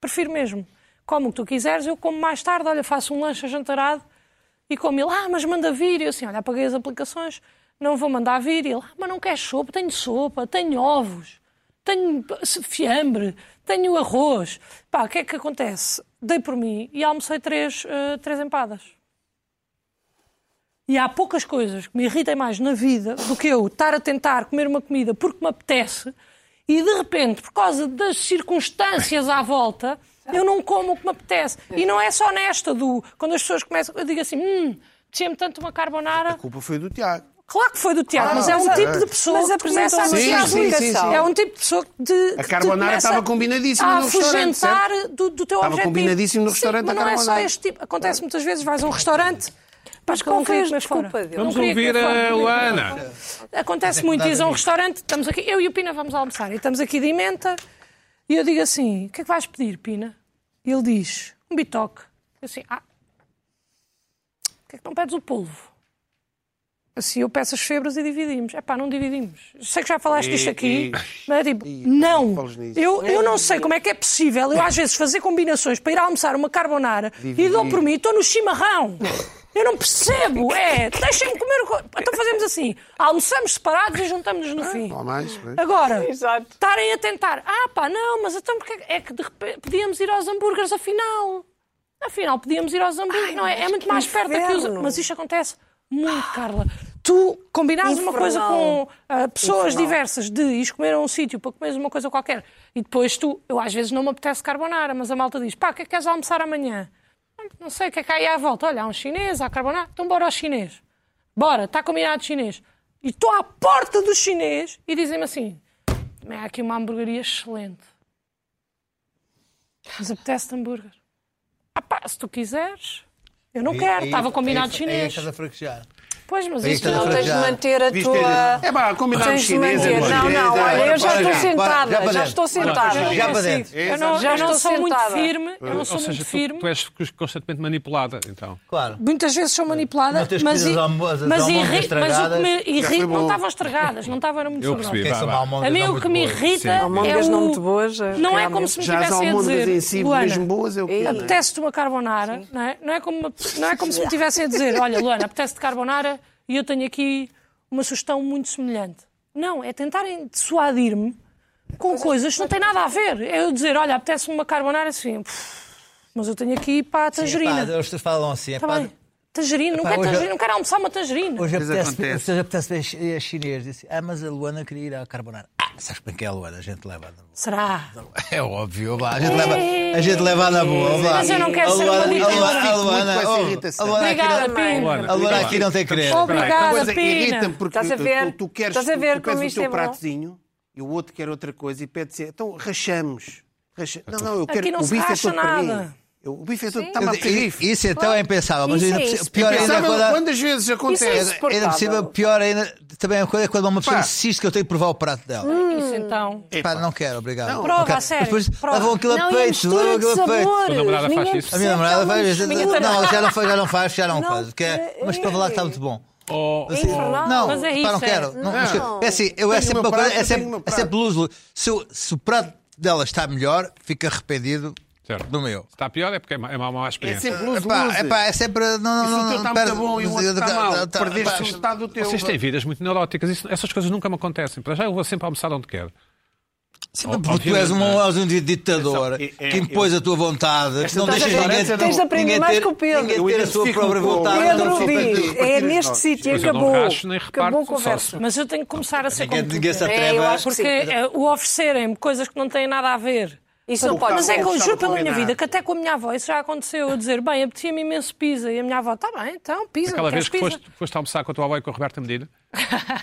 Speaker 5: Prefiro mesmo. Como o que tu quiseres, eu como mais tarde, olha, faço um lanche ajantarado e como ele, ah, mas manda vir. E eu assim, olha, apaguei as aplicações, não vou mandar vir. E ele, ah, mas não quer sopa, tenho sopa, tenho ovos, tenho fiambre, tenho arroz. Pá, o que é que acontece? Dei por mim e almocei três, eh, três empadas. E há poucas coisas que me irritem mais na vida do que eu estar a tentar comer uma comida porque me apetece e de repente, por causa das circunstâncias à volta, eu não como o que me apetece. E não é só nesta do. Quando as pessoas começam. Eu digo assim: hum, me tanto uma carbonara.
Speaker 2: A culpa foi do Tiago.
Speaker 5: Claro que foi do Tiago, mas é um
Speaker 2: mas-
Speaker 5: tipo de pessoa
Speaker 6: Ah, mas
Speaker 5: que começa a
Speaker 6: apresentou
Speaker 2: uma
Speaker 5: associar-
Speaker 2: Sim, sim, sim, sim.
Speaker 5: É um tipo de pessoa que de,
Speaker 2: A carbonara estava combinadíssima
Speaker 5: a
Speaker 2: no restaurante, certo?
Speaker 5: afugentar do, do teu
Speaker 2: Estava
Speaker 5: objetivo.
Speaker 2: combinadíssimo no
Speaker 5: Sim,
Speaker 2: restaurante
Speaker 5: mas
Speaker 2: a
Speaker 5: não é só
Speaker 2: carbonara.
Speaker 5: este tipo. Acontece muitas vezes, vais a um restaurante. Mas
Speaker 6: qual
Speaker 5: não
Speaker 6: foi
Speaker 5: queria
Speaker 6: a
Speaker 5: comer
Speaker 6: desculpa
Speaker 5: fora.
Speaker 6: dele?
Speaker 5: Não
Speaker 1: Vamos
Speaker 5: queria
Speaker 1: ouvir
Speaker 5: comer
Speaker 1: a
Speaker 5: fora.
Speaker 1: Luana.
Speaker 5: Acontece muito, diz a um restaurante, estamos aqui, eu e o Pina vamos almoçar e estamos aqui de emenda e eu digo assim: o que é que vais pedir, Pina? E ele diz: um bitoque. Eu assim: ah, porque é que não pedes o polvo? Assim, eu peço as febras e dividimos. É pá, não dividimos. Eu Sei que já falaste disto aqui, mas é tipo, não.
Speaker 2: falas nisso.
Speaker 5: Eu, eu não sei como é que é possível eu às vezes fazer combinações para ir almoçar uma carbonara e dou por mim, estou no chimarrão. Eu não percebo. É, deixem-me comer o. co- Então fazemos assim: almoçamos separados e juntamos-nos no fim.
Speaker 2: Não é? há mais. pois.
Speaker 5: Agora,
Speaker 6: Exato.
Speaker 5: estarem a tentar. Ah, pá, não, mas então porque é que de repente podíamos ir aos hambúrgueres afinal? Afinal, podíamos ir aos hambúrgueres, não é? É muito mais perto aqui. Os...
Speaker 6: inferno.
Speaker 5: Mas isto acontece muito, Carla. Tu combinares uma coisa com
Speaker 6: Ah, Infernal.
Speaker 5: ah, pessoas
Speaker 6: Infernal.
Speaker 5: diversas de ires comer a um sítio para comeres uma coisa qualquer e depois tu, eu às vezes não me apetece carbonara, mas a malta diz: pá, o que é que queres almoçar amanhã? Não sei, o que é que há aí à volta? Olha, há um chinês, há carbonara, então bora ao chinês. Bora, está combinado chinês. E estou à porta do chinês e dizem-me assim: "Também há aqui uma hamburgueria excelente. Mas apetece hambúrguer. Ah pá, se tu quiseres. Eu
Speaker 4: é
Speaker 5: não quero, estava combinado
Speaker 4: Aí
Speaker 5: chinês.
Speaker 4: é estás a fraquejar.
Speaker 5: Pois, mas
Speaker 4: aí
Speaker 5: isto
Speaker 4: estás a
Speaker 6: Não
Speaker 5: não é tem...
Speaker 6: tens de
Speaker 4: Já.
Speaker 6: manter a tua.
Speaker 2: É pá, combinado
Speaker 6: Tens de
Speaker 2: chinês.
Speaker 6: manter. Não, não, olha,
Speaker 2: é,
Speaker 6: eu já
Speaker 4: Bora,
Speaker 6: estou
Speaker 4: já, bora, já para
Speaker 6: sentada. Já
Speaker 4: dentro.
Speaker 6: estou sentada.
Speaker 4: Já
Speaker 6: não
Speaker 4: para
Speaker 6: consigo.
Speaker 4: dentro.
Speaker 5: Eu não,
Speaker 6: Já
Speaker 5: eu não
Speaker 6: estou
Speaker 5: sou muito
Speaker 6: sentada.
Speaker 5: firme, eu não sou
Speaker 1: Ou seja,
Speaker 5: muito
Speaker 1: tu,
Speaker 5: firme.
Speaker 1: tu és constantemente manipulada, então.
Speaker 4: Claro.
Speaker 5: Muitas vezes sou manipulada,
Speaker 4: Não tens
Speaker 5: mas,
Speaker 4: comidas
Speaker 5: i-
Speaker 4: ao almoço,
Speaker 5: mas,
Speaker 4: ao almoço
Speaker 5: irri- mas o que me
Speaker 4: estragadas.
Speaker 2: Já foi
Speaker 5: irrita.
Speaker 2: bom.
Speaker 5: Não estavam estragadas, não estavam, era muito
Speaker 1: Eu
Speaker 5: saborosa.
Speaker 1: percebi.
Speaker 4: Quem é são
Speaker 1: vá.
Speaker 5: É A
Speaker 4: almôndegas
Speaker 5: mim
Speaker 4: não
Speaker 5: o
Speaker 4: muito
Speaker 5: que me
Speaker 4: boas.
Speaker 5: irrita é
Speaker 6: Almôndegas
Speaker 5: o...
Speaker 6: não muito boas, eh,
Speaker 5: Não é
Speaker 6: realmente.
Speaker 5: como se me
Speaker 2: Já as
Speaker 5: tivessem a
Speaker 2: almôndegas
Speaker 5: dizer...
Speaker 2: em si,
Speaker 5: Luana,
Speaker 2: mesmo boas, é eu
Speaker 6: Ei. tá,
Speaker 2: quero.
Speaker 5: apetece-te uma carbonara, não é? Não é, como, uma- não é como se me tivessem a dizer, olha, Luana, apetece-te carbonara e eu tenho aqui uma sugestão muito semelhante. Não, é tentarem dissuadir-me com coisas que não têm nada a ver. É eu dizer, olha, apetece-me uma carbonara, assim, "Pff, mas eu tenho aqui para a
Speaker 4: Epá,
Speaker 5: tangerina.
Speaker 4: Eles te falam assim.
Speaker 5: Está
Speaker 4: epá,
Speaker 5: Tá bem. Tangerina, não
Speaker 4: Epá,
Speaker 5: quero
Speaker 4: hoje-
Speaker 5: tangerina, não quero almoçar uma tangerina.
Speaker 4: Hoje apetece-me
Speaker 2: acontece.
Speaker 4: hoje apetece ver chinês. Disse, ah, mas a Luana queria ir à carbonara. Ah, sabes bem que é a Luana? A gente leva na boa.
Speaker 5: Será?
Speaker 4: É óbvio, vá. A gente leva, a gente leva na boa, vá.
Speaker 5: Mas eu não quero
Speaker 4: a
Speaker 5: ser uma
Speaker 4: Luana,
Speaker 5: diva.
Speaker 4: a Luana, a
Speaker 2: Eu fico muito
Speaker 4: Luana,
Speaker 2: com essa
Speaker 4: oh,
Speaker 2: irritação.
Speaker 4: a Luana aqui
Speaker 5: Obrigada,
Speaker 4: não-
Speaker 5: Pina.
Speaker 1: Luana,
Speaker 4: a Luana
Speaker 1: Luana.
Speaker 4: aqui não tem credo.
Speaker 5: Obrigada,
Speaker 2: coisa
Speaker 5: Pina.
Speaker 2: irrita-me porque
Speaker 6: tá, Estás a
Speaker 2: tu-
Speaker 6: ver?
Speaker 2: tu, tu queres,
Speaker 6: Estás a ver
Speaker 2: tu, tu queres
Speaker 6: como
Speaker 2: o
Speaker 6: isto
Speaker 2: teu
Speaker 6: é bom?
Speaker 2: pratozinho e o outro quer outra coisa e pede-se, então rachamos. Racha- Não, não, eu quero.
Speaker 5: Aqui não
Speaker 2: o
Speaker 5: se
Speaker 2: bife é
Speaker 5: racha
Speaker 2: todo para
Speaker 5: nada.
Speaker 2: mim. Eu- o bife é todo. Está-me a pedir
Speaker 4: I-
Speaker 2: bife.
Speaker 4: Isso então é impensável, mas
Speaker 6: Isso
Speaker 4: ainda
Speaker 6: é
Speaker 4: por-
Speaker 6: isso.
Speaker 4: pior ainda
Speaker 2: Sabe
Speaker 4: quando.
Speaker 2: quantas vezes
Speaker 6: é
Speaker 2: acontece?
Speaker 6: insuportável.
Speaker 4: Ainda por cima, pior ainda, também é uma coisa quando uma pessoa
Speaker 2: Pá.
Speaker 4: insiste que eu tenho que provar o prato dela.
Speaker 5: Isso então.
Speaker 4: Pá, não quero, obrigado. Não,
Speaker 5: Prova,
Speaker 4: quero.
Speaker 5: a sério,
Speaker 4: Mas Depois
Speaker 5: prova.
Speaker 4: levam aquilo a
Speaker 6: Não, e a
Speaker 4: um peito, levam
Speaker 6: mistura de
Speaker 4: aquilo a peito.
Speaker 6: sabores.
Speaker 1: Tua namorada faz
Speaker 6: Ninguém
Speaker 1: isso?
Speaker 4: A minha namorada vai dizer,
Speaker 6: percebe que há uma
Speaker 4: não,
Speaker 6: mistura.
Speaker 4: já não faz, já não faz, já não,
Speaker 6: um Não
Speaker 4: faz. Que é,
Speaker 6: quer.
Speaker 4: mas para lá está muito bom.
Speaker 1: Oh,
Speaker 6: É infernal.
Speaker 4: Não,
Speaker 5: Mas é
Speaker 4: pá,
Speaker 5: isso,
Speaker 4: não
Speaker 5: é.
Speaker 4: quero. Não, mas é assim, eu é
Speaker 2: Tenho
Speaker 4: sempre
Speaker 2: o meu
Speaker 4: uma coisa,
Speaker 2: prato,
Speaker 4: é
Speaker 2: eu tenho o
Speaker 4: sempre,
Speaker 2: meu
Speaker 4: é
Speaker 2: prato.
Speaker 4: sempre luso. Se, o- se o prato dela está melhor, fica arrependido
Speaker 1: Certo.
Speaker 4: do meu.
Speaker 1: Está pior é porque é uma, é uma má
Speaker 2: É
Speaker 1: experiência.
Speaker 2: sempre luz,
Speaker 4: Epá, epá, é sempre. Não, não,
Speaker 2: Se o
Speaker 4: não,
Speaker 2: teu
Speaker 4: não,
Speaker 2: está
Speaker 4: perde-
Speaker 2: muito bom e o outro está mal, perdeste o estado do teu.
Speaker 1: Vocês têm vidas muito neuróticas. Isso- essas coisas nunca me acontecem. Para já eu vou sempre almoçar onde quero.
Speaker 4: Sim,
Speaker 1: Ó-
Speaker 4: porque tu és um,
Speaker 1: obviamente,
Speaker 4: és um ditador
Speaker 2: É só- é-
Speaker 4: que
Speaker 2: é-
Speaker 4: impôs a tua vontade, que não
Speaker 2: Estás
Speaker 4: deixa
Speaker 2: a ver?
Speaker 4: ninguém.
Speaker 2: Tens de
Speaker 6: aprender
Speaker 4: ninguém
Speaker 6: mais
Speaker 4: ter-
Speaker 6: que o Pedro.
Speaker 4: Ninguém ter a sua
Speaker 2: Eu
Speaker 4: própria
Speaker 2: identifico-me com-
Speaker 4: vontade.
Speaker 2: não,
Speaker 6: Pedro
Speaker 2: não,
Speaker 6: diz,
Speaker 2: não,
Speaker 6: é
Speaker 2: não,
Speaker 6: neste
Speaker 2: não,
Speaker 6: sítio,
Speaker 1: Mas eu
Speaker 6: acabou.
Speaker 1: não racho nem reparto.
Speaker 6: Acabou a conversa.
Speaker 1: Só se-
Speaker 5: Mas eu tenho que começar a ser
Speaker 4: Ninguém,
Speaker 5: como tu
Speaker 4: ninguém se
Speaker 5: és.
Speaker 6: É, eu
Speaker 4: atreve.
Speaker 6: acho que
Speaker 5: Porque
Speaker 6: sim.
Speaker 5: eh, o oferecerem-me coisas que não têm nada a ver
Speaker 6: Isso não
Speaker 2: o
Speaker 1: tá
Speaker 6: pode
Speaker 2: carro-
Speaker 5: Mas é que eu
Speaker 2: Estava
Speaker 5: juro pela minha
Speaker 2: combinado.
Speaker 5: vida que até com a minha avó isso já aconteceu. Eu dizer, bem, apetecia-me imenso pizza. E a minha avó, está bem, então, pizza,
Speaker 1: Aquela vez
Speaker 5: queres
Speaker 1: que
Speaker 5: pizza?
Speaker 1: foste, foste almoçar com a tua avó e com a Roberta Medina.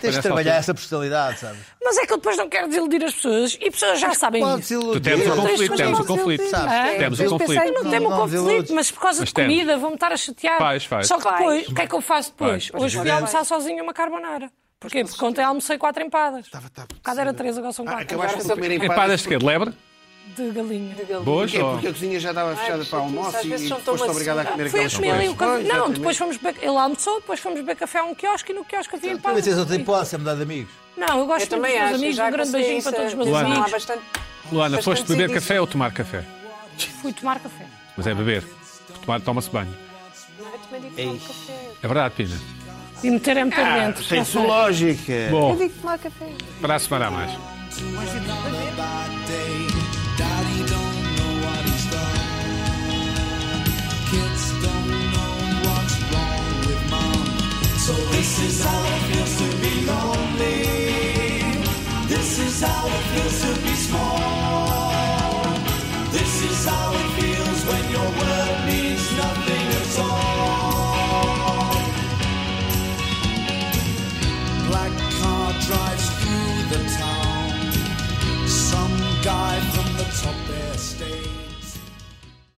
Speaker 4: Tens de trabalhar essa personalidade, sabes?
Speaker 5: Mas é que eu depois não quero desiludir as pessoas e as pessoas já sabem isso.
Speaker 1: Tu temos um conflito,
Speaker 5: Mas
Speaker 1: temos
Speaker 5: não
Speaker 1: um
Speaker 5: desiludir,
Speaker 1: conflito.
Speaker 4: sabes?
Speaker 5: Ah,
Speaker 1: Temos um
Speaker 6: Eu
Speaker 1: conflito.
Speaker 6: pensei-
Speaker 5: Eu não
Speaker 4: Não,
Speaker 5: tenho um
Speaker 4: não
Speaker 5: conflito,
Speaker 4: desiludes.
Speaker 5: mas por causa
Speaker 1: Mas
Speaker 5: de
Speaker 1: temos.
Speaker 5: comida vão-me estar a chatear.
Speaker 1: Faz, faz.
Speaker 5: Só que depois,
Speaker 6: Faz.
Speaker 5: o que é que eu faço depois?
Speaker 1: Faz.
Speaker 5: Hoje fui
Speaker 4: Faz.
Speaker 5: almoçar sozinho uma carbonara. Porquê? Porque ontem almocei quatro empadas. Por causa era três, agora são
Speaker 2: Tá Ah,
Speaker 5: quatro.
Speaker 2: acabaste de comer
Speaker 1: Empadas de quê? De lebre?
Speaker 5: De galinha.
Speaker 1: Boas?
Speaker 2: Porquê?
Speaker 1: ou-
Speaker 2: Porque a cozinha já estava fechada para
Speaker 6: chatice,
Speaker 2: almoço
Speaker 6: às
Speaker 2: e
Speaker 6: vezes são
Speaker 2: foste
Speaker 6: tão maçudas.
Speaker 2: obrigada a comer
Speaker 5: Foi a
Speaker 2: aquelas
Speaker 5: comer ali um
Speaker 2: coisas.
Speaker 5: café.
Speaker 2: Pois,
Speaker 5: Não,
Speaker 2: exatamente.
Speaker 5: depois fomos beber... Ele almoçou, depois fomos beber café a um quiosque e no quiosque havia
Speaker 4: Mas
Speaker 5: empadas.
Speaker 4: tens outra hipótese, é mudar de amigos.
Speaker 5: Não, eu
Speaker 6: Eu
Speaker 5: gosto muito
Speaker 6: também
Speaker 5: dos meus
Speaker 6: acho.
Speaker 5: amigos.
Speaker 6: já
Speaker 5: Um grande
Speaker 6: consegui
Speaker 5: beijinho para todos os meus
Speaker 6: isso.
Speaker 1: Luana.
Speaker 6: Não, há
Speaker 5: amigos.
Speaker 6: bastante-
Speaker 1: Luana,
Speaker 6: bastante
Speaker 1: foste beber
Speaker 6: sentido.
Speaker 1: café ou tomar café?
Speaker 5: Fui tomar café.
Speaker 1: Mas é beber. Tomar- Toma-se banho.
Speaker 6: Eu também digo tomar café.
Speaker 1: É verdade, Pina.
Speaker 5: E meterem-me para dentro.
Speaker 2: Tem
Speaker 5: Não
Speaker 2: sua
Speaker 5: sei.
Speaker 2: lógica.
Speaker 1: Bom,
Speaker 6: Eu digo tomar café.
Speaker 1: para a semana há mais.
Speaker 7: Daddy don't know what he's done. Kids don't know what's wrong with mom. So this is how it feels to be lonely. This is how it feels to be small. This is how it feels when your word means nothing at all. Black car drives through the town.